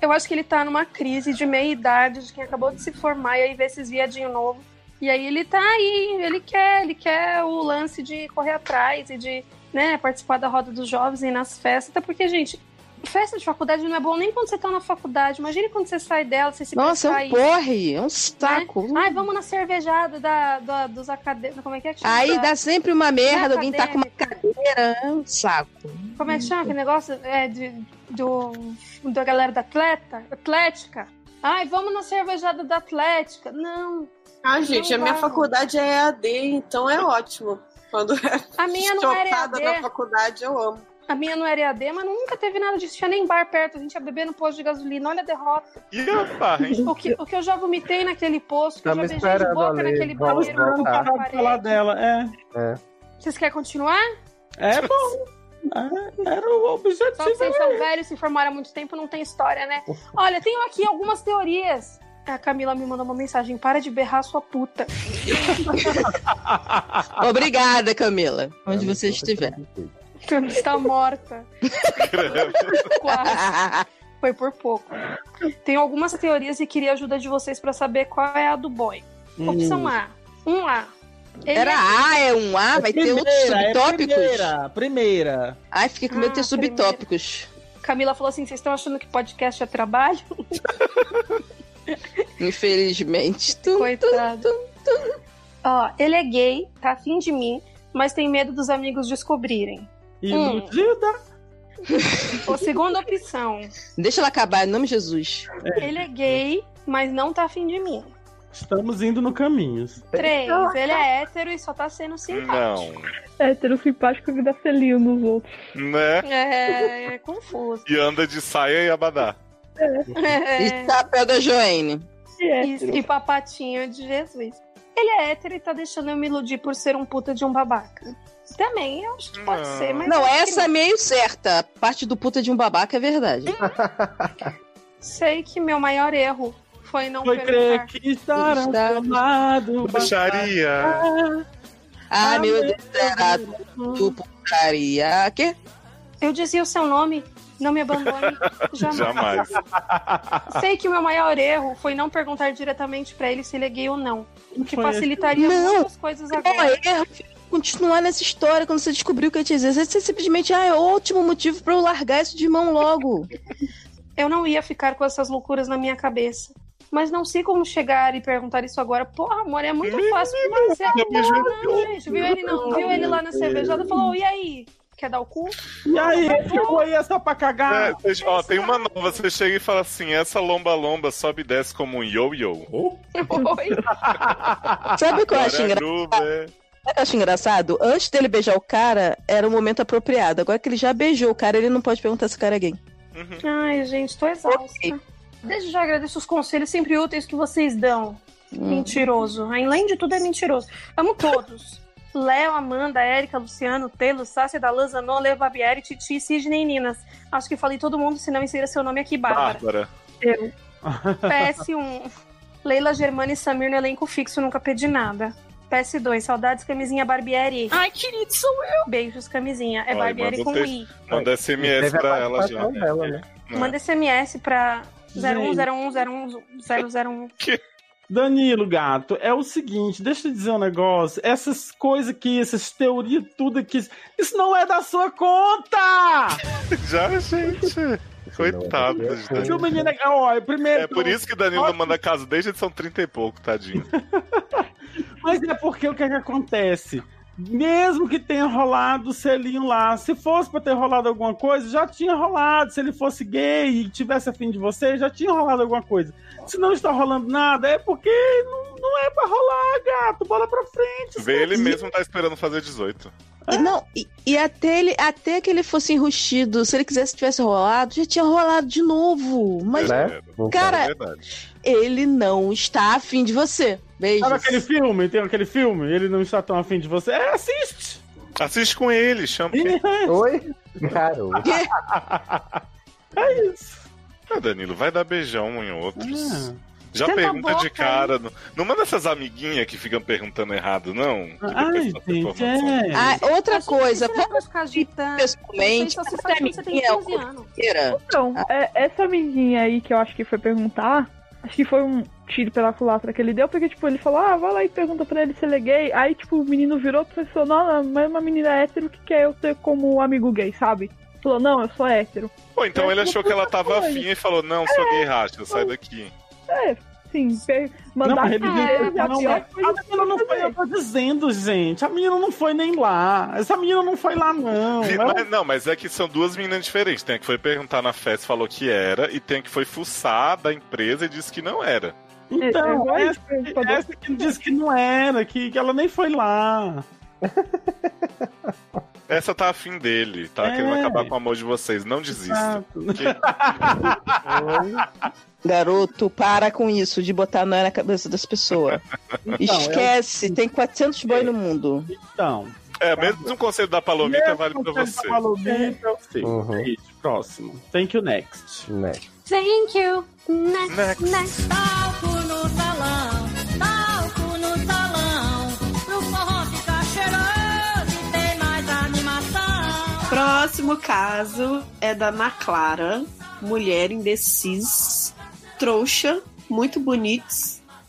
[SPEAKER 8] Eu acho que ele tá numa crise de meia idade, de quem acabou de se formar e aí vê esses viadinho novo. E aí ele tá aí, ele quer, ele quer o lance de correr atrás e de, né, participar da roda dos jovens e ir nas festas, até porque, gente, festa de faculdade não é bom nem quando você tá na faculdade. Imagine quando você sai dela, você se
[SPEAKER 3] Nossa, é
[SPEAKER 8] aí.
[SPEAKER 3] um porre, é um saco.
[SPEAKER 8] Ai, vamos na cervejada da, da- dos acadêmicos. Como é que é que chama?
[SPEAKER 3] Aí
[SPEAKER 8] Da-
[SPEAKER 3] dá sempre uma merda, alguém tá com uma
[SPEAKER 8] Acadêmica.
[SPEAKER 3] cadeira, é um saco.
[SPEAKER 8] Como é que chama aquele negócio? É, de, do, da galera da atleta, Atlética. Ai, vamos na cervejada da Atlética. Não,
[SPEAKER 4] Ah, gente, a minha
[SPEAKER 8] vai.
[SPEAKER 4] faculdade é EAD, então é ótimo. Quando é
[SPEAKER 8] a minha não era
[SPEAKER 4] chocada na
[SPEAKER 8] EAD.
[SPEAKER 4] faculdade, eu amo.
[SPEAKER 8] A minha não era EAD, mas nunca teve nada disso. Tinha nem bar perto, a gente ia beber no posto de gasolina. Olha a derrota.
[SPEAKER 6] E a barra, hein?
[SPEAKER 8] O que, o que eu já vomitei naquele posto, o que eu já
[SPEAKER 2] Tamo
[SPEAKER 8] beijei de
[SPEAKER 2] esperando
[SPEAKER 8] boca
[SPEAKER 2] ali.
[SPEAKER 8] naquele
[SPEAKER 2] Tamo
[SPEAKER 7] Tava
[SPEAKER 8] banheiro.
[SPEAKER 2] esperando
[SPEAKER 3] Tá.
[SPEAKER 8] com
[SPEAKER 7] esperando
[SPEAKER 8] a
[SPEAKER 7] parar de
[SPEAKER 8] parede.
[SPEAKER 7] falar dela. É,
[SPEAKER 3] Tipo assim.
[SPEAKER 8] Vocês querem continuar?
[SPEAKER 7] é bom. Era o objetivo.
[SPEAKER 8] Só que vocês são velhos, se formaram há muito tempo, não tem história, né? Olha, tenho aqui algumas teorias. A Camila me mandou uma mensagem: para de berrar sua puta.
[SPEAKER 3] Obrigada, Camila. Onde
[SPEAKER 2] é
[SPEAKER 3] você estiver.
[SPEAKER 8] Camila está morta. Quase. Foi por pouco. Tenho algumas teorias e queria a ajuda de vocês para saber qual é a do boy. Opção
[SPEAKER 7] Hum.
[SPEAKER 8] A: um A. Ele
[SPEAKER 3] Era A, é um A, vai ter outros subtópicos?
[SPEAKER 7] é primeira, primeira.
[SPEAKER 3] Ai, fiquei com medo de ter subtópicos.
[SPEAKER 8] Camila falou assim: vocês estão achando que podcast é trabalho?
[SPEAKER 3] Infelizmente.
[SPEAKER 8] Coitado. Ó, ele é gay, tá afim de mim, mas tem medo dos amigos descobrirem.
[SPEAKER 3] Hum.
[SPEAKER 7] Iludida.
[SPEAKER 8] Ou segunda opção:
[SPEAKER 3] Deixa ela acabar, em nome de Jesus.
[SPEAKER 8] ele é gay, mas não tá afim de mim.
[SPEAKER 7] Estamos indo no caminho.
[SPEAKER 8] Três, ele é hétero e só tá sendo simpático.
[SPEAKER 6] Não.
[SPEAKER 1] Hétero simpático e vida feliz nos outros.
[SPEAKER 6] Né?
[SPEAKER 8] É, é confuso.
[SPEAKER 6] E anda de saia e abadá.
[SPEAKER 8] É.
[SPEAKER 3] E chapéu da Joane.
[SPEAKER 8] E, e papatinho de Jesus. Ele é hétero e tá deixando eu me iludir por ser um puta de um babaca. Também, eu acho que pode ser, mas.
[SPEAKER 3] Não,
[SPEAKER 8] acho que
[SPEAKER 3] essa é meio certa. Parte do puta de um babaca é verdade.
[SPEAKER 8] Sei que meu maior erro foi não
[SPEAKER 7] Foi
[SPEAKER 8] perguntar.
[SPEAKER 7] crer que estará chamado.
[SPEAKER 6] Bruxaria.
[SPEAKER 3] Ah, meu Deus, será tu putaria? Quê?
[SPEAKER 8] Eu dizia o seu nome, não me abandone Ah, jamais.
[SPEAKER 6] Jamais.
[SPEAKER 8] Sei que o meu maior erro foi não perguntar diretamente pra ele se ele é gay ou não. O que
[SPEAKER 3] Foi
[SPEAKER 8] facilitaria
[SPEAKER 3] esse. Não.
[SPEAKER 8] muitas coisas
[SPEAKER 3] Não,
[SPEAKER 8] agora.
[SPEAKER 3] é erro. Continuar nessa história quando você descobriu o que eu ia te dizer. Você simplesmente, ah, é ótimo motivo pra eu largar isso de mão logo.
[SPEAKER 8] Eu não ia ficar com essas loucuras na minha cabeça. Mas não sei como chegar e perguntar isso agora. Porra, amor, é muito fácil pro Marcelo.
[SPEAKER 6] é
[SPEAKER 8] Não, não, gente. Viu ele não. Viu ele lá na cervejada e falou: e aí? Quer dar o cu?
[SPEAKER 7] E aí, ficou aí essa pra cagar?
[SPEAKER 6] É, vocês- ó, tem uma nova. Você chega e fala assim: essa lomba-lomba sobe e desce como um yo-yo.
[SPEAKER 8] Oi.
[SPEAKER 3] Sabe o que eu acho engraçado?
[SPEAKER 6] Tararruba.
[SPEAKER 3] Sabe o que eu acho engraçado? Antes dele beijar o cara, era o momento apropriado. Agora que ele já beijou o cara, ele não pode perguntar se o cara é gay.
[SPEAKER 6] Uhum.
[SPEAKER 8] Ai, gente, tô exausta. Desde já agradeço os conselhos sempre úteis que vocês dão.
[SPEAKER 3] Hum.
[SPEAKER 8] Hum. Mentiroso. Além de tudo, é mentiroso. Amo todos. Léo, Amanda, Érica, Luciano, Telo, Sácia, Dalanza, Nole, Babieri, Titi, Sidney e Ninas. Acho que falei todo mundo, se não insira seu nome aqui, Bárbara.
[SPEAKER 6] Bárbara.
[SPEAKER 8] Eu.
[SPEAKER 4] Tá.
[SPEAKER 8] PS1. Leila, Germana e Samir no elenco fixo, nunca pedi nada. PS2. Saudades, camisinha Barbieri.
[SPEAKER 4] Ai, querido, sou eu.
[SPEAKER 8] Beijos, camisinha. É
[SPEAKER 6] Olha,
[SPEAKER 8] Barbieri
[SPEAKER 6] manda
[SPEAKER 8] com
[SPEAKER 6] um texto.
[SPEAKER 8] I.
[SPEAKER 6] Manda SMS
[SPEAKER 2] Teve a
[SPEAKER 6] pra ela já.
[SPEAKER 2] participação dela, né?
[SPEAKER 4] Ah.
[SPEAKER 8] Manda SMS pra
[SPEAKER 3] um,
[SPEAKER 7] Gente.
[SPEAKER 8] 010101001.
[SPEAKER 7] Danilo, gato, é o seguinte, deixa eu dizer um negócio. Essas coisas aqui, essas teorias tudo aqui, isso não é da sua conta!
[SPEAKER 6] Já, gente. Coitados.
[SPEAKER 7] Que o
[SPEAKER 6] Danilo.
[SPEAKER 7] menino é... Ó, primeiro...
[SPEAKER 6] É por isso que Danilo não manda casa desde a edição 30 e pouco, tadinho.
[SPEAKER 7] Mas é porque o que, é que acontece? Mesmo que tenha rolado o selinho lá, se fosse pra ter rolado alguma coisa, já tinha rolado. Se ele fosse gay e tivesse afim de você, já tinha rolado alguma coisa. Se não está rolando nada, é porque não, não é pra rolar, gato. Bola pra frente.
[SPEAKER 6] Vê ele mesmo tá esperando fazer 18.
[SPEAKER 3] E Não, e, e até, ele, até que ele fosse enrustido, se ele quisesse que tivesse rolado, já tinha rolado de novo. Mas,
[SPEAKER 2] Né?
[SPEAKER 6] É
[SPEAKER 3] cara,
[SPEAKER 6] verdade.
[SPEAKER 3] ele não está afim de você. Beijo.
[SPEAKER 7] Sabe aquele filme? Tem aquele filme? Ele não está tão afim de você. É, assiste!
[SPEAKER 6] Assiste com ele, chama.
[SPEAKER 2] Oi? Garoto.
[SPEAKER 7] É isso.
[SPEAKER 6] Ah, Danilo, vai dar beijão um em outros.
[SPEAKER 7] Ah.
[SPEAKER 6] Já
[SPEAKER 3] tá
[SPEAKER 8] Tenta a
[SPEAKER 6] pergunta
[SPEAKER 8] boca,
[SPEAKER 6] de cara. Não, não manda essas amiguinhas que ficam perguntando errado, não. Que
[SPEAKER 7] Ah, Ai,
[SPEAKER 6] depois passa
[SPEAKER 7] gente,
[SPEAKER 6] informação.
[SPEAKER 7] é.
[SPEAKER 3] Ah, outra coisa,
[SPEAKER 8] Será que é eu ficar agitando? Você
[SPEAKER 3] pessoalmente,
[SPEAKER 8] só
[SPEAKER 3] essa
[SPEAKER 8] faz quando você tem
[SPEAKER 3] amiguinha é
[SPEAKER 8] 15 anos.
[SPEAKER 3] inteira.
[SPEAKER 1] Então, é- essa amiguinha aí que eu acho que foi perguntar, acho que foi um tiro pela culatra que ele deu, porque, tipo, ele falou, ah, vai lá e pergunta pra ele se ele é gay. Aí, tipo, o menino virou e pensou, não, não, mas é uma menina hétero que quer eu ter como amigo gay, sabe? Falou, não, eu sou hétero.
[SPEAKER 6] Ou então ele
[SPEAKER 1] Mas
[SPEAKER 6] achou
[SPEAKER 1] não
[SPEAKER 6] que ela
[SPEAKER 1] foi
[SPEAKER 6] tava
[SPEAKER 1] coisa.
[SPEAKER 6] afim e falou: Não, sou gay racha, sai daqui.
[SPEAKER 1] É, sim, per-
[SPEAKER 7] Não,
[SPEAKER 1] mandar
[SPEAKER 7] mas ele
[SPEAKER 1] pra ele é a
[SPEAKER 7] não,
[SPEAKER 1] pior coisa
[SPEAKER 7] a
[SPEAKER 1] que
[SPEAKER 7] menina não
[SPEAKER 1] você
[SPEAKER 7] foi,
[SPEAKER 1] fazer.
[SPEAKER 7] eu tô dizendo, gente. A menina não foi nem lá. Essa menina não foi lá, não.
[SPEAKER 6] Vi-
[SPEAKER 7] Ela-
[SPEAKER 6] mas- não, mas é que são duas meninas diferentes. Tem a que foi perguntar na festa e falou que era, e tem a que foi fuçar da empresa e disse que não era.
[SPEAKER 1] É, é
[SPEAKER 7] Então,
[SPEAKER 1] igual a
[SPEAKER 7] essa,
[SPEAKER 1] gente perguntador.
[SPEAKER 7] essa que disse que não era, que, que ela nem foi lá.
[SPEAKER 6] Essa tá afim dele, tá
[SPEAKER 7] É.
[SPEAKER 6] querendo acabar com o amor de vocês. Não desista.
[SPEAKER 7] Exato.
[SPEAKER 3] Garoto, para com isso de botar nó na cabeça das pessoas.
[SPEAKER 7] Então,
[SPEAKER 3] Esquece, tem 400 boy no mundo.
[SPEAKER 7] Então,
[SPEAKER 6] É, mesmo o conselho da Palomita
[SPEAKER 7] Mesmo
[SPEAKER 6] vale pra
[SPEAKER 7] conselho da
[SPEAKER 6] você.
[SPEAKER 7] Palomita, eu sei.
[SPEAKER 2] Uhum.
[SPEAKER 7] É isso, próximo. Thank you, next.
[SPEAKER 2] Next.
[SPEAKER 9] Thank you. Next,
[SPEAKER 7] Next.
[SPEAKER 9] next.
[SPEAKER 6] Né,
[SPEAKER 5] Palco no salão, palco no salão. Pro forró ficar cheiroso e tem mais animação.
[SPEAKER 4] Próximo caso é da Ana Clara, mulher indecisa, trouxa, muito bonita,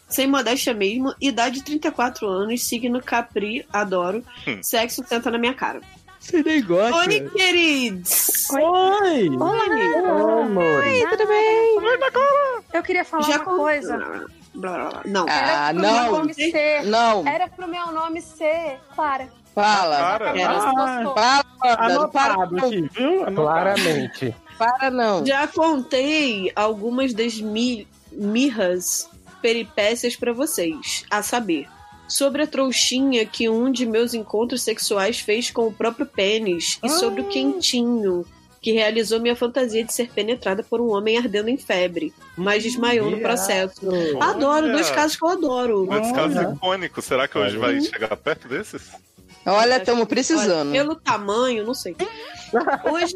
[SPEAKER 4] sem modéstia mesmo, idade 34 anos, signo Capri, adoro,
[SPEAKER 6] Hum.
[SPEAKER 4] sexo senta na minha cara.
[SPEAKER 2] Você nem gosta.
[SPEAKER 4] Oi, queridos!
[SPEAKER 7] Oi!
[SPEAKER 2] Ô, amores.
[SPEAKER 4] tudo bem? Oi,
[SPEAKER 8] Eu queria falar uma coisa.
[SPEAKER 4] Não.
[SPEAKER 8] Era
[SPEAKER 13] Ah,
[SPEAKER 8] pro
[SPEAKER 13] não.
[SPEAKER 8] meu nome ser.
[SPEAKER 13] Não.
[SPEAKER 8] Era pro meu nome ser Clara.
[SPEAKER 13] Fala.
[SPEAKER 6] Para.
[SPEAKER 8] Ah,
[SPEAKER 13] Fala, Amanda,
[SPEAKER 4] anotado
[SPEAKER 13] para, não.
[SPEAKER 7] aqui, viu?
[SPEAKER 2] Claramente.
[SPEAKER 13] para não.
[SPEAKER 4] Já contei algumas das mi mirras peripécias pra vocês, a saber. Sobre a trouxinha que um de meus encontros sexuais fez com o próprio pênis e sobre
[SPEAKER 7] Ah.
[SPEAKER 4] o quentinho que realizou minha fantasia de ser penetrada por um homem ardendo em febre, mas desmaiou no
[SPEAKER 2] viado.
[SPEAKER 4] processo. Adoro,
[SPEAKER 6] Olha.
[SPEAKER 4] dois casos que eu adoro.
[SPEAKER 6] Esse caso
[SPEAKER 2] Olha.
[SPEAKER 6] icônico, será que hoje vai chegar perto desses?
[SPEAKER 13] Olha, estamos precisando.
[SPEAKER 4] Olha, Pelo tamanho, não sei. Hoje,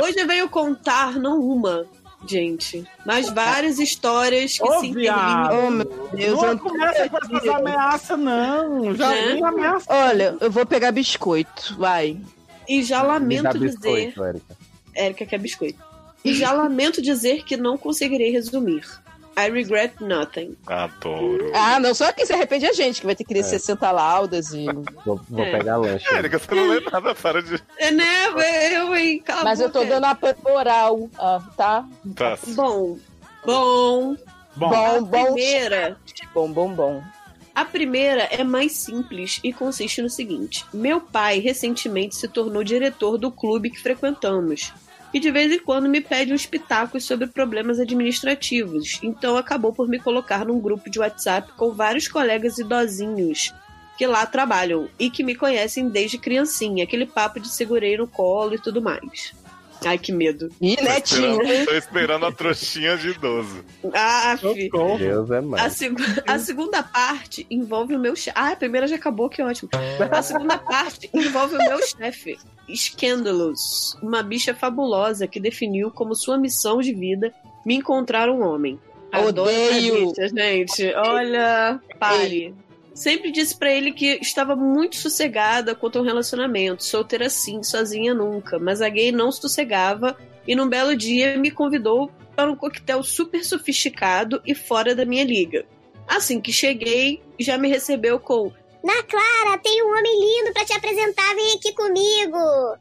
[SPEAKER 4] hoje eu venho contar, não uma, gente, mas várias histórias que
[SPEAKER 7] Ô,
[SPEAKER 4] se
[SPEAKER 7] viado.
[SPEAKER 13] Oh,
[SPEAKER 4] interligam.
[SPEAKER 13] meu Deus.
[SPEAKER 7] não
[SPEAKER 13] Ant-
[SPEAKER 7] começa com essas ameaças, não. Já
[SPEAKER 4] Né?
[SPEAKER 7] vem ameaça.
[SPEAKER 13] Olha, eu vou pegar biscoito. Vai.
[SPEAKER 4] E já
[SPEAKER 2] Me dá
[SPEAKER 4] lamento dizer.
[SPEAKER 2] biscoito, Erika.
[SPEAKER 4] Érica quer biscoito. E já lamento dizer que não conseguirei resumir. I regret nothing.
[SPEAKER 6] Adoro.
[SPEAKER 13] Ah, não, só quem se arrepende é a gente, que vai ter que ler 60 laudas e.
[SPEAKER 2] Vou, vou
[SPEAKER 4] É.
[SPEAKER 2] pegar lanche.
[SPEAKER 6] Érica, você não lê nada, para de.
[SPEAKER 4] É, né? Eu, hein? Cala
[SPEAKER 13] Mas
[SPEAKER 4] a
[SPEAKER 13] eu tô
[SPEAKER 4] boca.
[SPEAKER 13] dando a moral, ah, tá?
[SPEAKER 6] Tá.
[SPEAKER 4] Bom. Bom.
[SPEAKER 7] Bom, Ah,
[SPEAKER 13] Bom,
[SPEAKER 4] a
[SPEAKER 13] bom,
[SPEAKER 4] primeira.
[SPEAKER 13] bom, bom, bom.
[SPEAKER 4] A primeira é mais simples e consiste no seguinte: meu pai recentemente se tornou diretor do clube que frequentamos e de vez em quando me pede uns pitacos sobre problemas administrativos, então acabou por me colocar num grupo de WhatsApp com vários colegas idosinhos que lá trabalham e que me conhecem desde criancinha, aquele papo de segurei no colo e tudo mais. Ai, que medo.
[SPEAKER 13] Ih,
[SPEAKER 6] Tô
[SPEAKER 13] netinho.
[SPEAKER 6] esperando, tô esperando a trouxinha de idoso.
[SPEAKER 4] Ah, fi.
[SPEAKER 7] socorro.
[SPEAKER 2] Deus é
[SPEAKER 4] A,
[SPEAKER 2] mais.
[SPEAKER 4] segu- a segunda parte envolve o meu chefe. Ah, a primeira já acabou, que ótimo. A segunda parte envolve o meu chefe, Scandalous, uma bicha fabulosa que definiu como sua missão de vida me encontrar um homem. Adoro essa
[SPEAKER 13] Odeio.
[SPEAKER 4] bicha, gente. Olha, pare. Sempre disse pra ele que estava muito sossegada quanto ao relacionamento, solteira sim, sozinha nunca, mas a gay não sossegava e num belo dia me convidou para um coquetel super sofisticado e fora da minha liga. Assim que cheguei, já me recebeu com
[SPEAKER 14] Na Clara, tem um homem lindo pra te apresentar, vem aqui comigo.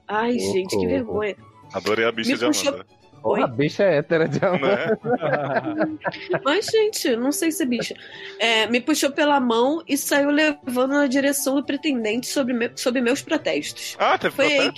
[SPEAKER 4] Ai,
[SPEAKER 2] Socorro.
[SPEAKER 4] gente, que vergonha.
[SPEAKER 6] Adorei a bicha
[SPEAKER 4] Me
[SPEAKER 6] de
[SPEAKER 4] puxou-
[SPEAKER 6] Amanda.
[SPEAKER 2] Porra, a bicha é hétera de amor.
[SPEAKER 6] Né?
[SPEAKER 4] Mas, gente, não sei se é bicha. É, me puxou pela mão e saiu levando na direção do pretendente sobre, me- sobre meus protestos.
[SPEAKER 6] Ah, teve
[SPEAKER 4] Foi aí
[SPEAKER 6] protesto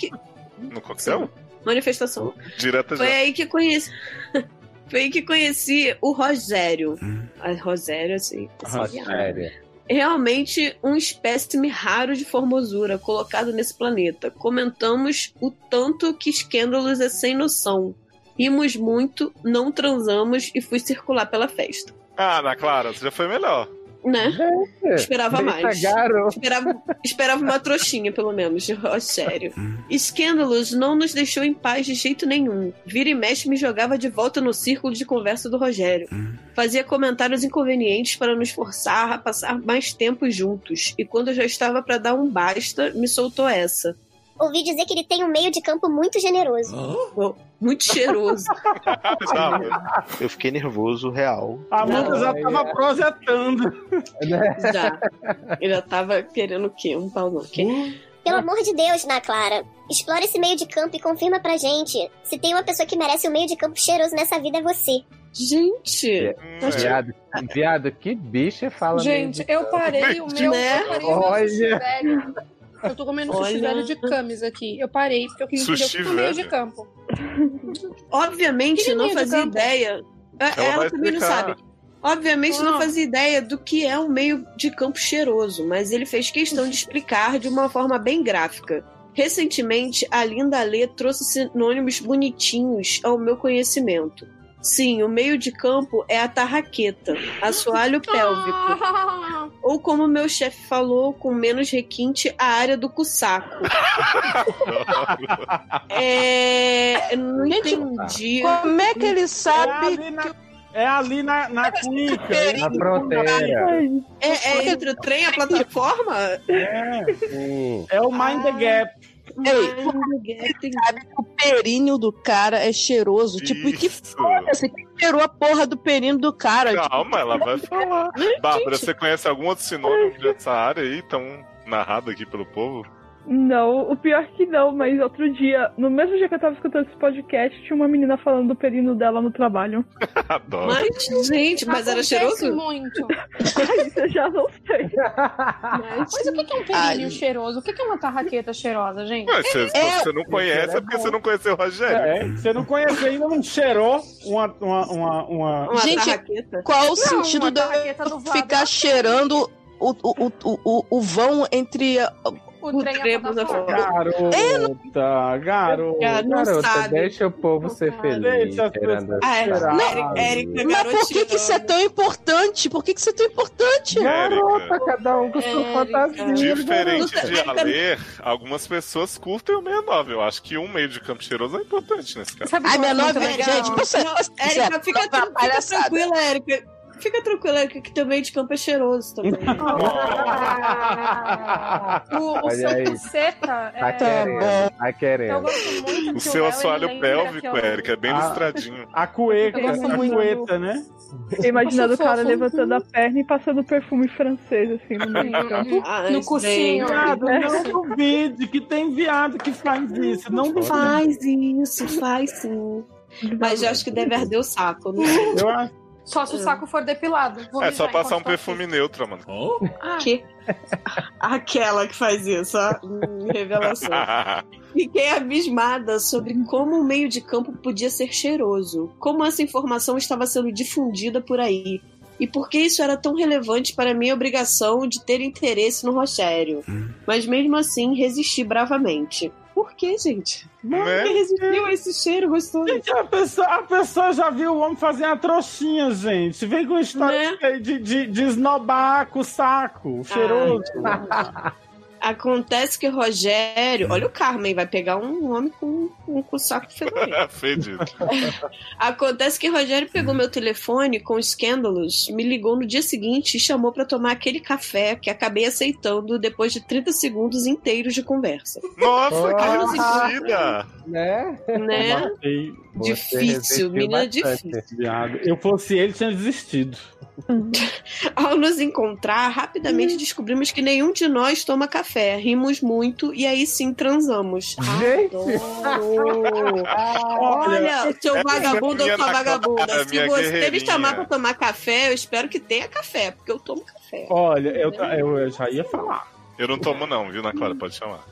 [SPEAKER 4] que.
[SPEAKER 6] no coquetel?
[SPEAKER 4] Manifestação.
[SPEAKER 6] Direta já.
[SPEAKER 4] Foi aí que conheci. Foi aí que conheci o Rogério. Ah, Rogério, assim. assim,
[SPEAKER 2] Sério.
[SPEAKER 4] realmente um espécime raro de formosura colocado nesse planeta. Comentamos o tanto que Scandalous é sem noção. Rimos muito, não transamos e fui circular pela festa.
[SPEAKER 6] Ah, Ana Clara, você já foi melhor.
[SPEAKER 4] Né?
[SPEAKER 2] É.
[SPEAKER 4] Esperava
[SPEAKER 2] Eita,
[SPEAKER 4] mais.
[SPEAKER 2] garoto.
[SPEAKER 4] Esperava, esperava uma trouxinha, pelo menos, ó, sério. Scandalous não nos deixou em paz de jeito nenhum. Vira e mexe me jogava de volta no círculo de conversa do Rogério. Fazia comentários inconvenientes para nos forçar a passar mais tempo juntos. E quando eu já estava para dar um basta, me soltou essa.
[SPEAKER 14] Ouvi dizer que ele tem um meio de campo muito generoso.
[SPEAKER 4] Bom, muito cheiroso.
[SPEAKER 6] Tá,
[SPEAKER 15] Eu fiquei nervoso, real.
[SPEAKER 7] A Amanda já
[SPEAKER 2] Ai,
[SPEAKER 7] tava projetando.
[SPEAKER 2] né?
[SPEAKER 4] já. Ele já tava querendo o quê? Um pau não. Quem?
[SPEAKER 8] Ah.
[SPEAKER 14] Pelo amor de Deus, Na Clara, explora esse meio de campo e confirma pra gente. Se tem uma pessoa que merece um meio de campo cheiroso nessa vida, é você.
[SPEAKER 4] Gente!
[SPEAKER 6] é.
[SPEAKER 2] Viado, viado, que bicha fala
[SPEAKER 8] Gente,
[SPEAKER 2] mesmo.
[SPEAKER 8] eu parei o meu.
[SPEAKER 4] Né?
[SPEAKER 8] Eu parei o meu
[SPEAKER 2] Olha.
[SPEAKER 8] sushi velho. Eu tô comendo sushi
[SPEAKER 4] Olha.
[SPEAKER 8] velho de camis aqui. Eu parei, porque eu queria
[SPEAKER 6] Sushi
[SPEAKER 8] fazer um meio
[SPEAKER 6] velho?
[SPEAKER 8] de campo.
[SPEAKER 4] Obviamente
[SPEAKER 8] Que
[SPEAKER 4] não
[SPEAKER 8] menino de
[SPEAKER 4] fazia
[SPEAKER 8] campo.
[SPEAKER 4] ideia. É,
[SPEAKER 6] Ela
[SPEAKER 4] Ela,
[SPEAKER 6] vai
[SPEAKER 4] também não
[SPEAKER 6] explicar.
[SPEAKER 4] sabe. Obviamente não
[SPEAKER 8] Não.
[SPEAKER 4] fazia ideia do que é um meio de campo cheiroso, mas ele fez questão de explicar de uma forma bem gráfica. Recentemente, a Linda Lê trouxe sinônimos bonitinhos ao meu conhecimento.
[SPEAKER 9] Ah.
[SPEAKER 4] Sim, o meio de campo é a tarraqueta, assoalho pélvico.
[SPEAKER 8] Ah,
[SPEAKER 4] Ou como meu chefe falou, com menos requinte, a área do cussaco. é. eu Não entendi.
[SPEAKER 3] Como é que ele sabe?
[SPEAKER 7] É ali na, na cuica.
[SPEAKER 4] Perigo.
[SPEAKER 2] Na fronteira.
[SPEAKER 4] É, é entre o trem e a plataforma?
[SPEAKER 3] É.
[SPEAKER 2] Sim.
[SPEAKER 7] É o Mind the Gap.
[SPEAKER 3] Ei, como é que ele sabe que o períneo do cara é cheiroso? Tipo, e que foda-se, quem cheirou a porra do períneo do cara?
[SPEAKER 6] Calma, ela vai falar. Bárbara, você conhece algum outro sinônimo dessa área aí, tão narrado aqui pelo povo?
[SPEAKER 1] Não, o pior que não, mas outro dia, no mesmo dia que eu tava escutando esse podcast, tinha uma menina falando do perino dela no trabalho.
[SPEAKER 6] Adoro.
[SPEAKER 4] Mas, gente, mas era
[SPEAKER 8] Acontece
[SPEAKER 4] cheiroso?
[SPEAKER 8] muito.
[SPEAKER 1] Ai, Isso eu já não sei.
[SPEAKER 8] Mas o que que é um períneo cheiroso? O que que é uma tarraqueta cheirosa, gente?
[SPEAKER 6] Mas se se você não conhece, é porque você não conheceu o Rogério.
[SPEAKER 7] É, você não conhece ainda, não cheirou uma. uma, uma, uma-
[SPEAKER 4] Uma
[SPEAKER 3] Gente,
[SPEAKER 4] tarraqueta?
[SPEAKER 3] Qual o
[SPEAKER 8] Não,
[SPEAKER 3] sentido
[SPEAKER 8] uma
[SPEAKER 9] tá
[SPEAKER 3] de
[SPEAKER 8] tarraqueta
[SPEAKER 3] eu
[SPEAKER 8] do
[SPEAKER 3] ficar cheirando o, o, o, o, o vão entre. a-
[SPEAKER 8] O trem é
[SPEAKER 4] Tremos da
[SPEAKER 8] plataforma.
[SPEAKER 4] forma.
[SPEAKER 7] Garota, garota.
[SPEAKER 4] Não
[SPEAKER 2] Garota,
[SPEAKER 4] sabe.
[SPEAKER 2] deixa o povo ser feliz.
[SPEAKER 7] Deixa as
[SPEAKER 2] cheirando
[SPEAKER 7] pessoas
[SPEAKER 4] Ah, é.
[SPEAKER 2] essa
[SPEAKER 7] Não,
[SPEAKER 2] área.
[SPEAKER 4] Érica,
[SPEAKER 3] Mas por que, que isso é tão importante? Por que, que isso é tão importante?
[SPEAKER 4] tá
[SPEAKER 6] Érica,
[SPEAKER 2] Garota, cada um com sua
[SPEAKER 4] Érica.
[SPEAKER 2] fantasia.
[SPEAKER 6] Diferente
[SPEAKER 2] garota.
[SPEAKER 6] de
[SPEAKER 4] tá
[SPEAKER 6] Alê, algumas pessoas curtem o 69. Eu acho que um meio de campo cheiroso é importante nesse caso.
[SPEAKER 8] Sabe
[SPEAKER 3] Ai,
[SPEAKER 8] qual
[SPEAKER 3] minha
[SPEAKER 8] é muito
[SPEAKER 3] nova-
[SPEAKER 8] legal? é
[SPEAKER 3] gente, você-
[SPEAKER 4] Não,
[SPEAKER 3] você-
[SPEAKER 4] Érica,
[SPEAKER 3] você-
[SPEAKER 4] fica,
[SPEAKER 3] uma
[SPEAKER 4] tran- fica
[SPEAKER 3] palhaçada.
[SPEAKER 4] tranquila, Érica. Fica tranquila, Érica, que teu meio de campo é cheiroso também.
[SPEAKER 8] Ah, o, o
[SPEAKER 2] Olha
[SPEAKER 8] seu
[SPEAKER 2] aí.
[SPEAKER 8] caceta
[SPEAKER 2] Tá
[SPEAKER 8] é...
[SPEAKER 2] querendo, tá
[SPEAKER 4] Então
[SPEAKER 8] Eu
[SPEAKER 2] querendo.
[SPEAKER 8] gosto muito que
[SPEAKER 6] O seu
[SPEAKER 8] Léo, ele
[SPEAKER 6] assoalho
[SPEAKER 8] lembra
[SPEAKER 6] pélvico,
[SPEAKER 8] que eu-
[SPEAKER 6] Érica, é bem
[SPEAKER 7] Ah.
[SPEAKER 6] listradinho.
[SPEAKER 7] A cueca,
[SPEAKER 8] Eu gosto
[SPEAKER 7] a
[SPEAKER 8] muito.
[SPEAKER 7] cueta, né?
[SPEAKER 1] Fiquei imaginando o
[SPEAKER 8] Nossa,
[SPEAKER 1] cara
[SPEAKER 8] fofo.
[SPEAKER 1] levantando a perna e passando perfume francês, assim, no meio.
[SPEAKER 4] Ah,
[SPEAKER 8] No
[SPEAKER 4] gente.
[SPEAKER 8] cursinho.
[SPEAKER 7] Viado,
[SPEAKER 4] É.
[SPEAKER 8] né?
[SPEAKER 7] não duvide que tem viado que faz isso. Não duvide.
[SPEAKER 4] Faz isso, faz sim. Mas eu acho que deve arder o saco. né? Não sei.
[SPEAKER 7] Eu acho.
[SPEAKER 8] Só se o saco for depilado. Vou
[SPEAKER 6] É
[SPEAKER 8] mijar
[SPEAKER 6] só passar um
[SPEAKER 8] enquanto tô
[SPEAKER 6] perfume neutro, mano.
[SPEAKER 8] Ah.
[SPEAKER 4] Que- Aquela que faz isso, ó. Hum, Revelação. Fiquei abismada sobre como o meio de campo podia ser cheiroso, como essa informação estava sendo difundida por aí, e por que isso era tão relevante para minha obrigação de ter interesse no Rogério. Mas mesmo assim, resisti bravamente. Por que, gente? Por
[SPEAKER 7] É
[SPEAKER 6] Né?
[SPEAKER 4] que resistiu a esse cheiro gostoso?
[SPEAKER 7] Gente, a pessoa, a pessoa já viu o homem fazer a trouxinha, gente. Vem com história de, de, de esnobar com o saco, cheiroso.
[SPEAKER 4] Acontece que Rogério. Olha o Carmen, vai pegar um homem com, com, com saco fedorento.
[SPEAKER 6] Fedido.
[SPEAKER 4] Acontece que Rogério pegou
[SPEAKER 2] Hum.
[SPEAKER 4] meu telefone com escândalos, me ligou no dia seguinte e chamou pra tomar aquele café que acabei aceitando depois de 30 segundos inteiros de conversa.
[SPEAKER 6] Nossa,
[SPEAKER 4] Ah.
[SPEAKER 6] que retida!
[SPEAKER 2] Né?
[SPEAKER 4] Né?
[SPEAKER 7] Matei,
[SPEAKER 2] Você
[SPEAKER 4] Difícil,
[SPEAKER 2] resistiu
[SPEAKER 4] menina é
[SPEAKER 2] bastante.
[SPEAKER 4] difícil.
[SPEAKER 7] viado. Eu fosse ele, tinha desistido.
[SPEAKER 4] Ao nos encontrar,
[SPEAKER 6] Hum.
[SPEAKER 4] rapidamente descobrimos que nenhum de nós toma café. Rimos muito e aí sim transamos.
[SPEAKER 2] Gente!
[SPEAKER 4] Adoro. Olha, seu vagabundo, eu
[SPEAKER 6] minha
[SPEAKER 4] sou
[SPEAKER 6] na
[SPEAKER 4] vagabunda.
[SPEAKER 6] cara,
[SPEAKER 4] Se
[SPEAKER 6] minha
[SPEAKER 4] você me
[SPEAKER 6] guerreirinha.
[SPEAKER 4] chamar pra tomar café, eu espero que tenha café, porque eu tomo café.
[SPEAKER 7] Olha, eu, ta- eu, eu já ia falar.
[SPEAKER 6] Eu não tomo, não, viu, na Clara? Pode chamar.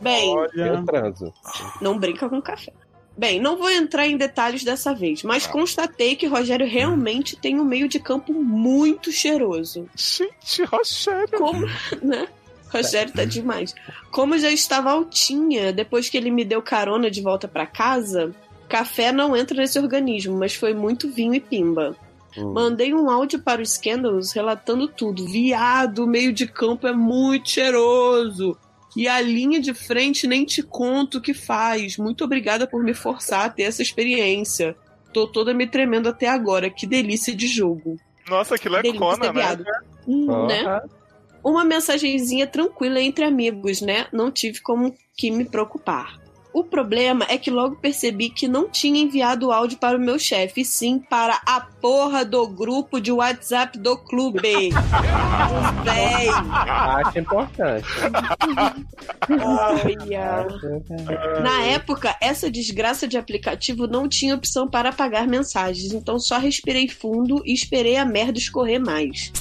[SPEAKER 4] Bem,
[SPEAKER 7] Olha,
[SPEAKER 2] Eu transo.
[SPEAKER 4] Não brinca com café. Bem, não vou entrar em detalhes dessa vez, mas constatei que Rogério realmente tem um meio de campo muito cheiroso.
[SPEAKER 6] Gente, Rochelle.
[SPEAKER 4] Como, né? Rogério tá demais. Como já estava altinha depois que ele me deu carona de volta pra casa, café não entra nesse organismo, mas foi muito vinho e pimba.
[SPEAKER 2] Hum.
[SPEAKER 4] Mandei um áudio para o Scandalous relatando tudo. Viado, o meio de campo é muito cheiroso. E a linha de frente nem te conto o que faz. Muito obrigada por me forçar a ter essa experiência. Tô toda me tremendo até agora. Que delícia de jogo.
[SPEAKER 6] Nossa, que
[SPEAKER 4] delícia,
[SPEAKER 6] lecona, né?
[SPEAKER 4] viado. Hum, né? Uma mensagenzinha tranquila entre amigos, né? Não tive como que me preocupar. O problema é que logo percebi que não tinha enviado o áudio para o meu chefe, e sim para a porra do grupo de WhatsApp do clube. Véi,
[SPEAKER 2] Acho importante.
[SPEAKER 4] olha.
[SPEAKER 2] Acho importante.
[SPEAKER 4] Na época, essa desgraça de aplicativo não tinha opção para apagar mensagens, então só respirei fundo e esperei a merda escorrer mais.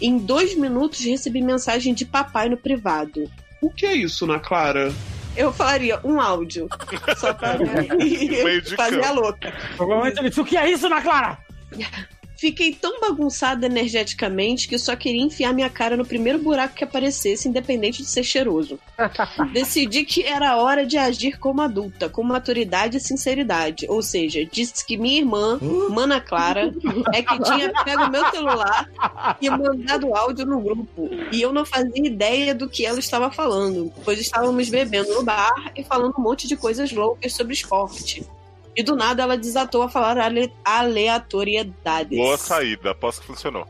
[SPEAKER 4] Em dois minutos recebi mensagem de papai no privado.
[SPEAKER 15] O que é isso, Ana Clara?
[SPEAKER 4] Eu falaria um áudio. Só pra
[SPEAKER 6] meio de
[SPEAKER 4] fazer
[SPEAKER 6] campo.
[SPEAKER 4] a louca.
[SPEAKER 7] provavelmente ele disse: O que é isso, Ana Clara?
[SPEAKER 4] Fiquei tão bagunçada energeticamente que eu só queria enfiar minha cara no primeiro buraco que aparecesse, independente de ser cheiroso. Decidi que era hora de agir como adulta, com maturidade e sinceridade. Ou seja, disse que minha irmã, Mana Clara, é que tinha pego meu celular e mandado áudio no grupo. E eu não fazia ideia do que ela estava falando, pois estávamos bebendo no bar e falando um monte de coisas loucas sobre esporte. E do nada ela desatou a falar ale- aleatoriedades.
[SPEAKER 6] Boa saída, aposto que funcionou.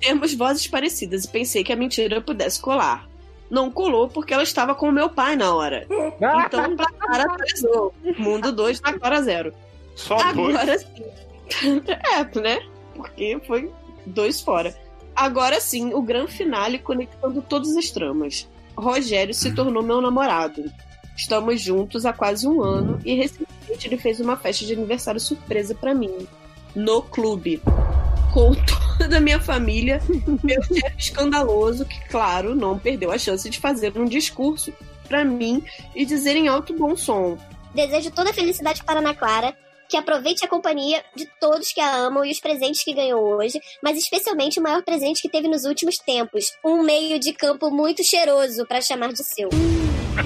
[SPEAKER 4] Temos vozes parecidas e pensei que a mentira pudesse colar. Não colou porque ela estava com o meu pai na hora. Então o placar atualizou. Mundo 2 na cara zero.
[SPEAKER 6] Só
[SPEAKER 4] Agora
[SPEAKER 6] dois?
[SPEAKER 4] sim. é, né? Porque foi dois fora. Agora sim, o grande finale conectando todas as tramas. Rogério se tornou meu namorado. Estamos juntos há quase um ano e recentemente ele fez uma festa de aniversário surpresa pra mim. No clube. Com toda a minha família, meu chefe escandaloso, que, claro, não perdeu a chance de fazer um discurso pra mim e dizer em alto bom som.
[SPEAKER 14] Desejo toda a felicidade para Ana Clara, que aproveite a companhia de todos que a amam e os presentes que ganhou hoje, mas especialmente o maior presente que teve nos últimos tempos: um meio de campo muito cheiroso para chamar de seu.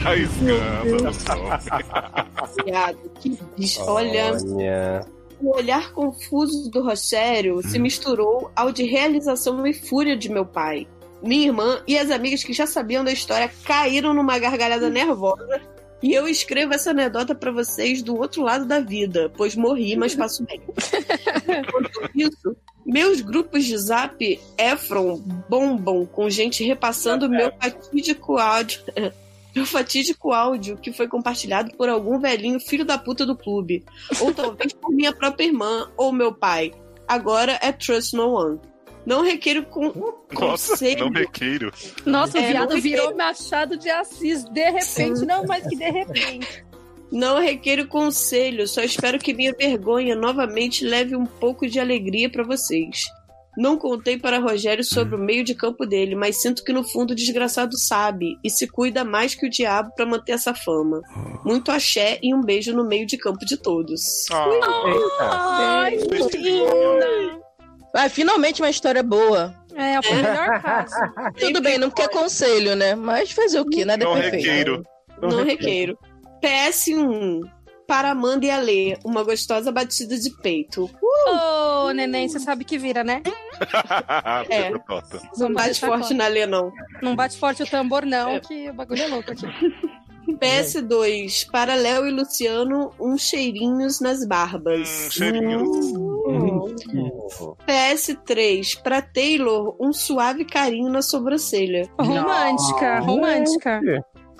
[SPEAKER 6] Ai, escândalo.
[SPEAKER 4] Viado, que bicho. Olha,
[SPEAKER 2] Olha.
[SPEAKER 4] o um olhar confuso do Rogério se misturou ao de realização e fúria de meu pai. Minha irmã e as amigas que já sabiam da história caíram numa gargalhada nervosa. E eu escrevo essa anedota pra vocês do outro lado da vida, pois morri, mas passo bem. Enquanto isso, meus grupos de zap Efron bombam com gente
[SPEAKER 6] Tá
[SPEAKER 4] repassando meu fatídico áudio. Meu fatídico áudio que foi compartilhado por algum velhinho filho da puta do clube. Ou talvez por minha própria irmã ou meu pai. Agora é Trust No One. Não requeiro com
[SPEAKER 6] Nossa,
[SPEAKER 4] conselho.
[SPEAKER 6] não requeiro.
[SPEAKER 8] Nossa, o
[SPEAKER 4] É,
[SPEAKER 8] viado
[SPEAKER 4] não fiquei-
[SPEAKER 8] virou Machado de Assis de repente. Não, mas que de repente.
[SPEAKER 4] Não requeiro conselho, só espero que minha vergonha novamente leve um pouco de alegria para vocês. Não contei para Rogério sobre o meio de campo dele, mas sinto que no fundo o desgraçado sabe e se cuida mais que o diabo para manter essa fama. Muito axé e um beijo no meio de campo de todos.
[SPEAKER 6] Ah,
[SPEAKER 3] Ai, que linda! Ah, finalmente uma história boa.
[SPEAKER 8] É,
[SPEAKER 3] foi o melhor
[SPEAKER 8] caso.
[SPEAKER 3] Ah, Tudo bem, não quer conselho, né? Mas fazer o quê? Nada é
[SPEAKER 6] Ah, Não um
[SPEAKER 3] perfeito.
[SPEAKER 6] requeiro.
[SPEAKER 4] Não requeiro. PS1. Para Amanda e Alê, uma gostosa batida de peito.
[SPEAKER 8] Ô, neném, você sabe que vira, né?
[SPEAKER 4] É.
[SPEAKER 6] Fica torta.
[SPEAKER 4] Não bate forte na Alê, não.
[SPEAKER 8] Não bate forte o tambor, não, que o bagulho é louco aqui.
[SPEAKER 4] PS2, para Léo e Luciano, uns cheirinhos nas barbas.
[SPEAKER 12] Hum,
[SPEAKER 6] Hum,
[SPEAKER 4] Hum. PS3, para Taylor, um suave carinho na sobrancelha.
[SPEAKER 8] Romântica, romântica.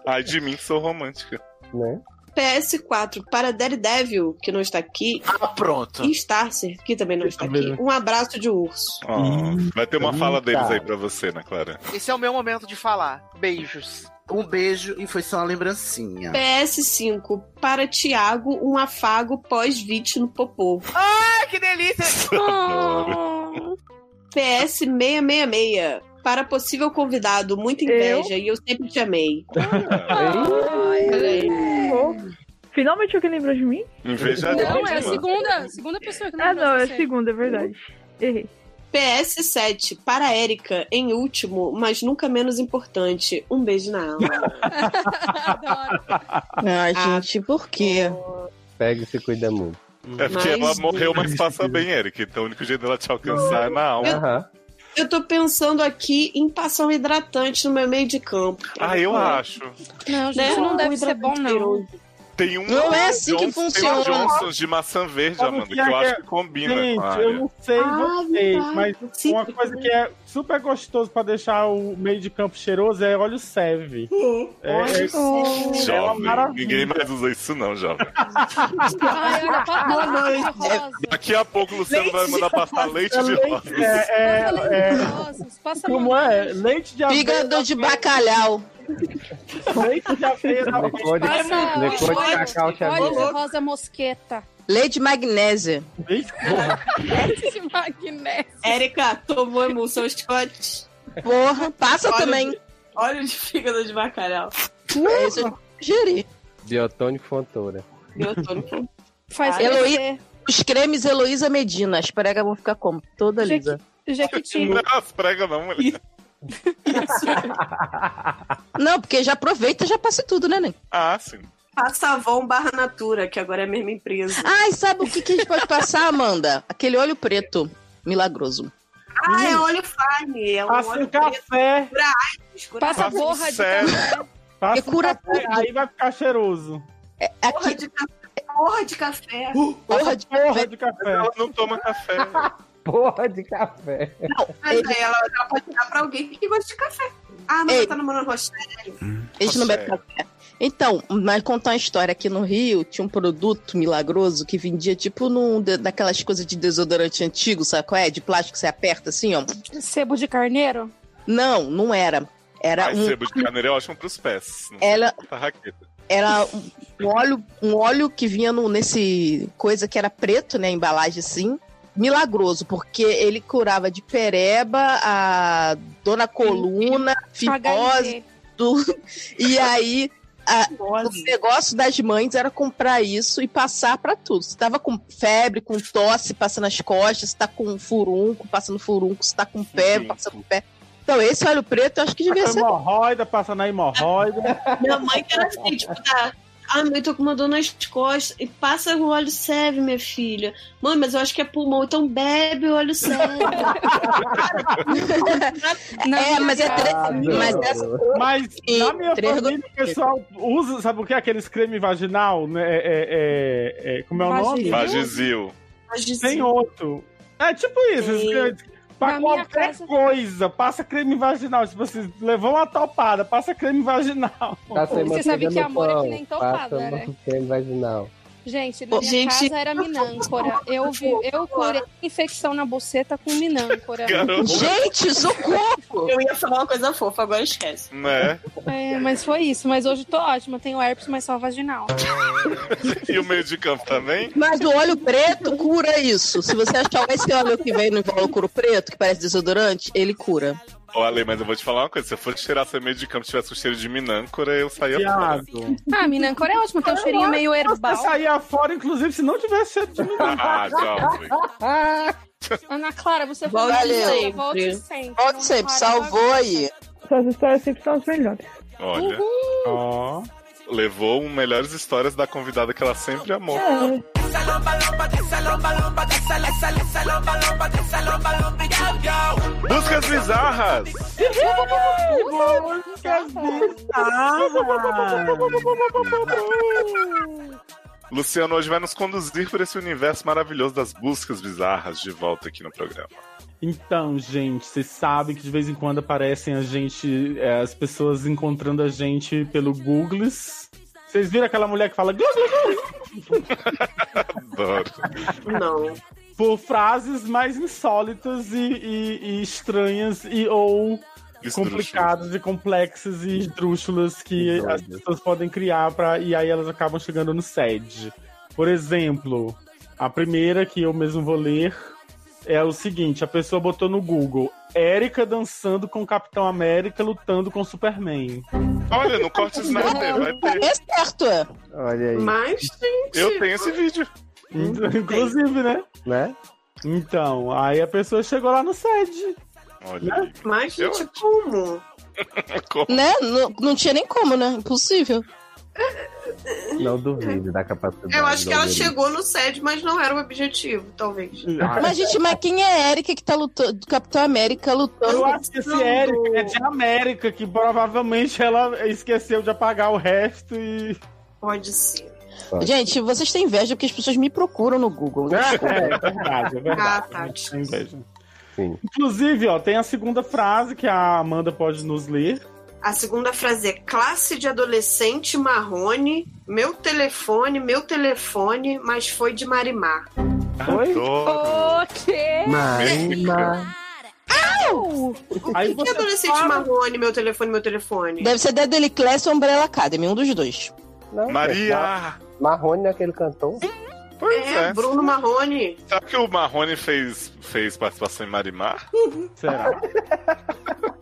[SPEAKER 6] Ai, de mim que sou romântica.
[SPEAKER 2] Né?
[SPEAKER 4] PS4, para Daredevil, que não está aqui.
[SPEAKER 12] Ah, pronto.
[SPEAKER 4] E Starcer, que também não está aqui. Um abraço de urso.
[SPEAKER 6] vai ter uma fala
[SPEAKER 12] Eita.
[SPEAKER 6] deles aí pra você, né, Clara?
[SPEAKER 16] Esse é o meu momento de falar. Beijos. Um beijo e foi só uma lembrancinha.
[SPEAKER 4] PS5, para Tiago, um afago pós-vit no popô.
[SPEAKER 16] Ah, que delícia!
[SPEAKER 4] PS666, para possível convidado, muita inveja e eu sempre te amei.
[SPEAKER 1] Finalmente alguém lembrou de mim?
[SPEAKER 6] Invejadíssima.
[SPEAKER 8] Não, é a segunda, segunda pessoa que não
[SPEAKER 1] Ah, não, é
[SPEAKER 8] você.
[SPEAKER 1] a segunda, é verdade. Errei.
[SPEAKER 4] PS7, para a Erika, em último, mas nunca menos importante, um beijo na alma.
[SPEAKER 3] Ai,
[SPEAKER 8] Ah.
[SPEAKER 3] gente, por quê?
[SPEAKER 2] Pega e se cuida muito.
[SPEAKER 6] É porque ela
[SPEAKER 4] Mas-
[SPEAKER 6] morreu, mas passa bem, Eric. Então o único jeito dela te alcançar é na alma.
[SPEAKER 4] Eu tô pensando aqui em passar um hidratante no meu meio de campo. Né? Um
[SPEAKER 6] Ah, eu acho.
[SPEAKER 8] Não, gente, não deve ser bom, não.
[SPEAKER 6] Tem um.
[SPEAKER 8] Não é assim que
[SPEAKER 6] Johnson- tem
[SPEAKER 8] funciona.
[SPEAKER 6] um Johnson's de maçã verde,
[SPEAKER 7] Sabe o
[SPEAKER 6] Amanda,
[SPEAKER 7] que
[SPEAKER 6] que
[SPEAKER 7] é
[SPEAKER 6] eu
[SPEAKER 7] que
[SPEAKER 6] acho
[SPEAKER 7] é?
[SPEAKER 6] que combina.
[SPEAKER 7] Gente,
[SPEAKER 6] com a área.
[SPEAKER 7] eu não sei
[SPEAKER 6] Ah,
[SPEAKER 7] vocês,
[SPEAKER 6] verdade.
[SPEAKER 7] mas uma coisa que é super gostoso pra deixar o meio de campo cheiroso é óleo serve. É, é, é uma
[SPEAKER 6] Jovem,
[SPEAKER 7] maravilha.
[SPEAKER 6] ninguém mais usa isso, não, jovem.
[SPEAKER 8] Ai, olha,
[SPEAKER 6] Boa
[SPEAKER 8] papel, leite de rosa.
[SPEAKER 6] Daqui a pouco o Luciano vai mandar passar leite de rosa.
[SPEAKER 7] É, é, é,
[SPEAKER 8] Nossa, passa
[SPEAKER 7] como é? Leite
[SPEAKER 8] Então,
[SPEAKER 7] de aveia.
[SPEAKER 3] Fígado de bacalhau.
[SPEAKER 7] Leite de aveia.
[SPEAKER 2] Licor de,
[SPEAKER 8] Passa-
[SPEAKER 2] licor é de
[SPEAKER 8] Olha,
[SPEAKER 2] cacau te
[SPEAKER 8] Olha
[SPEAKER 2] avisa.
[SPEAKER 8] de rosa mosqueta.
[SPEAKER 3] Leite de magnésia.
[SPEAKER 8] Leite de magnésio.
[SPEAKER 4] Erika, tomou emulsão Scott?
[SPEAKER 3] Porra, passa
[SPEAKER 4] Óleo
[SPEAKER 3] também.
[SPEAKER 4] de- Óleo de fígado de bacalhau.
[SPEAKER 3] É isso, eu geri.
[SPEAKER 2] Biotônico Fontoura.
[SPEAKER 4] Eu tô no
[SPEAKER 8] Faz
[SPEAKER 3] Heloí-
[SPEAKER 8] crescer.
[SPEAKER 3] Os cremes Heloísa Medina. As pregas vão ficar como? Toda lisa.
[SPEAKER 8] Jequitinho.
[SPEAKER 6] Não, é as pregas não, mulher.
[SPEAKER 3] Não, porque já aproveita e já passa tudo, né, Nen?
[SPEAKER 6] Ah, sim.
[SPEAKER 17] Passa Avon barra Natura, que agora é a mesma empresa.
[SPEAKER 3] Ai, sabe o que, que a gente pode passar, Amanda? Aquele olho preto milagroso.
[SPEAKER 17] Ah, é óleo fine. É um
[SPEAKER 3] Passa
[SPEAKER 17] óleo
[SPEAKER 3] um
[SPEAKER 17] preto.
[SPEAKER 3] café.
[SPEAKER 17] Cura AIDS, cura
[SPEAKER 8] Passa
[SPEAKER 17] AIDS.
[SPEAKER 8] porra de café.
[SPEAKER 7] Passa
[SPEAKER 3] Porque cura
[SPEAKER 7] um café,
[SPEAKER 3] tudo. É
[SPEAKER 7] Aí vai ficar cheiroso.
[SPEAKER 17] Porra de café. Porra de café.
[SPEAKER 3] Porra de
[SPEAKER 7] Porra de café.
[SPEAKER 6] Ela não toma café.
[SPEAKER 2] Porra de café.
[SPEAKER 17] Mas aí ela, ela pode dar pra alguém que gosta de café. Ah, mas
[SPEAKER 3] Ei.
[SPEAKER 17] ela tá namorando Rochelle.
[SPEAKER 3] A gente não bebe café. Então, mas contar uma história aqui no Rio, tinha um produto milagroso que vendia tipo num de- daquelas coisas de desodorante antigo, sabe qual é? De plástico que você aperta assim, ó.
[SPEAKER 8] Sebo de carneiro?
[SPEAKER 3] Não, não era. Era
[SPEAKER 6] Ai,
[SPEAKER 3] um
[SPEAKER 6] sebo de carneiro é ótimo pros pés. Não
[SPEAKER 3] Ela-
[SPEAKER 6] sei, tá raqueta.
[SPEAKER 3] era um- um óleo, um óleo que vinha no, nesse coisa que era preto, né, embalagem assim, milagroso, porque ele curava de pereba a dona coluna, fimose,
[SPEAKER 8] HIV.
[SPEAKER 3] tudo. E aí a- o negócio das mães era comprar isso e passar pra tudo. Se tava com febre, com tosse, passa nas costas, se tá com furunco, passa no furunco, se tá com pé, passa no pé. Então esse óleo preto eu acho que devia
[SPEAKER 7] Passa
[SPEAKER 3] ser
[SPEAKER 7] hemorroida, passa na hemorroida.
[SPEAKER 17] Minha mãe que era assim, tipo, tá. Ah, mãe, tô com uma dor nas costas. E passa o óleo serve, minha filha. Mãe, mas eu acho que é pulmão, então bebe o óleo serve.
[SPEAKER 3] É, mas é tre-
[SPEAKER 2] Ah, Tá
[SPEAKER 3] mas essa-
[SPEAKER 7] Mas na minha
[SPEAKER 3] Três
[SPEAKER 7] família o pessoal usa, sabe o que? é Aqueles creme vaginal, né? É, é- é- é- como é o nome?
[SPEAKER 6] Vagizil.
[SPEAKER 17] assim,
[SPEAKER 7] Tem outro. É tipo isso, esses cremes. Pra
[SPEAKER 8] Na minha
[SPEAKER 7] qualquer
[SPEAKER 8] casa-
[SPEAKER 7] coisa, passa creme vaginal. Tipo assim, levou uma topada, passa creme vaginal.
[SPEAKER 2] Tá sem
[SPEAKER 8] Você sabe
[SPEAKER 2] manteiga
[SPEAKER 8] que
[SPEAKER 2] no
[SPEAKER 8] amor é que
[SPEAKER 2] pão.
[SPEAKER 8] nem topada,
[SPEAKER 2] Passa
[SPEAKER 8] né?
[SPEAKER 2] um creme vaginal.
[SPEAKER 8] Gente, na minha
[SPEAKER 17] Gente.
[SPEAKER 8] casa era minâncora. Eu, vi, eu curei infecção na buceta com minâncora.
[SPEAKER 6] Garoto.
[SPEAKER 3] Gente, socorro!
[SPEAKER 17] Eu ia falar uma coisa fofa, agora esquece.
[SPEAKER 6] Né?
[SPEAKER 8] É, mas foi isso. Mas hoje eu tô ótima. Tenho herpes, mas só vaginal.
[SPEAKER 6] E o meio de campo também?
[SPEAKER 3] Mas o óleo preto cura isso. Se você achar esse óleo que vem no invólucro preto, que parece desodorante, ele cura.
[SPEAKER 6] Ó, Ale, mas eu vou te falar uma coisa. Se eu fosse cheirar seu meio de campo e tivesse o cheiro de minâncora, eu saía fora.
[SPEAKER 7] Viado.
[SPEAKER 8] Ah, minâncora é ótimo. Tem um cheirinho meio
[SPEAKER 7] Você
[SPEAKER 8] herbal.
[SPEAKER 7] saía fora, inclusive, se não tivesse cheiro de menino.
[SPEAKER 6] Ah, jovem.
[SPEAKER 8] Ana Clara, você foi
[SPEAKER 3] Volte
[SPEAKER 8] maravilhosa.
[SPEAKER 3] sempre.
[SPEAKER 8] Volte sempre. Não
[SPEAKER 3] Pode sempre,
[SPEAKER 8] para
[SPEAKER 3] salvou
[SPEAKER 8] agora.
[SPEAKER 3] aí.
[SPEAKER 1] Essas histórias sempre são as melhores.
[SPEAKER 6] Olha.
[SPEAKER 3] Uhum.
[SPEAKER 7] Ó.
[SPEAKER 6] Levou um melhores histórias da convidada que ela sempre amou.
[SPEAKER 3] É.
[SPEAKER 6] Músicas bizarras! Luciano hoje vai nos conduzir por esse universo maravilhoso das buscas bizarras de volta aqui no programa.
[SPEAKER 7] Então, gente, vocês sabem que de vez em quando aparecem a gente, é, as pessoas encontrando a gente pelo Google. Vocês viram aquela mulher que fala Google,
[SPEAKER 6] Adoro.
[SPEAKER 17] Não.
[SPEAKER 7] por frases mais insólitas e, e- e estranhas e ou
[SPEAKER 6] Esdrúxulas.
[SPEAKER 7] complicadas e complexas e esdrúxulas que
[SPEAKER 2] Doido.
[SPEAKER 7] as pessoas podem criar para e aí elas acabam chegando no sede. Por exemplo, a primeira que eu mesmo vou ler é o seguinte, a pessoa botou no Google Érica dançando com o Capitão América lutando com o Superman.
[SPEAKER 6] Olha, não corte Snyder, vai ter.
[SPEAKER 3] É certo. é.
[SPEAKER 2] Olha aí,
[SPEAKER 17] Mas, gente.
[SPEAKER 6] Eu tenho esse vídeo.
[SPEAKER 7] Então, Inclusive, né?
[SPEAKER 2] né?
[SPEAKER 7] Então, aí a pessoa chegou lá no sede.
[SPEAKER 6] Olha aí.
[SPEAKER 17] Mas,
[SPEAKER 6] Eu-
[SPEAKER 17] gente, como?
[SPEAKER 6] Como-
[SPEAKER 3] Né? Não, não tinha nem como, né? Impossível.
[SPEAKER 2] Não duvide da capacidade.
[SPEAKER 17] Eu acho que
[SPEAKER 2] do
[SPEAKER 17] ela
[SPEAKER 2] algoritmo.
[SPEAKER 17] chegou no sede, mas não era o objetivo, talvez.
[SPEAKER 3] Mas, gente, mas quem é a Erika que tá lutando? Do Capitão América lutando.
[SPEAKER 7] Eu acho que esse
[SPEAKER 17] Não,
[SPEAKER 7] Érica
[SPEAKER 17] do-
[SPEAKER 7] é de América, que provavelmente ela esqueceu de apagar o resto e.
[SPEAKER 17] Pode ser.
[SPEAKER 3] Gente, vocês têm inveja porque as pessoas me procuram no Google.
[SPEAKER 7] É, é verdade, é
[SPEAKER 17] Ah,
[SPEAKER 7] verdade.
[SPEAKER 17] tá.
[SPEAKER 7] Tem inveja.
[SPEAKER 2] Sim.
[SPEAKER 7] Inclusive, ó, tem a segunda frase que a Amanda pode nos ler.
[SPEAKER 17] A segunda frase é classe de adolescente marrone, meu telefone, meu telefone, mas foi de Marimar.
[SPEAKER 7] Oi?
[SPEAKER 6] Adoro.
[SPEAKER 8] O quê?
[SPEAKER 2] Marina.
[SPEAKER 17] O que, que
[SPEAKER 7] Aí você
[SPEAKER 17] é adolescente
[SPEAKER 7] fala-
[SPEAKER 17] marrone, meu telefone, meu telefone?
[SPEAKER 3] Deve ser Deadly Class ou Umbrella Academy, um dos dois.
[SPEAKER 2] Não, é
[SPEAKER 6] Maria!
[SPEAKER 2] Mar- Marrone naquele cantor.
[SPEAKER 6] Pois
[SPEAKER 17] É,
[SPEAKER 6] é.
[SPEAKER 17] Bruno Marrone.
[SPEAKER 6] Sabe que o Marrone fez, fez participação em Marimar?
[SPEAKER 7] Será?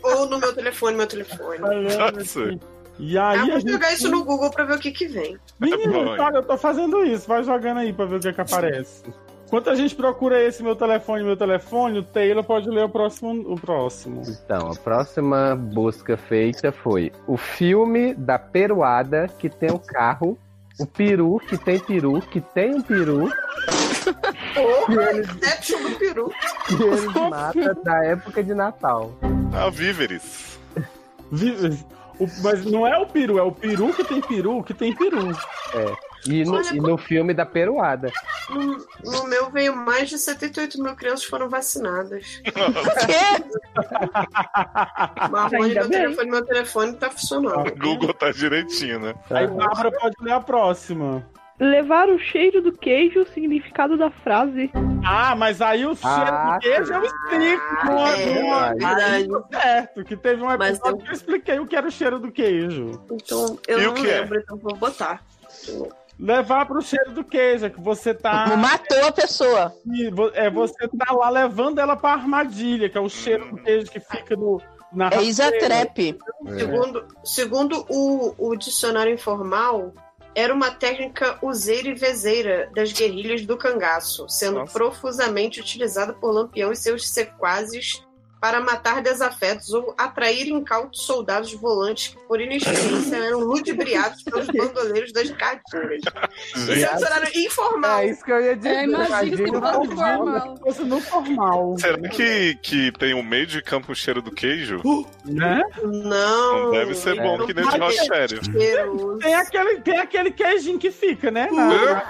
[SPEAKER 17] Ou no meu telefone, meu telefone.
[SPEAKER 7] É,
[SPEAKER 6] Nossa.
[SPEAKER 7] E
[SPEAKER 17] Ah,
[SPEAKER 7] aí a
[SPEAKER 17] vou
[SPEAKER 7] gente.
[SPEAKER 17] jogar isso no Google pra ver o que que vem.
[SPEAKER 7] Menino, tá,
[SPEAKER 6] É bom, hein?
[SPEAKER 7] olha, eu tô fazendo isso. Vai jogando aí pra ver o que, é que aparece. Enquanto a gente procura esse meu telefone, meu telefone, o Taylor pode ler o próximo. O próximo.
[SPEAKER 2] Então, a próxima busca feita foi o filme da peruada que tem um carro, o peru que tem peru, que tem um peru,
[SPEAKER 4] Porra, Inception do É peru.
[SPEAKER 2] que eles mata da época de Natal.
[SPEAKER 6] Ah, víveres.
[SPEAKER 7] Víveres. O- mas não é o peru, é o peru que tem peru que tem peru.
[SPEAKER 2] É. E no,
[SPEAKER 4] Olha
[SPEAKER 2] e no filme da peruada.
[SPEAKER 4] No, no meu veio mais de 78 mil crianças foram vacinadas. Marrone,
[SPEAKER 7] Ainda
[SPEAKER 4] meu
[SPEAKER 7] bem.
[SPEAKER 4] telefone, meu telefone tá funcionando.
[SPEAKER 6] Google tá direitinho, né?
[SPEAKER 7] Aí Bárbara pode ler a próxima.
[SPEAKER 1] Levar o cheiro do queijo, o significado da frase.
[SPEAKER 7] Ah, mas aí o
[SPEAKER 1] Ah,
[SPEAKER 7] cheiro do queijo eu explico.
[SPEAKER 6] ah,
[SPEAKER 7] Não é,
[SPEAKER 1] é,
[SPEAKER 7] não é,
[SPEAKER 1] verdade.
[SPEAKER 7] não é certo, que teve um
[SPEAKER 4] Mas
[SPEAKER 7] episódio
[SPEAKER 4] eu-
[SPEAKER 7] que eu expliquei o que era o cheiro do queijo.
[SPEAKER 4] Então, eu não
[SPEAKER 7] é?
[SPEAKER 4] lembro, então vou botar.
[SPEAKER 7] Levar pro cheiro do queijo, é que você tá.
[SPEAKER 13] Matou a pessoa.
[SPEAKER 7] É, você tá lá levando ela pra armadilha, que é o cheiro do queijo que fica no. Na
[SPEAKER 13] É Isatrep.
[SPEAKER 6] É.
[SPEAKER 2] É.
[SPEAKER 4] Segundo, segundo o, o dicionário informal, era uma técnica useira e vezeira das guerrilhas do cangaço, sendo
[SPEAKER 7] Nossa.
[SPEAKER 4] profusamente utilizada por Lampião e seus sequazes para matar desafetos ou atrair incautos soldados volantes que, por inexperiência, eram ludibriados pelos bandoleiros das caatingas. Isso é um dicionário informal.
[SPEAKER 2] É isso que eu ia
[SPEAKER 6] dizer, É, imagina que imagina não formal.
[SPEAKER 7] Fosse no formal.
[SPEAKER 6] Será que, que tem um meio de campo cheiro do queijo?
[SPEAKER 7] Né?
[SPEAKER 4] Não.
[SPEAKER 6] Não deve ser bom que nem de Rochério.
[SPEAKER 7] Tem aquele, tem aquele queijinho que fica, né? Na, na-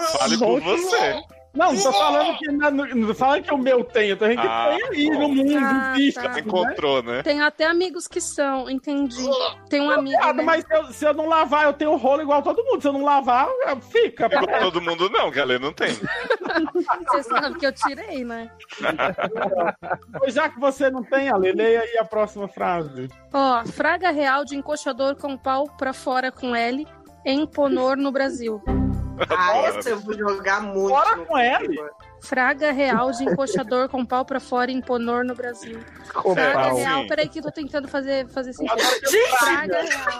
[SPEAKER 8] é.
[SPEAKER 6] Fale por você.
[SPEAKER 7] Não, tô falando que, na, no- não fala que é o meu tem, eu tô dizendo que
[SPEAKER 6] Ah,
[SPEAKER 7] tem aí
[SPEAKER 6] bom.
[SPEAKER 7] no mundo,
[SPEAKER 6] Ah,
[SPEAKER 7] existe.
[SPEAKER 6] tá. Encontrou, né?
[SPEAKER 8] Tem até amigos que são, entendi. Tem um
[SPEAKER 7] Não,
[SPEAKER 8] amigo.
[SPEAKER 7] viado,
[SPEAKER 8] né?
[SPEAKER 7] Mas se eu, se eu não lavar, eu tenho rolo igual todo mundo. Se eu não lavar, eu- fica.
[SPEAKER 6] Igual todo mundo não, galera, não tem.
[SPEAKER 8] Você sabe que eu tirei, né?
[SPEAKER 7] Pois já que você não tem, Ale, leia aí a próxima frase.
[SPEAKER 8] Ó, Fraga Real de encoxador com pau pra fora com L em Ponor no Brasil.
[SPEAKER 4] Ah, essa eu vou jogar muito.
[SPEAKER 8] Fora
[SPEAKER 4] no
[SPEAKER 8] com L?
[SPEAKER 4] FIFA.
[SPEAKER 8] Fraga Real de encoxador com pau pra fora em Ponor no Brasil.
[SPEAKER 7] Com
[SPEAKER 6] É,
[SPEAKER 8] Fraga
[SPEAKER 7] pau.
[SPEAKER 8] Real,
[SPEAKER 7] Sim.
[SPEAKER 8] peraí que eu tô tentando fazer, fazer sentido.
[SPEAKER 4] Gente!
[SPEAKER 8] Fraga Real.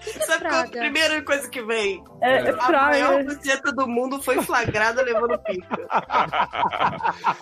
[SPEAKER 4] Sabe qual é a primeira coisa que vem?
[SPEAKER 1] É, é
[SPEAKER 4] a
[SPEAKER 1] praga.
[SPEAKER 4] maior buceta do mundo foi flagrada levando pica.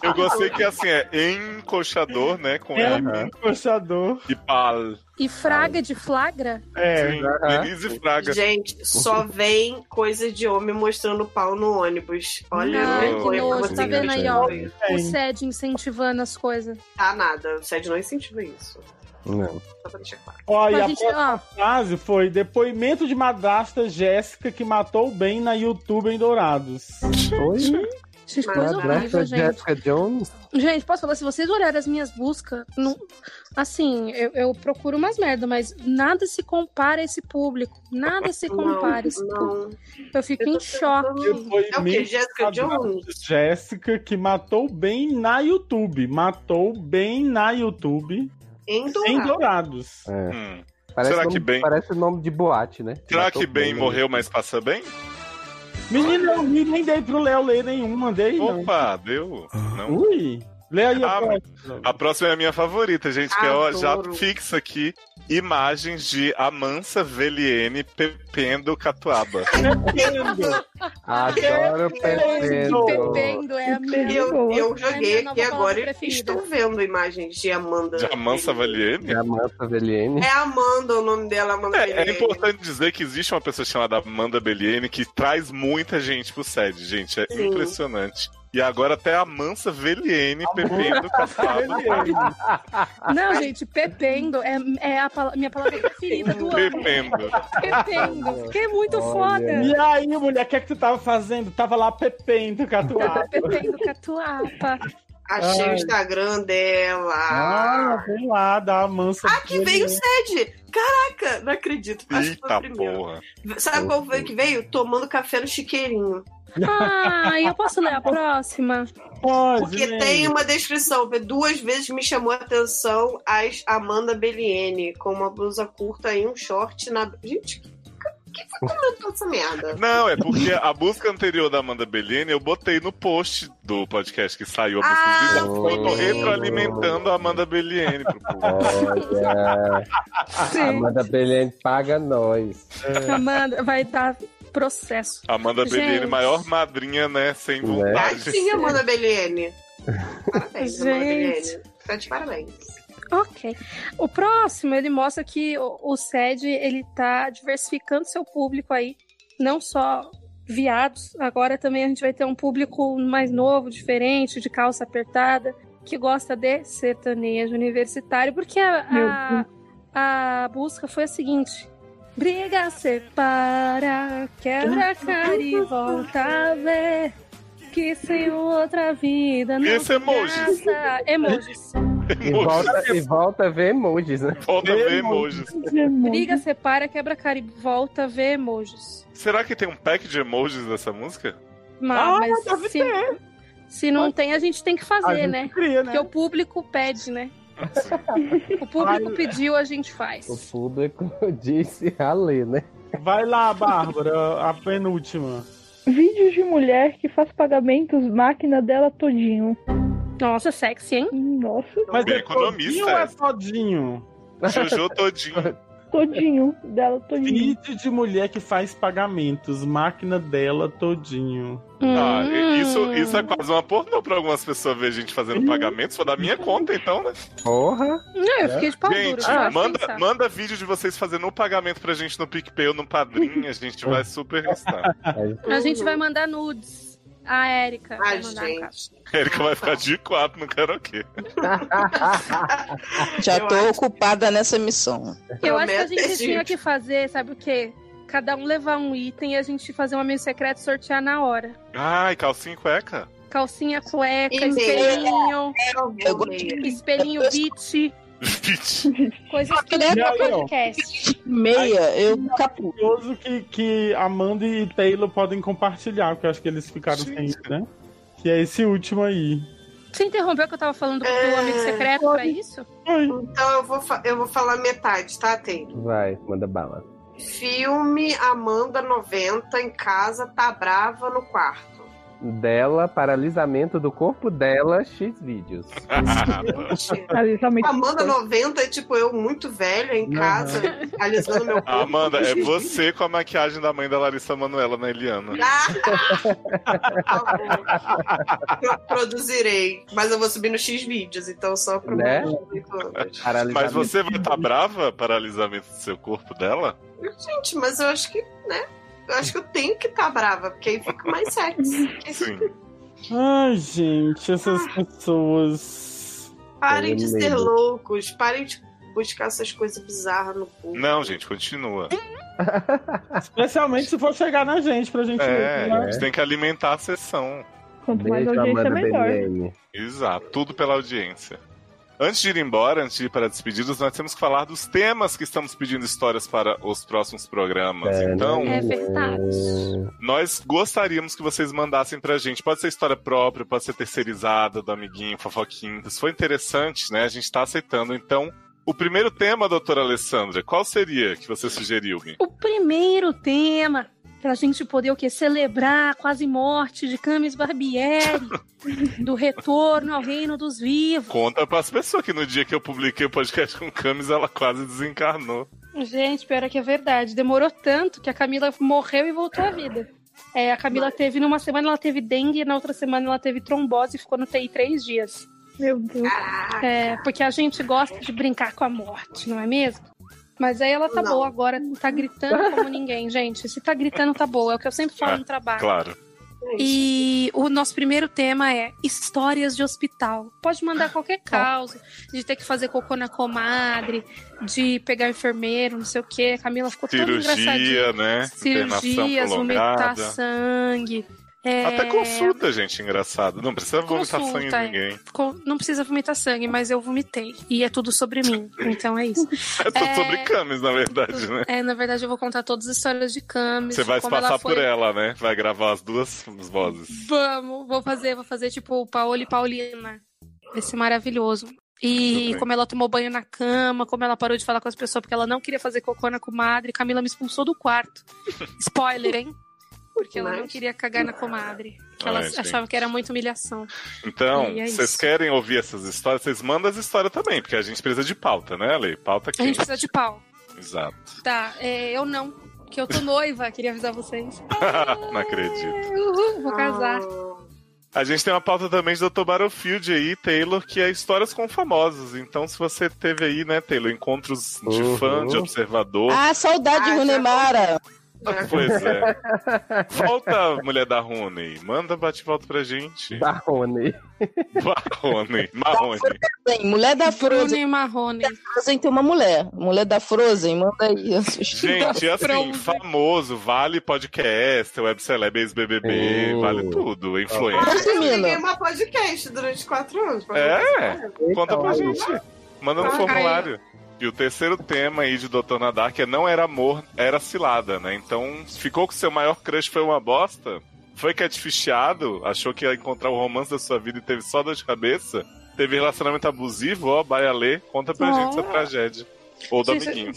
[SPEAKER 6] Eu gostei que assim é encoxador, né? Com
[SPEAKER 7] É,
[SPEAKER 6] M
[SPEAKER 7] encoxador.
[SPEAKER 6] e pal.
[SPEAKER 8] E Fraga de flagra?
[SPEAKER 7] É.
[SPEAKER 6] Sim, Denise Fraga. Uhum.
[SPEAKER 4] Gente, só vem coisa de homem mostrando pau no ônibus. Olha,
[SPEAKER 6] Não,
[SPEAKER 4] vergonha
[SPEAKER 6] que
[SPEAKER 4] pra
[SPEAKER 6] nojo,
[SPEAKER 4] você.
[SPEAKER 8] Tá vendo aí, ó? O
[SPEAKER 7] é,
[SPEAKER 4] Tem.
[SPEAKER 7] então,
[SPEAKER 8] SED incentivando as coisas.
[SPEAKER 4] Tá nada, o SED não incentiva isso.
[SPEAKER 2] Não.
[SPEAKER 4] Só pra deixar claro.
[SPEAKER 7] Ó, e
[SPEAKER 8] Mas,
[SPEAKER 7] a
[SPEAKER 8] Então, gente,
[SPEAKER 7] próxima frase foi depoimento de madrasta Jéssica que matou o bem na YouTube em Dourados.
[SPEAKER 2] Oi?
[SPEAKER 8] Gente, coisa horrível,
[SPEAKER 2] Madrasta
[SPEAKER 8] gente.
[SPEAKER 2] Jessica Jones?
[SPEAKER 8] Gente, posso falar, se vocês olharem as minhas buscas, não- assim, eu, eu procuro umas merda, mas nada se compara a esse público. Nada se compara a esse público. Eu fico em choque.
[SPEAKER 4] É o quê? Jessica Jones?
[SPEAKER 7] Jéssica que matou bem na YouTube. Matou bem na YouTube.
[SPEAKER 4] Em
[SPEAKER 7] Em Dourados.
[SPEAKER 2] É.
[SPEAKER 7] Parece
[SPEAKER 6] Será
[SPEAKER 7] nome-
[SPEAKER 6] que bem?
[SPEAKER 2] Parece o nome de boate, né?
[SPEAKER 6] Hum. Será
[SPEAKER 2] Matou
[SPEAKER 6] que bem
[SPEAKER 2] né?
[SPEAKER 6] morreu, mas passa bem?
[SPEAKER 7] Menina, eu li, nem dei pro Léo ler nenhum, mandei. não.
[SPEAKER 6] Opa, deu. Não.
[SPEAKER 7] Ui! Lê aí a
[SPEAKER 6] Ah,
[SPEAKER 7] próxima.
[SPEAKER 6] A próxima é a minha favorita, gente, que eu já
[SPEAKER 7] Adoro.
[SPEAKER 6] fixa aqui imagens de Amansa Veliene pependo catuaba.
[SPEAKER 2] Adoro
[SPEAKER 4] Pependo.
[SPEAKER 8] Pependo é a minha.
[SPEAKER 4] Eu, eu
[SPEAKER 8] é a minha
[SPEAKER 4] joguei
[SPEAKER 8] nova
[SPEAKER 4] aqui agora
[SPEAKER 8] palavra
[SPEAKER 4] e
[SPEAKER 8] preferida.
[SPEAKER 4] estou vendo imagens de Amanda.
[SPEAKER 6] De Amansa Veliene?
[SPEAKER 2] De Amansa Veliene.
[SPEAKER 4] É Amanda o nome dela, Amanda
[SPEAKER 6] É, é
[SPEAKER 4] Pereira.
[SPEAKER 6] importante dizer que existe uma pessoa chamada Amanda Belliene que traz muita gente pro sede, gente. É
[SPEAKER 4] Sim.
[SPEAKER 6] impressionante. E agora até a Mansa Veliene bebendo catuaba.
[SPEAKER 8] Não, gente, pependo é, é a pala- minha palavra preferida do ano.
[SPEAKER 6] Pependo.
[SPEAKER 8] Pependo. Fiquei muito
[SPEAKER 7] E
[SPEAKER 8] foda.
[SPEAKER 7] aí, mulher, o que é que tu tava fazendo? Tava lá pependo, catuaba.
[SPEAKER 8] Tá, Pependo catuapa.
[SPEAKER 4] Achei
[SPEAKER 7] Ai.
[SPEAKER 4] o Instagram dela.
[SPEAKER 7] Ah, vem lá, dá a mansa.
[SPEAKER 4] Aqui veio Ah, o Sede. Caraca, não acredito. Acho que foi o
[SPEAKER 6] Eita
[SPEAKER 4] primeiro.
[SPEAKER 6] porra.
[SPEAKER 4] Sabe qual foi que veio? Tomando café no chiqueirinho.
[SPEAKER 8] Ah, eu posso ler a próxima?
[SPEAKER 7] Pode.
[SPEAKER 4] Porque tem uma descrição. Duas vezes me chamou a atenção as Amanda Belliene, com uma blusa curta e um short na. Gente, que, que foi como eu tô essa merda?
[SPEAKER 6] Não, é porque a busca anterior da Amanda Belliene eu botei no post do podcast que saiu a busca
[SPEAKER 4] Ah,
[SPEAKER 6] do Bizarro. Eu tô
[SPEAKER 2] foi
[SPEAKER 6] retroalimentando a Amanda Belliene pro
[SPEAKER 8] É.
[SPEAKER 4] É.
[SPEAKER 2] Olha.
[SPEAKER 8] Sim.
[SPEAKER 2] Amanda Belliane paga nós.
[SPEAKER 8] Amanda, vai dar processo.
[SPEAKER 6] Amanda
[SPEAKER 8] Gente.
[SPEAKER 6] Belliere, maior madrinha, né? Sem vontade.
[SPEAKER 4] Né?
[SPEAKER 17] Sim, Amanda Beliene. Parabéns, Amanda
[SPEAKER 8] Gente.
[SPEAKER 17] Beliene. Tá de parabéns.
[SPEAKER 8] Ok. O próximo, ele mostra que o, o SED, ele tá diversificando seu público aí, não só viados, agora também a gente vai ter um público mais novo, diferente, de calça apertada, que gosta de sertanejo universitário, porque
[SPEAKER 9] Meu
[SPEAKER 8] a, a, a busca foi a seguinte... Briga, separa, quebra a cara e volta a ver que sem outra vida não É
[SPEAKER 6] Esse é emojis.
[SPEAKER 8] graça. Emojis.
[SPEAKER 2] E volta, e volta a ver emojis, né?
[SPEAKER 6] Volta a ver emojis.
[SPEAKER 1] né,
[SPEAKER 17] Uhum.
[SPEAKER 8] Briga, separa, quebra a cara e volta, vê emojis.
[SPEAKER 6] Será que tem um pack de emojis dessa música?
[SPEAKER 8] Mas,
[SPEAKER 17] Ah,
[SPEAKER 8] mas se, se não tem, a gente tem que
[SPEAKER 6] A
[SPEAKER 8] fazer,
[SPEAKER 6] gente
[SPEAKER 8] né?
[SPEAKER 6] cria, né?
[SPEAKER 8] Porque o público pede, né? o público pediu, a gente faz.
[SPEAKER 2] O público disse ralê, né?
[SPEAKER 7] Vai lá, Bárbara, a penúltima.
[SPEAKER 1] Vídeos de mulher que faz pagamentos máquina dela todinho.
[SPEAKER 8] Nossa, sexy, hein?
[SPEAKER 1] Nossa.
[SPEAKER 7] Mas é todinho
[SPEAKER 6] Economista.
[SPEAKER 7] ou é todinho?
[SPEAKER 6] Jojo todinho.
[SPEAKER 1] Todinho, dela todinho.
[SPEAKER 7] Vídeo de mulher que faz pagamentos, máquina dela todinho.
[SPEAKER 6] Ah,
[SPEAKER 8] Hum.
[SPEAKER 6] e- isso, isso é quase uma pornô pra algumas pessoas ver gente fazendo pagamentos. Vou dar minha conta, então, né?
[SPEAKER 2] Porra!
[SPEAKER 8] Não, eu fiquei de pau Tá duro.
[SPEAKER 6] Gente,
[SPEAKER 8] só de
[SPEAKER 6] manda,
[SPEAKER 8] pensar.
[SPEAKER 6] manda vídeo de vocês fazendo um pagamento pra gente no PicPay ou no Padrim. A gente vai super gostar.
[SPEAKER 8] A
[SPEAKER 4] Uhum.
[SPEAKER 8] gente
[SPEAKER 6] um-
[SPEAKER 8] vai mandar nudes. A Érica vai mandar no caso.
[SPEAKER 6] A Erika vai ficar de quatro no karaokê.
[SPEAKER 13] Já
[SPEAKER 8] Eu
[SPEAKER 13] tô ocupada nessa missão.
[SPEAKER 8] Eu acho que a gente
[SPEAKER 13] Promete,
[SPEAKER 8] tinha
[SPEAKER 13] gente.
[SPEAKER 8] que fazer, sabe o quê? Cada um levar um item e a gente fazer um amigo secreto e sortear na hora.
[SPEAKER 6] Ai, calcinha e cueca.
[SPEAKER 8] Calcinha, cueca,
[SPEAKER 17] E meia.
[SPEAKER 8] espelhinho.
[SPEAKER 17] Eu gosto de-
[SPEAKER 8] Espelhinho beat. Coisas que
[SPEAKER 3] né,
[SPEAKER 7] Não,
[SPEAKER 8] levam ao
[SPEAKER 7] não.
[SPEAKER 8] podcast.
[SPEAKER 7] Meia, eu caputo. curioso que, que Amanda e Taylor podem compartilhar, porque eu acho que eles ficaram sem isso, né? Que é esse último aí.
[SPEAKER 8] Você interrompeu que eu tava falando do amigo secreto pra isso?
[SPEAKER 17] Então eu vou, fa- eu vou falar metade, tá, Taylor?
[SPEAKER 2] Vai, manda bala.
[SPEAKER 17] Filme Amanda 90 em casa, tá brava no quarto.
[SPEAKER 2] Dela, paralisamento do corpo dela, X vídeos.
[SPEAKER 6] Ah,
[SPEAKER 17] Amanda 90 é tipo eu muito velha em casa, alisando meu corpo.
[SPEAKER 6] Amanda, é você com a maquiagem da mãe da Larissa Manoela, na Eliana.
[SPEAKER 17] Eu produzirei, mas eu vou subir no X vídeos, então só pra
[SPEAKER 6] Né?
[SPEAKER 2] Paralisamento.
[SPEAKER 6] Mas você vai estar brava? Paralisamento do seu corpo dela?
[SPEAKER 17] Gente, mas eu acho que, né? Eu acho que eu tenho que tá brava, porque aí fica mais sexy.
[SPEAKER 6] Sim.
[SPEAKER 7] Ai, gente, essas pessoas.
[SPEAKER 17] Parem de ser loucos, parem de buscar essas coisas bizarras no cu.
[SPEAKER 6] Não, gente, continua.
[SPEAKER 7] Especialmente se for chegar na gente pra gente
[SPEAKER 6] É,
[SPEAKER 7] ler, né?
[SPEAKER 6] a gente tem que alimentar a sessão.
[SPEAKER 1] Quanto mais audiência,
[SPEAKER 8] é
[SPEAKER 1] melhor.
[SPEAKER 6] Exato, tudo pela audiência. Antes de ir embora, antes de ir para despedidas, nós temos que falar dos temas que estamos pedindo histórias para os próximos programas.
[SPEAKER 2] né?
[SPEAKER 6] Então,
[SPEAKER 8] É verdade.
[SPEAKER 6] nós gostaríamos que vocês mandassem pra gente. Pode ser história própria, pode ser terceirizada, do amiguinho, fofoquinho. Se for interessante, né? A gente tá aceitando. Então, o primeiro tema, doutora Alessandra, qual seria que você sugeriu, Gui?
[SPEAKER 8] O primeiro tema, pra gente poder o quê? Celebrar a quase morte de Camis Barbieri, do retorno ao reino dos vivos.
[SPEAKER 6] Conta pras pessoas que no dia que eu publiquei o podcast com Camis, ela quase desencarnou.
[SPEAKER 8] Gente, pior é que é verdade. Demorou tanto que a Camila morreu e voltou à vida. É, a Camila teve, numa semana ela teve dengue, na outra semana ela teve trombose e ficou no TI três dias.
[SPEAKER 1] Meu Deus.
[SPEAKER 8] É, porque a gente gosta de brincar com a morte, não é mesmo? Mas aí ela tá
[SPEAKER 17] Não.
[SPEAKER 8] boa agora, tá gritando como ninguém, gente. Se tá gritando, tá boa. É o que eu sempre falo no trabalho.
[SPEAKER 6] Claro.
[SPEAKER 8] E o nosso primeiro tema é histórias de hospital. Pode mandar qualquer causa, de ter que fazer cocô na comadre, de pegar enfermeiro, não sei o quê. Camila ficou toda engraçadinha.
[SPEAKER 6] Cirurgia, né?
[SPEAKER 8] Cirurgias,
[SPEAKER 6] Internação
[SPEAKER 8] vomitar
[SPEAKER 6] prolongada.
[SPEAKER 8] sangue. é,
[SPEAKER 6] Até consulta, gente, engraçado. Não precisa vomitar
[SPEAKER 8] Consulta,
[SPEAKER 6] sangue em ninguém.
[SPEAKER 8] com- Não precisa vomitar sangue, mas eu vomitei. E é tudo sobre mim. Então é isso.
[SPEAKER 6] É tudo sobre camis, na verdade, né?
[SPEAKER 8] É, na verdade, eu vou contar todas as histórias de Camis.
[SPEAKER 6] Você vai se
[SPEAKER 8] como
[SPEAKER 6] passar
[SPEAKER 8] ela foi
[SPEAKER 6] por ela, né? Vai gravar as duas vozes.
[SPEAKER 8] Vamos, vou fazer, vou fazer tipo o Paolo e Paulina. Vai ser maravilhoso. E como ela tomou banho na cama, como ela parou de falar com as pessoas porque ela não queria fazer cocô na comadre, Camila me expulsou do quarto. Spoiler, hein? Porque ela não queria cagar na comadre. Que ela
[SPEAKER 6] Ai, gente.
[SPEAKER 8] achava que era muita humilhação.
[SPEAKER 6] Então,
[SPEAKER 8] E é
[SPEAKER 6] vocês
[SPEAKER 8] isso.
[SPEAKER 6] querem ouvir essas histórias? Vocês mandam as histórias também, porque a gente precisa de pauta, né, Ale? Pauta
[SPEAKER 8] A gente
[SPEAKER 6] quente.
[SPEAKER 8] precisa de pau.
[SPEAKER 6] Exato.
[SPEAKER 8] Tá, é, eu não. que eu tô noiva, queria avisar vocês.
[SPEAKER 6] Não acredito.
[SPEAKER 8] Uhul, vou casar.
[SPEAKER 4] Ah.
[SPEAKER 6] A gente tem uma pauta também de Dr. Battlefield aí, Taylor, que é histórias com famosos. Então, se você teve aí, né, Taylor, encontros de
[SPEAKER 2] Uhum.
[SPEAKER 6] fã, de observador.
[SPEAKER 13] Ah, saudade
[SPEAKER 2] tá
[SPEAKER 13] de Runemara.
[SPEAKER 6] Pois é. Volta, mulher da Rony. Manda bate-volta pra gente.
[SPEAKER 2] Da Rony.
[SPEAKER 6] Barrone. Marrone.
[SPEAKER 13] Frozen, mulher
[SPEAKER 3] Tá
[SPEAKER 13] da Frozen.
[SPEAKER 8] Frozen Marrone.
[SPEAKER 13] Frozen tem uma mulher. Mulher da Frozen, manda aí.
[SPEAKER 6] Gente,
[SPEAKER 3] um,
[SPEAKER 13] um-
[SPEAKER 3] né?
[SPEAKER 6] assim, famoso, vale podcast, web celeb, ex-BBB, vale tudo, influência.
[SPEAKER 13] Sim,
[SPEAKER 18] Eu liguei
[SPEAKER 13] menina.
[SPEAKER 18] uma podcast durante quatro anos. pra
[SPEAKER 6] É,
[SPEAKER 18] vocês.
[SPEAKER 6] conta pra gente. Manda no
[SPEAKER 18] Ah,
[SPEAKER 6] formulário. E o terceiro tema aí de Doutor Nadark é não era amor, era cilada, né? Então, ficou que seu maior crush foi uma bosta? Foi catfishado? Achou que ia encontrar o romance da sua vida e teve só dor de cabeça? Teve relacionamento abusivo? Ó, Baialê, conta pra
[SPEAKER 8] Ah.
[SPEAKER 6] gente essa tragédia. Ou
[SPEAKER 8] Gente,
[SPEAKER 6] do amiguinho.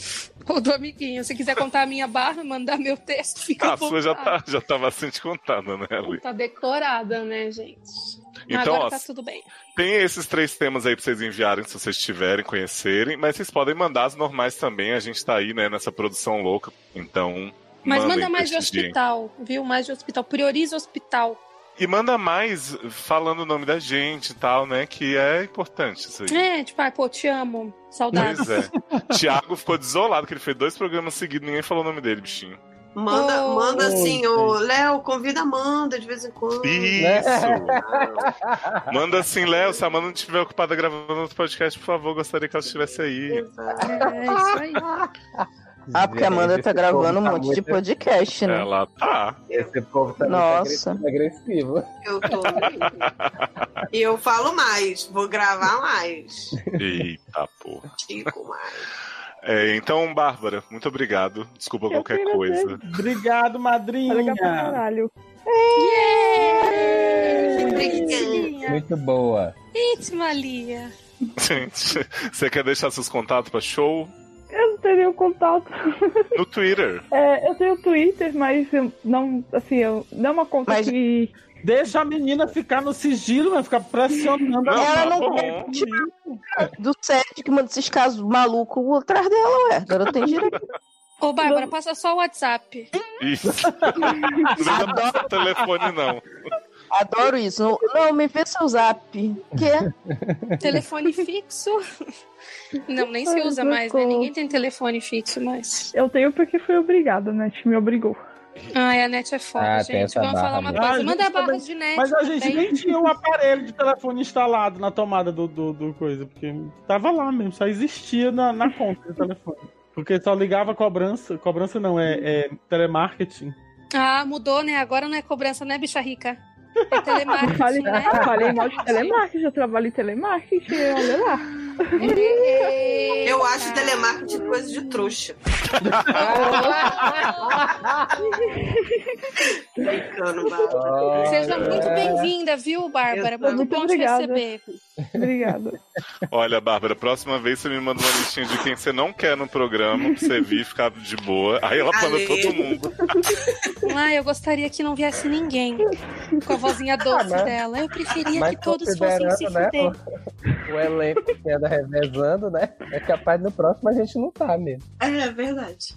[SPEAKER 8] Ou do amiguinho. Se quiser contar a minha barra, mandar meu texto, fica
[SPEAKER 6] Ah, a sua já tá, já tá bastante contada, né, Ali?
[SPEAKER 8] Tá decorada, né, gente? Mas
[SPEAKER 6] Então,
[SPEAKER 8] agora
[SPEAKER 6] ó,
[SPEAKER 8] tá tudo bem.
[SPEAKER 6] Tem esses três temas aí pra vocês enviarem, se vocês tiverem, conhecerem, mas vocês podem mandar as normais também, a gente tá aí, né, nessa produção louca, então...
[SPEAKER 8] Mas
[SPEAKER 6] mandem
[SPEAKER 8] manda mais de
[SPEAKER 6] prestigiem.
[SPEAKER 8] hospital, viu? Mais de hospital. Prioriza o hospital.
[SPEAKER 6] E manda mais falando o nome da gente e tal, né, que é importante isso aí.
[SPEAKER 8] É, tipo, ah, pô, te amo. Saudades.
[SPEAKER 6] Pois é. Tiago ficou desolado, que ele fez dois programas seguidos, ninguém falou o nome dele, bichinho.
[SPEAKER 18] Manda,
[SPEAKER 8] Oh.
[SPEAKER 18] manda assim, ô Léo, convida a Amanda de vez em quando.
[SPEAKER 6] Isso! Manda assim, Léo, se a Amanda não estiver ocupada gravando outro podcast, por favor, gostaria que ela estivesse aí.
[SPEAKER 8] É isso aí.
[SPEAKER 13] Ah, porque a Amanda
[SPEAKER 2] Gente,
[SPEAKER 13] tá
[SPEAKER 2] esse
[SPEAKER 13] gravando um
[SPEAKER 2] povo tá
[SPEAKER 13] monte de
[SPEAKER 2] muito-
[SPEAKER 13] podcast, né?
[SPEAKER 6] Ela tá.
[SPEAKER 2] Esse povo tá
[SPEAKER 13] Nossa.
[SPEAKER 2] muito agressivo. agressivo.
[SPEAKER 18] Eu tô. E eu falo mais, vou gravar mais.
[SPEAKER 6] Eita porra.
[SPEAKER 18] Fico mais.
[SPEAKER 6] É, então, Bárbara, muito obrigado. Desculpa qualquer coisa.
[SPEAKER 7] Obrigado, madrinha.
[SPEAKER 1] Obrigado pra caralho.
[SPEAKER 8] É, Bonitinha.
[SPEAKER 2] Muito boa.
[SPEAKER 8] Íntima, Lia.
[SPEAKER 6] Gente, você quer deixar seus contatos pra show?
[SPEAKER 1] Eu não tenho nenhum contato.
[SPEAKER 6] No Twitter.
[SPEAKER 1] É, eu tenho Twitter, mas eu não, assim, eu não é uma conta que.
[SPEAKER 7] Deixa a menina ficar no sigilo, vai ficar pressionando
[SPEAKER 13] Ela
[SPEAKER 7] ela.
[SPEAKER 13] não quer tirar
[SPEAKER 6] É.
[SPEAKER 13] do sede que manda esses casos malucos atrás dela, ué. Agora não tem direito.
[SPEAKER 8] Ô, Bárbara, passa só o WhatsApp.
[SPEAKER 6] Isso. Não precisa passar o telefone, não.
[SPEAKER 13] Adoro isso. Não, não, me vê seu zap. Quê?
[SPEAKER 8] telefone fixo. Não, nem se
[SPEAKER 1] Ai,
[SPEAKER 8] usa mais, né?
[SPEAKER 1] socorro.
[SPEAKER 8] Ninguém tem telefone fixo mais.
[SPEAKER 1] Eu tenho porque fui obrigada, né? A gente me obrigou.
[SPEAKER 8] Ai, a net é foda,
[SPEAKER 1] Ah, tem
[SPEAKER 8] gente.
[SPEAKER 1] essa
[SPEAKER 8] Vamos
[SPEAKER 1] barra
[SPEAKER 8] falar uma
[SPEAKER 1] mesmo.
[SPEAKER 8] coisa.
[SPEAKER 1] Ah, gente,
[SPEAKER 8] Manda a barra
[SPEAKER 1] também-
[SPEAKER 8] de net.
[SPEAKER 7] Mas a gente
[SPEAKER 8] também.
[SPEAKER 7] nem tinha um aparelho de telefone instalado na tomada do, do, do coisa, porque tava lá mesmo, só existia na, na conta do telefone. Porque só ligava cobrança, cobrança não, é, é telemarketing.
[SPEAKER 8] Ah, mudou, né? Agora não é cobrança, né, bicha rica? É
[SPEAKER 1] Eu
[SPEAKER 8] telemarketing,
[SPEAKER 1] falei,
[SPEAKER 8] né?
[SPEAKER 1] eu falei mal de telemarketing, eu trabalho em telemarketing, olha lá.
[SPEAKER 8] É,
[SPEAKER 18] Eu acho telemarketing coisa de trouxa. Brincando, Bárbara.
[SPEAKER 8] Seja muito bem-vinda, viu, Bárbara?
[SPEAKER 18] Eu tô-
[SPEAKER 8] Muito bom te
[SPEAKER 1] obrigada.
[SPEAKER 8] receber.
[SPEAKER 1] Obrigada.
[SPEAKER 6] Olha, Bárbara, próxima vez você me manda uma listinha de quem você não quer no programa, pra você vir e ficar de boa. Aí ela manda
[SPEAKER 8] Ale.
[SPEAKER 6] todo mundo.
[SPEAKER 8] Ah, eu gostaria que não viesse ninguém com a vozinha doce dela. Eu preferia é que todos fossem se
[SPEAKER 2] né,
[SPEAKER 8] fuder.
[SPEAKER 2] o, o elenco que anda revezando, né? É capaz no próximo a gente não tá mesmo.
[SPEAKER 18] É verdade.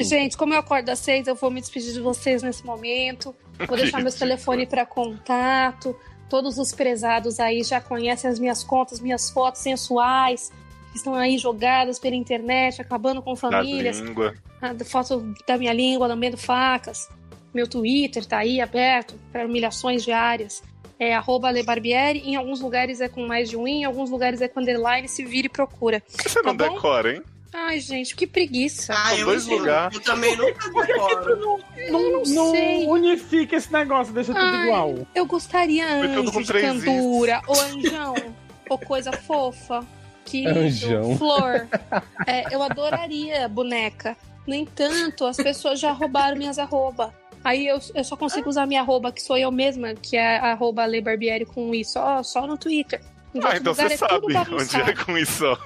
[SPEAKER 8] Gente, como eu acordo às seis, eu vou me despedir de vocês nesse momento. Vou deixar meus telefones para contato. Todos os prezados aí já conhecem as minhas contas, minhas fotos sensuais. que Estão aí jogadas pela internet, acabando com
[SPEAKER 6] Na
[SPEAKER 8] famílias.
[SPEAKER 6] tá, língua.
[SPEAKER 8] a Ah, do- foto da minha língua, lambendo facas. Meu Twitter tá aí aberto para humilhações diárias. É arroba Le Barbieri. Em alguns lugares é com mais de um i, em alguns lugares é com underline. Se vira e procura.
[SPEAKER 6] Você não
[SPEAKER 8] tá bom?
[SPEAKER 6] decora, hein?
[SPEAKER 8] Ai, gente, que preguiça.
[SPEAKER 4] Ah,
[SPEAKER 6] São eu dois entendo. lugares. Eu
[SPEAKER 18] também nunca decoro.
[SPEAKER 8] Eu não sei.
[SPEAKER 7] unifica esse negócio, deixa tudo
[SPEAKER 8] Ai,
[SPEAKER 7] igual.
[SPEAKER 8] Eu gostaria
[SPEAKER 7] Foi tudo
[SPEAKER 8] anjo
[SPEAKER 6] um
[SPEAKER 7] com
[SPEAKER 8] de
[SPEAKER 7] três
[SPEAKER 8] candura, ou anjão, ou coisa fofa, querido,
[SPEAKER 7] Anjão.
[SPEAKER 8] flor. É, eu adoraria boneca. No entanto, as pessoas já roubaram minhas arroba. Aí eu, eu só consigo usar minha arroba, que sou eu mesma, que é arroba Le Barbieri com isso, só, só no Twitter. Em
[SPEAKER 6] Ah,
[SPEAKER 8] outro
[SPEAKER 6] então
[SPEAKER 8] lugar
[SPEAKER 6] você
[SPEAKER 8] é tudo
[SPEAKER 6] sabe onde
[SPEAKER 8] bagunçado.
[SPEAKER 6] é com isso, ó.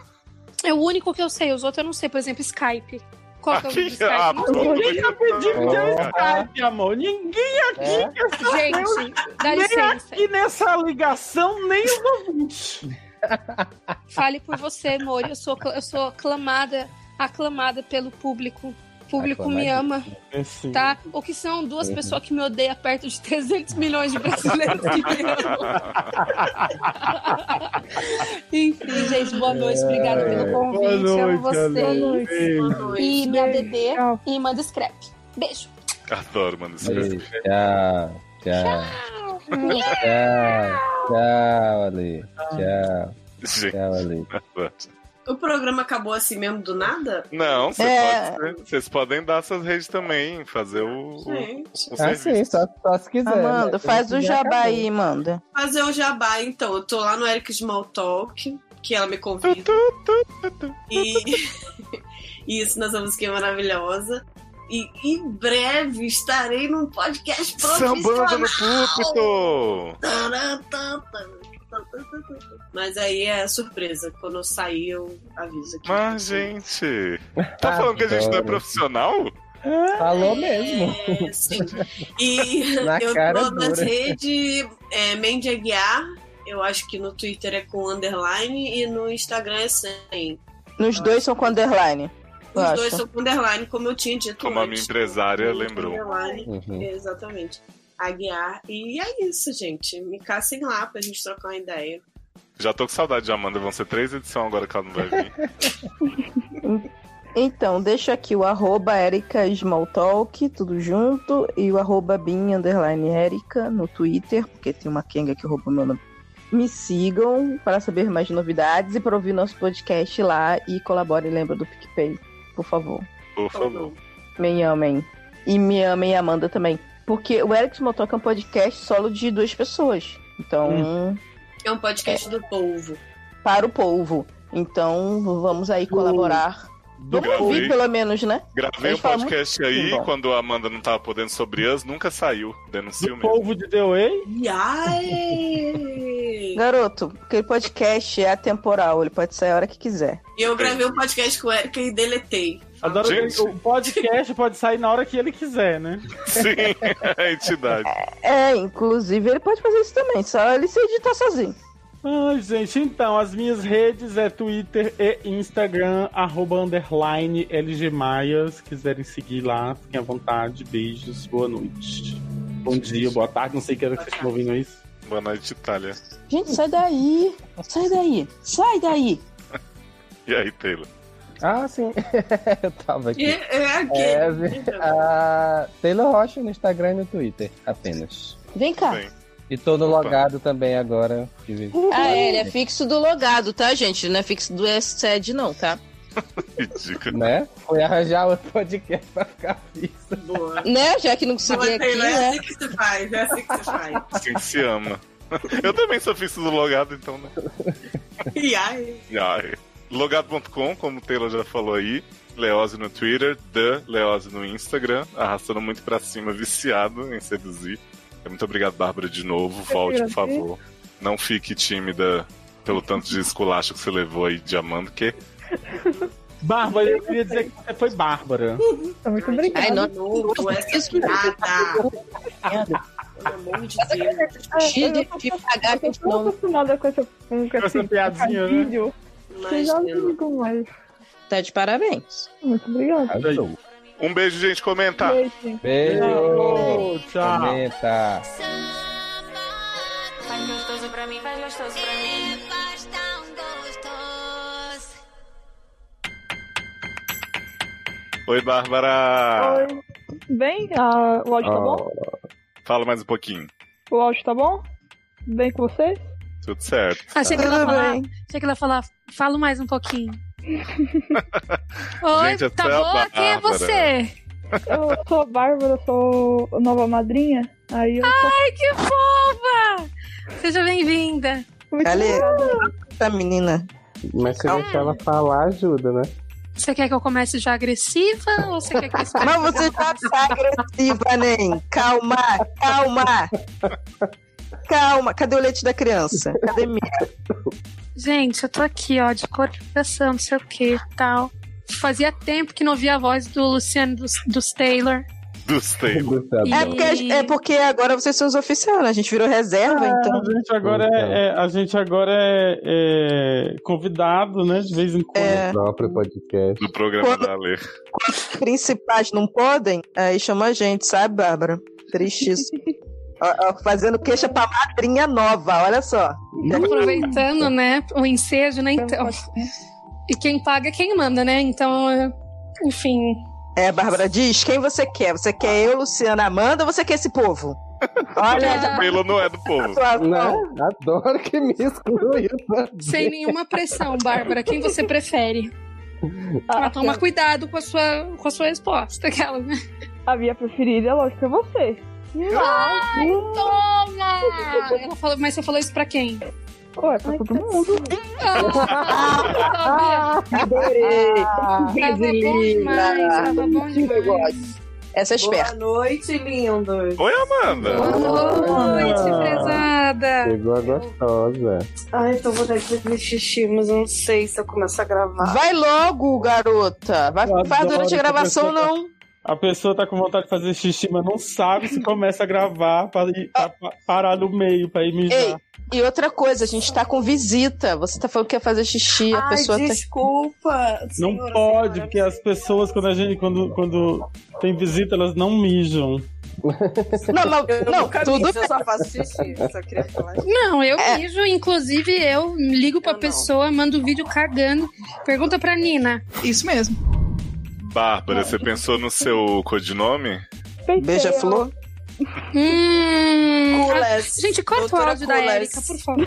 [SPEAKER 8] É o único que eu sei, os outros eu não sei. Por exemplo, Skype. Qual que é o nome do
[SPEAKER 6] Aqui, ah,
[SPEAKER 8] Skype?
[SPEAKER 6] pô,
[SPEAKER 7] Ninguém ia pedir que tinha
[SPEAKER 6] Porra.
[SPEAKER 7] Skype, amor. Ninguém aqui
[SPEAKER 2] É.
[SPEAKER 7] quer
[SPEAKER 6] ah,
[SPEAKER 7] saber.
[SPEAKER 8] Gente, dá
[SPEAKER 7] nem
[SPEAKER 8] licença.
[SPEAKER 7] aqui nessa ligação, nem os ouvintes.
[SPEAKER 8] Fale por você, Mori. Eu sou, eu sou aclamada, aclamada pelo público. público me ama, tá? Ou que são duas
[SPEAKER 19] Uhum.
[SPEAKER 8] pessoas que me odeiam perto de 300 milhões de brasileiros que me amam. Enfim, gente, boa noite. Obrigada pelo
[SPEAKER 19] Boa
[SPEAKER 8] convite. Amo
[SPEAKER 19] noite,
[SPEAKER 8] vocês.
[SPEAKER 19] Boa noite. Boa noite.
[SPEAKER 8] E minha bebê e manda scrap. Beijo.
[SPEAKER 6] Adoro, mano. Esse
[SPEAKER 2] Beijo,
[SPEAKER 6] beijo.
[SPEAKER 2] Tchau, tchau. Tchau, tchau, Ale. Tchau. Tchau, Ale.
[SPEAKER 4] O programa acabou assim mesmo do nada?
[SPEAKER 6] Não, vocês
[SPEAKER 4] É.
[SPEAKER 6] podem- vocês podem dar suas redes também, fazer o, o,
[SPEAKER 4] É.
[SPEAKER 6] o
[SPEAKER 3] Ah,
[SPEAKER 6] serviço.
[SPEAKER 3] sim, só,
[SPEAKER 2] só se
[SPEAKER 3] quiser. Amanda,
[SPEAKER 2] É,
[SPEAKER 4] né?
[SPEAKER 3] faz
[SPEAKER 4] Se
[SPEAKER 3] o
[SPEAKER 4] quiser,
[SPEAKER 3] jabá
[SPEAKER 4] acabou.
[SPEAKER 3] aí, manda.
[SPEAKER 4] Fazer o jabá, então. Eu tô lá no Eric Small Talk, que ela me convida. E e isso nessa musiquinha maravilhosa. E em breve estarei num podcast profissional.
[SPEAKER 6] Sambando no púlpito!
[SPEAKER 4] Tarã, tã, tã, tã, tã, tã, tã. Mas aí é surpresa. Quando eu sair, eu aviso aqui.
[SPEAKER 6] Mas, gente, tá falando que a gente não é
[SPEAKER 2] Adoro.
[SPEAKER 6] profissional?
[SPEAKER 2] Falou mesmo.
[SPEAKER 4] É, E
[SPEAKER 2] Na
[SPEAKER 4] eu
[SPEAKER 2] cara
[SPEAKER 4] tô nas
[SPEAKER 2] dura.
[SPEAKER 4] redes é, Mendiaguiar. Eu acho que no Twitter é com underline e no Instagram é sem.
[SPEAKER 3] Nos dois são com underline.
[SPEAKER 4] Os dois são com underline, como eu tinha dito
[SPEAKER 6] Como a minha
[SPEAKER 4] antes.
[SPEAKER 6] empresária lembrou.
[SPEAKER 4] Underline,
[SPEAKER 6] Uhum.
[SPEAKER 4] Exatamente. Aguiar. E é isso, gente. Me caçem lá pra gente trocar uma ideia.
[SPEAKER 6] Já tô com saudade de Amanda, vão ser três edições agora que ela não vai vir.
[SPEAKER 3] Então, deixa aqui o arroba Erika Smalltalk, tudo junto, e o arroba Bin underline Erika no Twitter, porque tem uma Kenga que roubou meu nome. Me sigam para saber mais novidades e para ouvir nosso podcast lá e colaborem, lembra do PicPay, por favor.
[SPEAKER 6] Por favor.
[SPEAKER 4] Então,
[SPEAKER 3] Me amem. E me amem a Amanda também. Porque o Eric Smalltalk é um podcast solo de duas pessoas. Então.
[SPEAKER 4] É um podcast do povo.
[SPEAKER 3] Para o povo. Então, vamos aí colaborar.
[SPEAKER 6] do
[SPEAKER 3] vamos ouvir,
[SPEAKER 6] Gravei.
[SPEAKER 3] pelo menos, né?
[SPEAKER 6] Gravei
[SPEAKER 3] A
[SPEAKER 6] um
[SPEAKER 3] gente fala
[SPEAKER 6] podcast
[SPEAKER 3] muito- assim,
[SPEAKER 6] aí,
[SPEAKER 3] Sim, bom.
[SPEAKER 6] quando a Amanda não tava podendo sobre as, nunca saiu. Denuncio mesmo.
[SPEAKER 7] Povo de DOA?
[SPEAKER 3] Garoto, aquele podcast é atemporal, ele pode sair a hora que quiser.
[SPEAKER 4] E eu gravei um podcast com o Erika e deletei.
[SPEAKER 7] Adoro que o podcast pode sair na hora que ele quiser, né?
[SPEAKER 6] Sim, a entidade.
[SPEAKER 3] É, inclusive ele pode fazer isso também, só ele se editar sozinho.
[SPEAKER 7] Ai, gente, então, as minhas redes é Twitter e Instagram, arroba underline LG Maia. Se quiserem seguir lá, fiquem à vontade. Beijos, boa noite. Bom dia, boa tarde, não sei que hora que vocês estão ouvindo isso.
[SPEAKER 6] Boa noite, Itália.
[SPEAKER 3] Gente, sai daí! Sai daí! Sai daí!
[SPEAKER 6] E aí, Taylor?
[SPEAKER 2] Ah, sim. Eu tava aqui.
[SPEAKER 19] É, é aquele.
[SPEAKER 2] vi- a Taylor Rocha no Instagram e no Twitter, apenas.
[SPEAKER 3] Vem cá.
[SPEAKER 2] E todo logado também agora. que vi-
[SPEAKER 3] Ah, é, ele é fixo do logado, tá, gente? Não é fixo do sede, não, tá?
[SPEAKER 6] Ridículo.
[SPEAKER 2] Né? Foi arranjar outro podcast pra ficar fixo.
[SPEAKER 4] Boa.
[SPEAKER 3] Né? Já que não
[SPEAKER 4] Fala,
[SPEAKER 3] consegui aqui,
[SPEAKER 4] Taylor, é
[SPEAKER 3] né?
[SPEAKER 4] assim que se faz, é assim que se faz.
[SPEAKER 6] Assim que se ama. Eu também sou fixo do logado, então, né?
[SPEAKER 4] E aí?
[SPEAKER 6] E aí? Logado.com, como o Taylor já falou aí. Leose no Twitter, The Leose no Instagram, arrastando muito pra cima, viciado em seduzir. Muito obrigado, Bárbara, de novo. Volte, por favor. Não fique tímida pelo tanto de esculacho que você levou aí de Amanda, que
[SPEAKER 7] Bárbara, eu queria dizer que você foi Bárbara.
[SPEAKER 1] Tá Muito obrigada.
[SPEAKER 4] Ai, não, não, essa piada. Pelo amor de Deus.
[SPEAKER 1] É, Eu não
[SPEAKER 3] tipo
[SPEAKER 1] tô-
[SPEAKER 3] é.
[SPEAKER 1] Eu tô tão acostumada com essa, com esse
[SPEAKER 7] piadinha, né?
[SPEAKER 1] trocadilho que já não digo mais.
[SPEAKER 3] Tá de parabéns.
[SPEAKER 1] Muito obrigada.
[SPEAKER 6] Um beijo, gente. Comenta.
[SPEAKER 1] Beijo.
[SPEAKER 2] Beijo!
[SPEAKER 7] Tchau.
[SPEAKER 2] Comenta.
[SPEAKER 9] Faz gostoso pra mim, faz gostoso pra
[SPEAKER 17] É,
[SPEAKER 9] mim. Faz tão gostoso.
[SPEAKER 6] Oi, Bárbara.
[SPEAKER 1] Oi. Bem, ah, o áudio tá bom?
[SPEAKER 6] Fala mais um pouquinho.
[SPEAKER 1] O áudio tá bom? Tudo Bem com vocês?
[SPEAKER 6] Tudo certo.
[SPEAKER 8] Achei Ah, que ela ia falar. Achei que ela ia falar. Falo mais um pouquinho. Oi,
[SPEAKER 6] Gente,
[SPEAKER 8] tá
[SPEAKER 6] até a
[SPEAKER 8] boa? Quem é
[SPEAKER 6] Bárbara.
[SPEAKER 8] você?
[SPEAKER 1] Eu sou a Bárbara, sou a nova madrinha. Aí eu tô...
[SPEAKER 8] Ai, que fofa! Seja bem-vinda.
[SPEAKER 3] é Tá, menina.
[SPEAKER 20] Mas se deixar ela falar, ajuda, né?
[SPEAKER 8] Você quer que eu comece já agressiva ou você quer que eu espere?
[SPEAKER 3] Mas você já tá agressiva, nem. Calma, calma. Calma, cadê o leite da criança? Cadê minha?
[SPEAKER 8] Gente, eu tô aqui, ó, de coração, não sei o que e tal. Fazia tempo que não via a voz do Luciano dos, dos Taylor.
[SPEAKER 6] Do stable.
[SPEAKER 3] É porque, é porque agora vocês são os oficiais, né? A gente virou reserva, então.
[SPEAKER 7] A gente agora, é, é- a gente agora é, é convidado, né? De vez em quando.
[SPEAKER 3] É.
[SPEAKER 7] próprio podcast.
[SPEAKER 6] Do programa da Lê.
[SPEAKER 3] Principais não podem, aí chama a gente, sabe, Bárbara? Triste isso. Ó, ó, Fazendo queixa pra madrinha nova, olha só.
[SPEAKER 8] Aproveitando, né, o ensejo, né, então. E quem paga é quem manda, né? Então, é, enfim.
[SPEAKER 3] É, Bárbara, diz quem você quer. Você quer eu, Luciana, Amanda ou você quer esse povo? Olha, já
[SPEAKER 6] Pelo não é do povo.
[SPEAKER 7] Né?
[SPEAKER 3] Não,
[SPEAKER 8] É.
[SPEAKER 21] adoro que me exclui.
[SPEAKER 8] Sem nenhuma pressão, Bárbara. Quem você prefere?
[SPEAKER 1] Ah,
[SPEAKER 8] Mas toma cuidado com a sua, com a sua resposta, aquela. né?
[SPEAKER 1] A minha preferida, é lógico, é você. Ah,
[SPEAKER 8] Ai, toma! Ela falou, mas você falou isso pra quem?
[SPEAKER 1] Ué, pra todo mundo.
[SPEAKER 8] Ah, tá vendo?
[SPEAKER 3] Essa é
[SPEAKER 18] esperta. Boa noite, lindos.
[SPEAKER 6] Oi, Amanda.
[SPEAKER 18] Boa
[SPEAKER 21] noite,
[SPEAKER 8] É.
[SPEAKER 18] pesada.
[SPEAKER 21] Chegou a gostosa.
[SPEAKER 18] Ai, então vou ter que fazer xixi, mas eu não sei se eu começo a gravar.
[SPEAKER 3] Vai logo, garota. Vai,
[SPEAKER 7] Eu
[SPEAKER 3] faz
[SPEAKER 7] adoro
[SPEAKER 3] durante a
[SPEAKER 7] que
[SPEAKER 3] gravação,
[SPEAKER 7] pessoa tá-
[SPEAKER 3] não.
[SPEAKER 7] A pessoa tá com vontade de fazer xixi, mas não sabe se começa a gravar pra, ir, pra- pra parar no meio pra ir
[SPEAKER 3] Ei,
[SPEAKER 7] mijar.
[SPEAKER 3] e outra coisa, a gente tá com visita. Você tá falando que ia fazer xixi, a
[SPEAKER 18] Ai,
[SPEAKER 3] pessoa tá-
[SPEAKER 18] desculpa.
[SPEAKER 7] Não pode, porque é assim. as pessoas, quando a gente quando, quando tem visita, elas não mijam.
[SPEAKER 3] tá. Não, não,
[SPEAKER 18] Eu
[SPEAKER 3] não
[SPEAKER 18] nunca
[SPEAKER 3] tudo
[SPEAKER 18] mijo, eu só
[SPEAKER 3] bem.
[SPEAKER 18] faço xixi, só queria falar.
[SPEAKER 8] Não, eu mijo, inclusive eu ligo pra pessoa, mando vídeo cagando. Pergunta pra Nina.
[SPEAKER 22] Isso mesmo.
[SPEAKER 6] Bárbara, você pensou no seu codinome?
[SPEAKER 3] Beija-flor?
[SPEAKER 8] Hum.
[SPEAKER 18] Cules.
[SPEAKER 8] ah, gente, corta o
[SPEAKER 18] Doutora
[SPEAKER 8] áudio da
[SPEAKER 18] Cules.
[SPEAKER 8] Erika, por favor.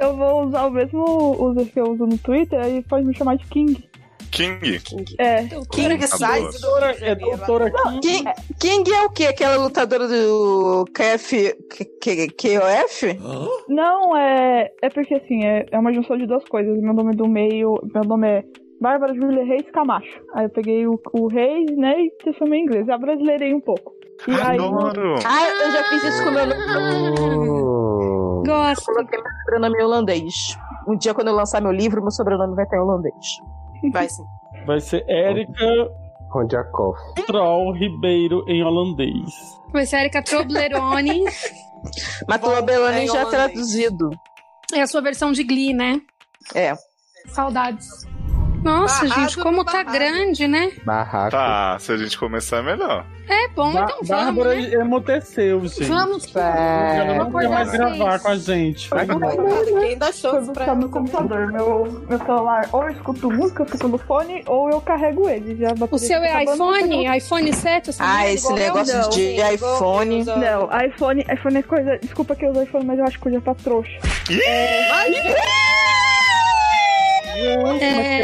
[SPEAKER 1] Eu vou usar o mesmo user que eu uso no Twitter, aí pode me chamar de King.
[SPEAKER 6] King.
[SPEAKER 1] É.
[SPEAKER 3] King size.
[SPEAKER 7] É doutora
[SPEAKER 3] Não, King, King é o quê? Aquela lutadora do KF, Q- Q- QOF?
[SPEAKER 1] Não, é. É porque assim, é, é uma junção de duas coisas. Meu nome é do meio. Meu nome é Bárbara Júlia Reis Camacho. Aí eu peguei o, o Reis, né? E transformei em inglês. Eu brasileirei um pouco. E aí,
[SPEAKER 6] Adoro.
[SPEAKER 3] Ah, eu já fiz isso com o meu
[SPEAKER 21] Hum.
[SPEAKER 3] nome.
[SPEAKER 8] Gosto.
[SPEAKER 3] Coloquei meu sobrenome em holandês. Um dia, quando eu lançar meu livro, meu sobrenome vai estar em holandês.
[SPEAKER 18] Vai sim.
[SPEAKER 7] Vai ser Érica
[SPEAKER 21] Rondiakov.
[SPEAKER 7] Troll Ribeiro em holandês.
[SPEAKER 8] Vai ser a Erika Toblerone.
[SPEAKER 3] Mas Toblerone
[SPEAKER 8] já é
[SPEAKER 3] traduzido.
[SPEAKER 8] É a sua versão de Glee, né?
[SPEAKER 3] É.
[SPEAKER 8] Saudades. Nossa,
[SPEAKER 22] Barrado
[SPEAKER 8] gente, como tá grande, né?
[SPEAKER 21] Barraco.
[SPEAKER 6] Tá, se a gente começar é melhor.
[SPEAKER 8] É bom,
[SPEAKER 7] Ba-
[SPEAKER 8] então vamos,
[SPEAKER 7] Bárbara
[SPEAKER 8] né?
[SPEAKER 7] emuteceu, gente.
[SPEAKER 8] Vamos.
[SPEAKER 7] Ela não
[SPEAKER 8] Vamos
[SPEAKER 7] quer mais
[SPEAKER 8] acordar vocês.
[SPEAKER 7] gravar com a gente. Foi mal.
[SPEAKER 18] Quem dá
[SPEAKER 1] Foi buscar meu computador. Meu, meu celular, ou eu escuto música, eu fico no fone, ou eu carrego ele. Já tá
[SPEAKER 8] O seu é iPhone? iPhone 7? essa
[SPEAKER 3] Ah,
[SPEAKER 8] merda, igual eu? Não.
[SPEAKER 1] é Não, iPhone, iPhone é coisa. Desculpa que eu uso iPhone, mas eu acho coisa pra trouxa.
[SPEAKER 21] Gente,
[SPEAKER 1] É.
[SPEAKER 21] mas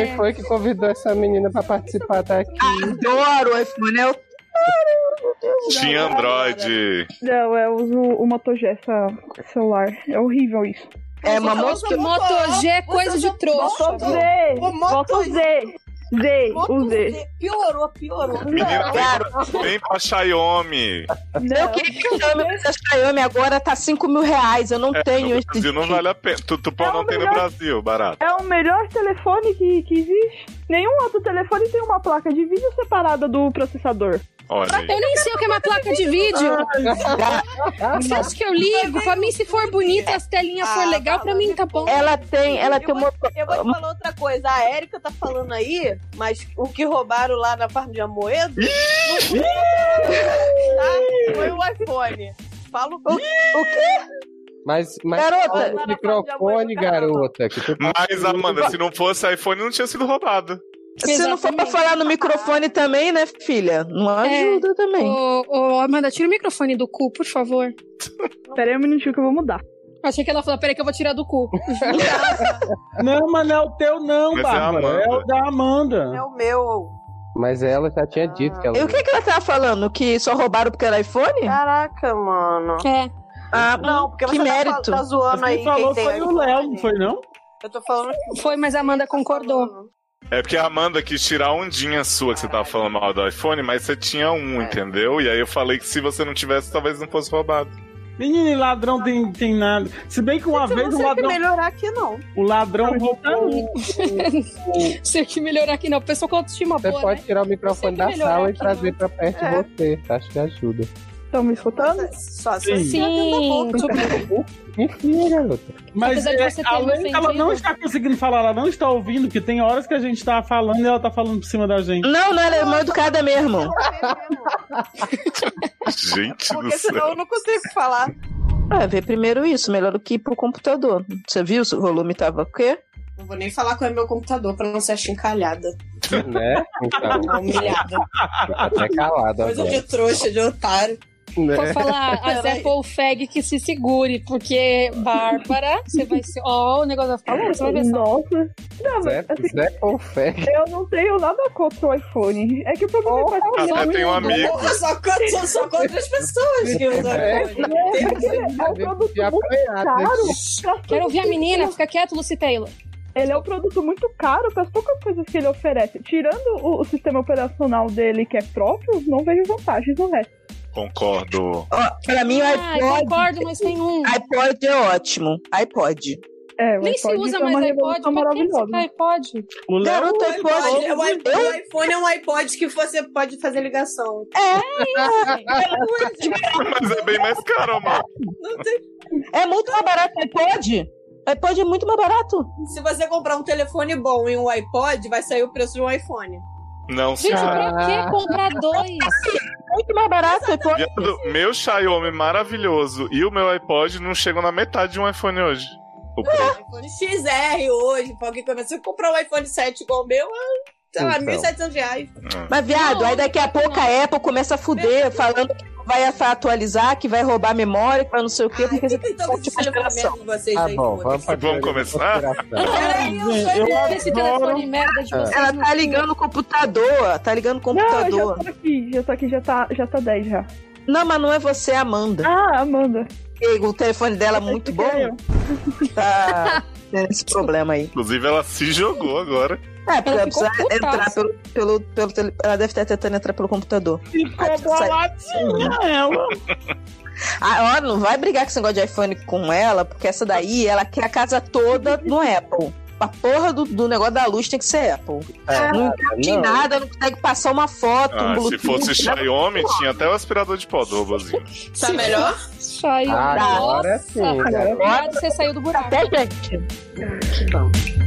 [SPEAKER 21] quem foi que convidou essa menina pra participar daqui?
[SPEAKER 8] Ah.
[SPEAKER 3] Adoro o iPhone, eu
[SPEAKER 6] Tinha Android.
[SPEAKER 1] Não, eu uso o Moto G, essa celular. É horrível isso.
[SPEAKER 3] É
[SPEAKER 8] uma moto- Moto G é coisa de trouxa.
[SPEAKER 1] Moto Z! Moto Z! Z, o Z.
[SPEAKER 18] Piorou, piorou.
[SPEAKER 6] Menina, vem pra, vem pra Xiaomi.
[SPEAKER 3] Eu queria que a Xiaomi, mas a Xiaomi agora tá 5 mil reais. Eu não
[SPEAKER 6] É,
[SPEAKER 3] tenho
[SPEAKER 6] no
[SPEAKER 3] esse tipo.
[SPEAKER 6] Brasil não vale a pena. Tu, tu pode não ter no Brasil, barato.
[SPEAKER 1] É o melhor telefone que, que existe. Nenhum outro telefone tem uma placa de vídeo separada do processador.
[SPEAKER 6] Olha aí.
[SPEAKER 8] Eu nem sei o que é uma placa de vídeo. Você acha que eu ligo? Pra mim, se for bonita, as telinhas
[SPEAKER 4] Ah.
[SPEAKER 8] for legal, pra mim tá
[SPEAKER 4] É.
[SPEAKER 8] bom.
[SPEAKER 3] Ela tem, ela
[SPEAKER 18] Ah, Eu vou, eu vou te falar outra coisa. A Érica tá falando aí, mas o que roubaram lá na farm de Amoedo não foi, tá? foi o iPhone. Fala o, o quê?
[SPEAKER 21] Mas, mas
[SPEAKER 18] Garota!
[SPEAKER 21] olha o microfone, garota. Que tu...
[SPEAKER 6] Mas, Amanda, se não fosse iPhone, não tinha sido roubado.
[SPEAKER 3] Se não for pra falar no microfone também, né, filha? Não ajuda também.
[SPEAKER 8] Ô, ô, Amanda, tira o microfone do cu, por favor.
[SPEAKER 1] Pera aí um minutinho que eu vou mudar.
[SPEAKER 8] Achei que ela falou, peraí que eu vou tirar do cu.
[SPEAKER 7] Não, mas não é o teu, não,
[SPEAKER 21] Mas é a
[SPEAKER 7] Bárbara. É,
[SPEAKER 21] Amanda.
[SPEAKER 7] o da Amanda.
[SPEAKER 18] É o meu.
[SPEAKER 21] Mas ela já tinha
[SPEAKER 8] Ah.
[SPEAKER 21] dito que ela.
[SPEAKER 3] E o que, que ela tava falando? Que só roubaram porque era iPhone?
[SPEAKER 18] Caraca, mano.
[SPEAKER 8] É.
[SPEAKER 3] Ah,
[SPEAKER 18] Não, porque
[SPEAKER 3] que
[SPEAKER 18] você tá fal-
[SPEAKER 3] mérito.
[SPEAKER 18] tá zoando Mas quem aí falou quem tem foi o iPhone.
[SPEAKER 7] Léo, não foi não?
[SPEAKER 18] Eu tô falando.
[SPEAKER 8] Foi, mas a Amanda concordou.
[SPEAKER 6] É porque a Amanda quis tirar a ondinha sua que você tava falando
[SPEAKER 3] É.
[SPEAKER 6] mal do iPhone, mas você tinha um, entendeu? E aí eu falei que se você não tivesse, talvez não fosse roubado.
[SPEAKER 7] Menino, ladrão tem, tem nada. Se bem que uma
[SPEAKER 4] Eu
[SPEAKER 7] vez
[SPEAKER 4] não
[SPEAKER 7] o
[SPEAKER 4] sei o que
[SPEAKER 7] ladrão.
[SPEAKER 4] melhorar aqui, não.
[SPEAKER 7] O ladrão roubou.
[SPEAKER 8] Sei que melhorar aqui não. Pessoa com autoestima
[SPEAKER 2] Você
[SPEAKER 8] boa,
[SPEAKER 2] pode
[SPEAKER 8] né?
[SPEAKER 2] tirar o microfone da
[SPEAKER 8] Tem que melhorar
[SPEAKER 2] sala e
[SPEAKER 8] aqui,
[SPEAKER 2] trazer pra perto
[SPEAKER 8] É.
[SPEAKER 2] de você. Acho que ajuda.
[SPEAKER 1] Estão me escutando?
[SPEAKER 4] Só
[SPEAKER 2] se Sim. você
[SPEAKER 18] tá
[SPEAKER 2] atender a boca. Mentira, garota.
[SPEAKER 7] Mas
[SPEAKER 2] Apesar de
[SPEAKER 7] é,
[SPEAKER 2] você ter
[SPEAKER 7] além
[SPEAKER 2] me
[SPEAKER 7] que ela não
[SPEAKER 2] ofendido.
[SPEAKER 7] está conseguindo falar, ela não está ouvindo, que tem horas que a gente tá falando e ela tá falando por cima da gente.
[SPEAKER 3] Não, não, ela é mal educada mesmo.
[SPEAKER 6] Gente do
[SPEAKER 3] Porque
[SPEAKER 6] céu.
[SPEAKER 3] senão eu
[SPEAKER 4] não consigo falar.
[SPEAKER 3] Ah,
[SPEAKER 23] É, vê primeiro isso, melhor do que ir pro computador. Você viu se o volume tava o quê?
[SPEAKER 4] Não vou nem falar qual é meu computador pra não ser achincalhada.
[SPEAKER 2] Né? Então.
[SPEAKER 4] Uma humilhada.
[SPEAKER 21] é
[SPEAKER 2] Até calado
[SPEAKER 4] Coisa de
[SPEAKER 2] agora.
[SPEAKER 4] trouxa, de otário.
[SPEAKER 2] Né?
[SPEAKER 8] Vou falar, a Zé Paul Feg que se segure, porque Bárbara, você vai ser. Ó, o negócio vai ficar louco, você vai ver só.
[SPEAKER 1] Nossa. Não, mas,
[SPEAKER 2] Zé,
[SPEAKER 1] assim,
[SPEAKER 2] Zé Confeg.
[SPEAKER 1] eu não tenho nada contra o iPhone. É que o problema é que
[SPEAKER 2] Até tem um amigo.
[SPEAKER 4] Porra, só contra, só, só contra as pessoas que usam
[SPEAKER 1] É,
[SPEAKER 4] iPhone.
[SPEAKER 1] é, é um produto muito caro.
[SPEAKER 8] né? Quero ouvir a menina, fica quieto, Lucy Taylor.
[SPEAKER 1] Ele é um produto muito caro para as poucas coisas que ele oferece. Tirando o, o sistema operacional dele, que é próprio, não vejo vantagens no resto.
[SPEAKER 6] Concordo.
[SPEAKER 3] Pra mim, o
[SPEAKER 8] Ah, eu
[SPEAKER 3] iPod.
[SPEAKER 8] concordo, mas tem um.
[SPEAKER 3] iPod é ótimo. iPod.
[SPEAKER 1] É,
[SPEAKER 8] Nem se usa mais iPod, pra quem que iPod?
[SPEAKER 7] O
[SPEAKER 8] Léo-
[SPEAKER 4] Garoto,
[SPEAKER 8] O iPod-
[SPEAKER 4] Um iPod. O iPod, o iPhone é um iPod que você pode fazer ligação.
[SPEAKER 6] Mas é bem mais caro, mano.
[SPEAKER 3] É muito mais barato o iPod. iPod é muito mais barato.
[SPEAKER 4] Se você comprar um telefone bom e um iPod, vai sair o preço de um iPhone.
[SPEAKER 6] Não,
[SPEAKER 4] Gente, pra quê?
[SPEAKER 8] Comprar dois.
[SPEAKER 3] Muito mais barato o iPod.
[SPEAKER 6] Viado, meu Xiaomi maravilhoso e o meu iPod não chegam na metade de um iPhone hoje. O preço.
[SPEAKER 4] iPhone XR hoje, pra alguém começa. Se eu comprar um iPhone 7 igual o meu, é, sei lá,
[SPEAKER 3] Então.
[SPEAKER 4] 1.700 reais.
[SPEAKER 3] Mas, viado, aí daqui a pouco a Apple começa a fuder, falando que não vai atualizar, que vai roubar a memória, que vai não sei o quê,
[SPEAKER 4] Ah,
[SPEAKER 3] porque você tá tem que
[SPEAKER 4] Deixa eu falar merda com vocês
[SPEAKER 2] Ah,
[SPEAKER 3] Tá
[SPEAKER 4] aí.
[SPEAKER 3] bom,
[SPEAKER 4] foda-se.
[SPEAKER 6] vamos, começar?
[SPEAKER 8] Esse telefone merda de vocês.
[SPEAKER 3] Ela
[SPEAKER 8] não
[SPEAKER 3] tá
[SPEAKER 8] tem.
[SPEAKER 3] ligando o computador, tá ligando o
[SPEAKER 1] Não,
[SPEAKER 3] computador.
[SPEAKER 1] já tô aqui, já tô aqui, já tá, já tá 10 já.
[SPEAKER 3] Não, mas não é você, é a Amanda.
[SPEAKER 1] Ah, Amanda.
[SPEAKER 3] O telefone dela é muito bom. Tá tendo esse problema aí.
[SPEAKER 6] Inclusive, ela se jogou agora.
[SPEAKER 3] É, porque
[SPEAKER 6] Ela
[SPEAKER 3] ela
[SPEAKER 6] ficou
[SPEAKER 3] precisa
[SPEAKER 6] putaça.
[SPEAKER 3] entrar pelo, pelo, pelo tele- Ela deve estar tentando entrar pelo computador.
[SPEAKER 7] Ficou boladinha ela.
[SPEAKER 3] Ah, ó, não vai brigar com esse negócio de iPhone com ela, porque essa daí, ela quer a casa toda no Apple. A porra do, do negócio da luz tem que ser Apple.
[SPEAKER 6] Ah,
[SPEAKER 3] não
[SPEAKER 2] É,
[SPEAKER 3] encaixa
[SPEAKER 6] não.
[SPEAKER 3] em nada, não consegue passar uma foto, um
[SPEAKER 6] Ah, se
[SPEAKER 3] Bluetooth.
[SPEAKER 6] fosse
[SPEAKER 3] nada.
[SPEAKER 6] Xiaomi, tinha até o aspirador de pó do robozinho.
[SPEAKER 4] Tá melhor?
[SPEAKER 8] Saiu.
[SPEAKER 6] Ah,
[SPEAKER 8] Nossa,
[SPEAKER 6] Agora
[SPEAKER 2] né?
[SPEAKER 6] sim, agora-
[SPEAKER 8] agora você saiu do buraco.
[SPEAKER 3] Até, gente.
[SPEAKER 4] Que bom.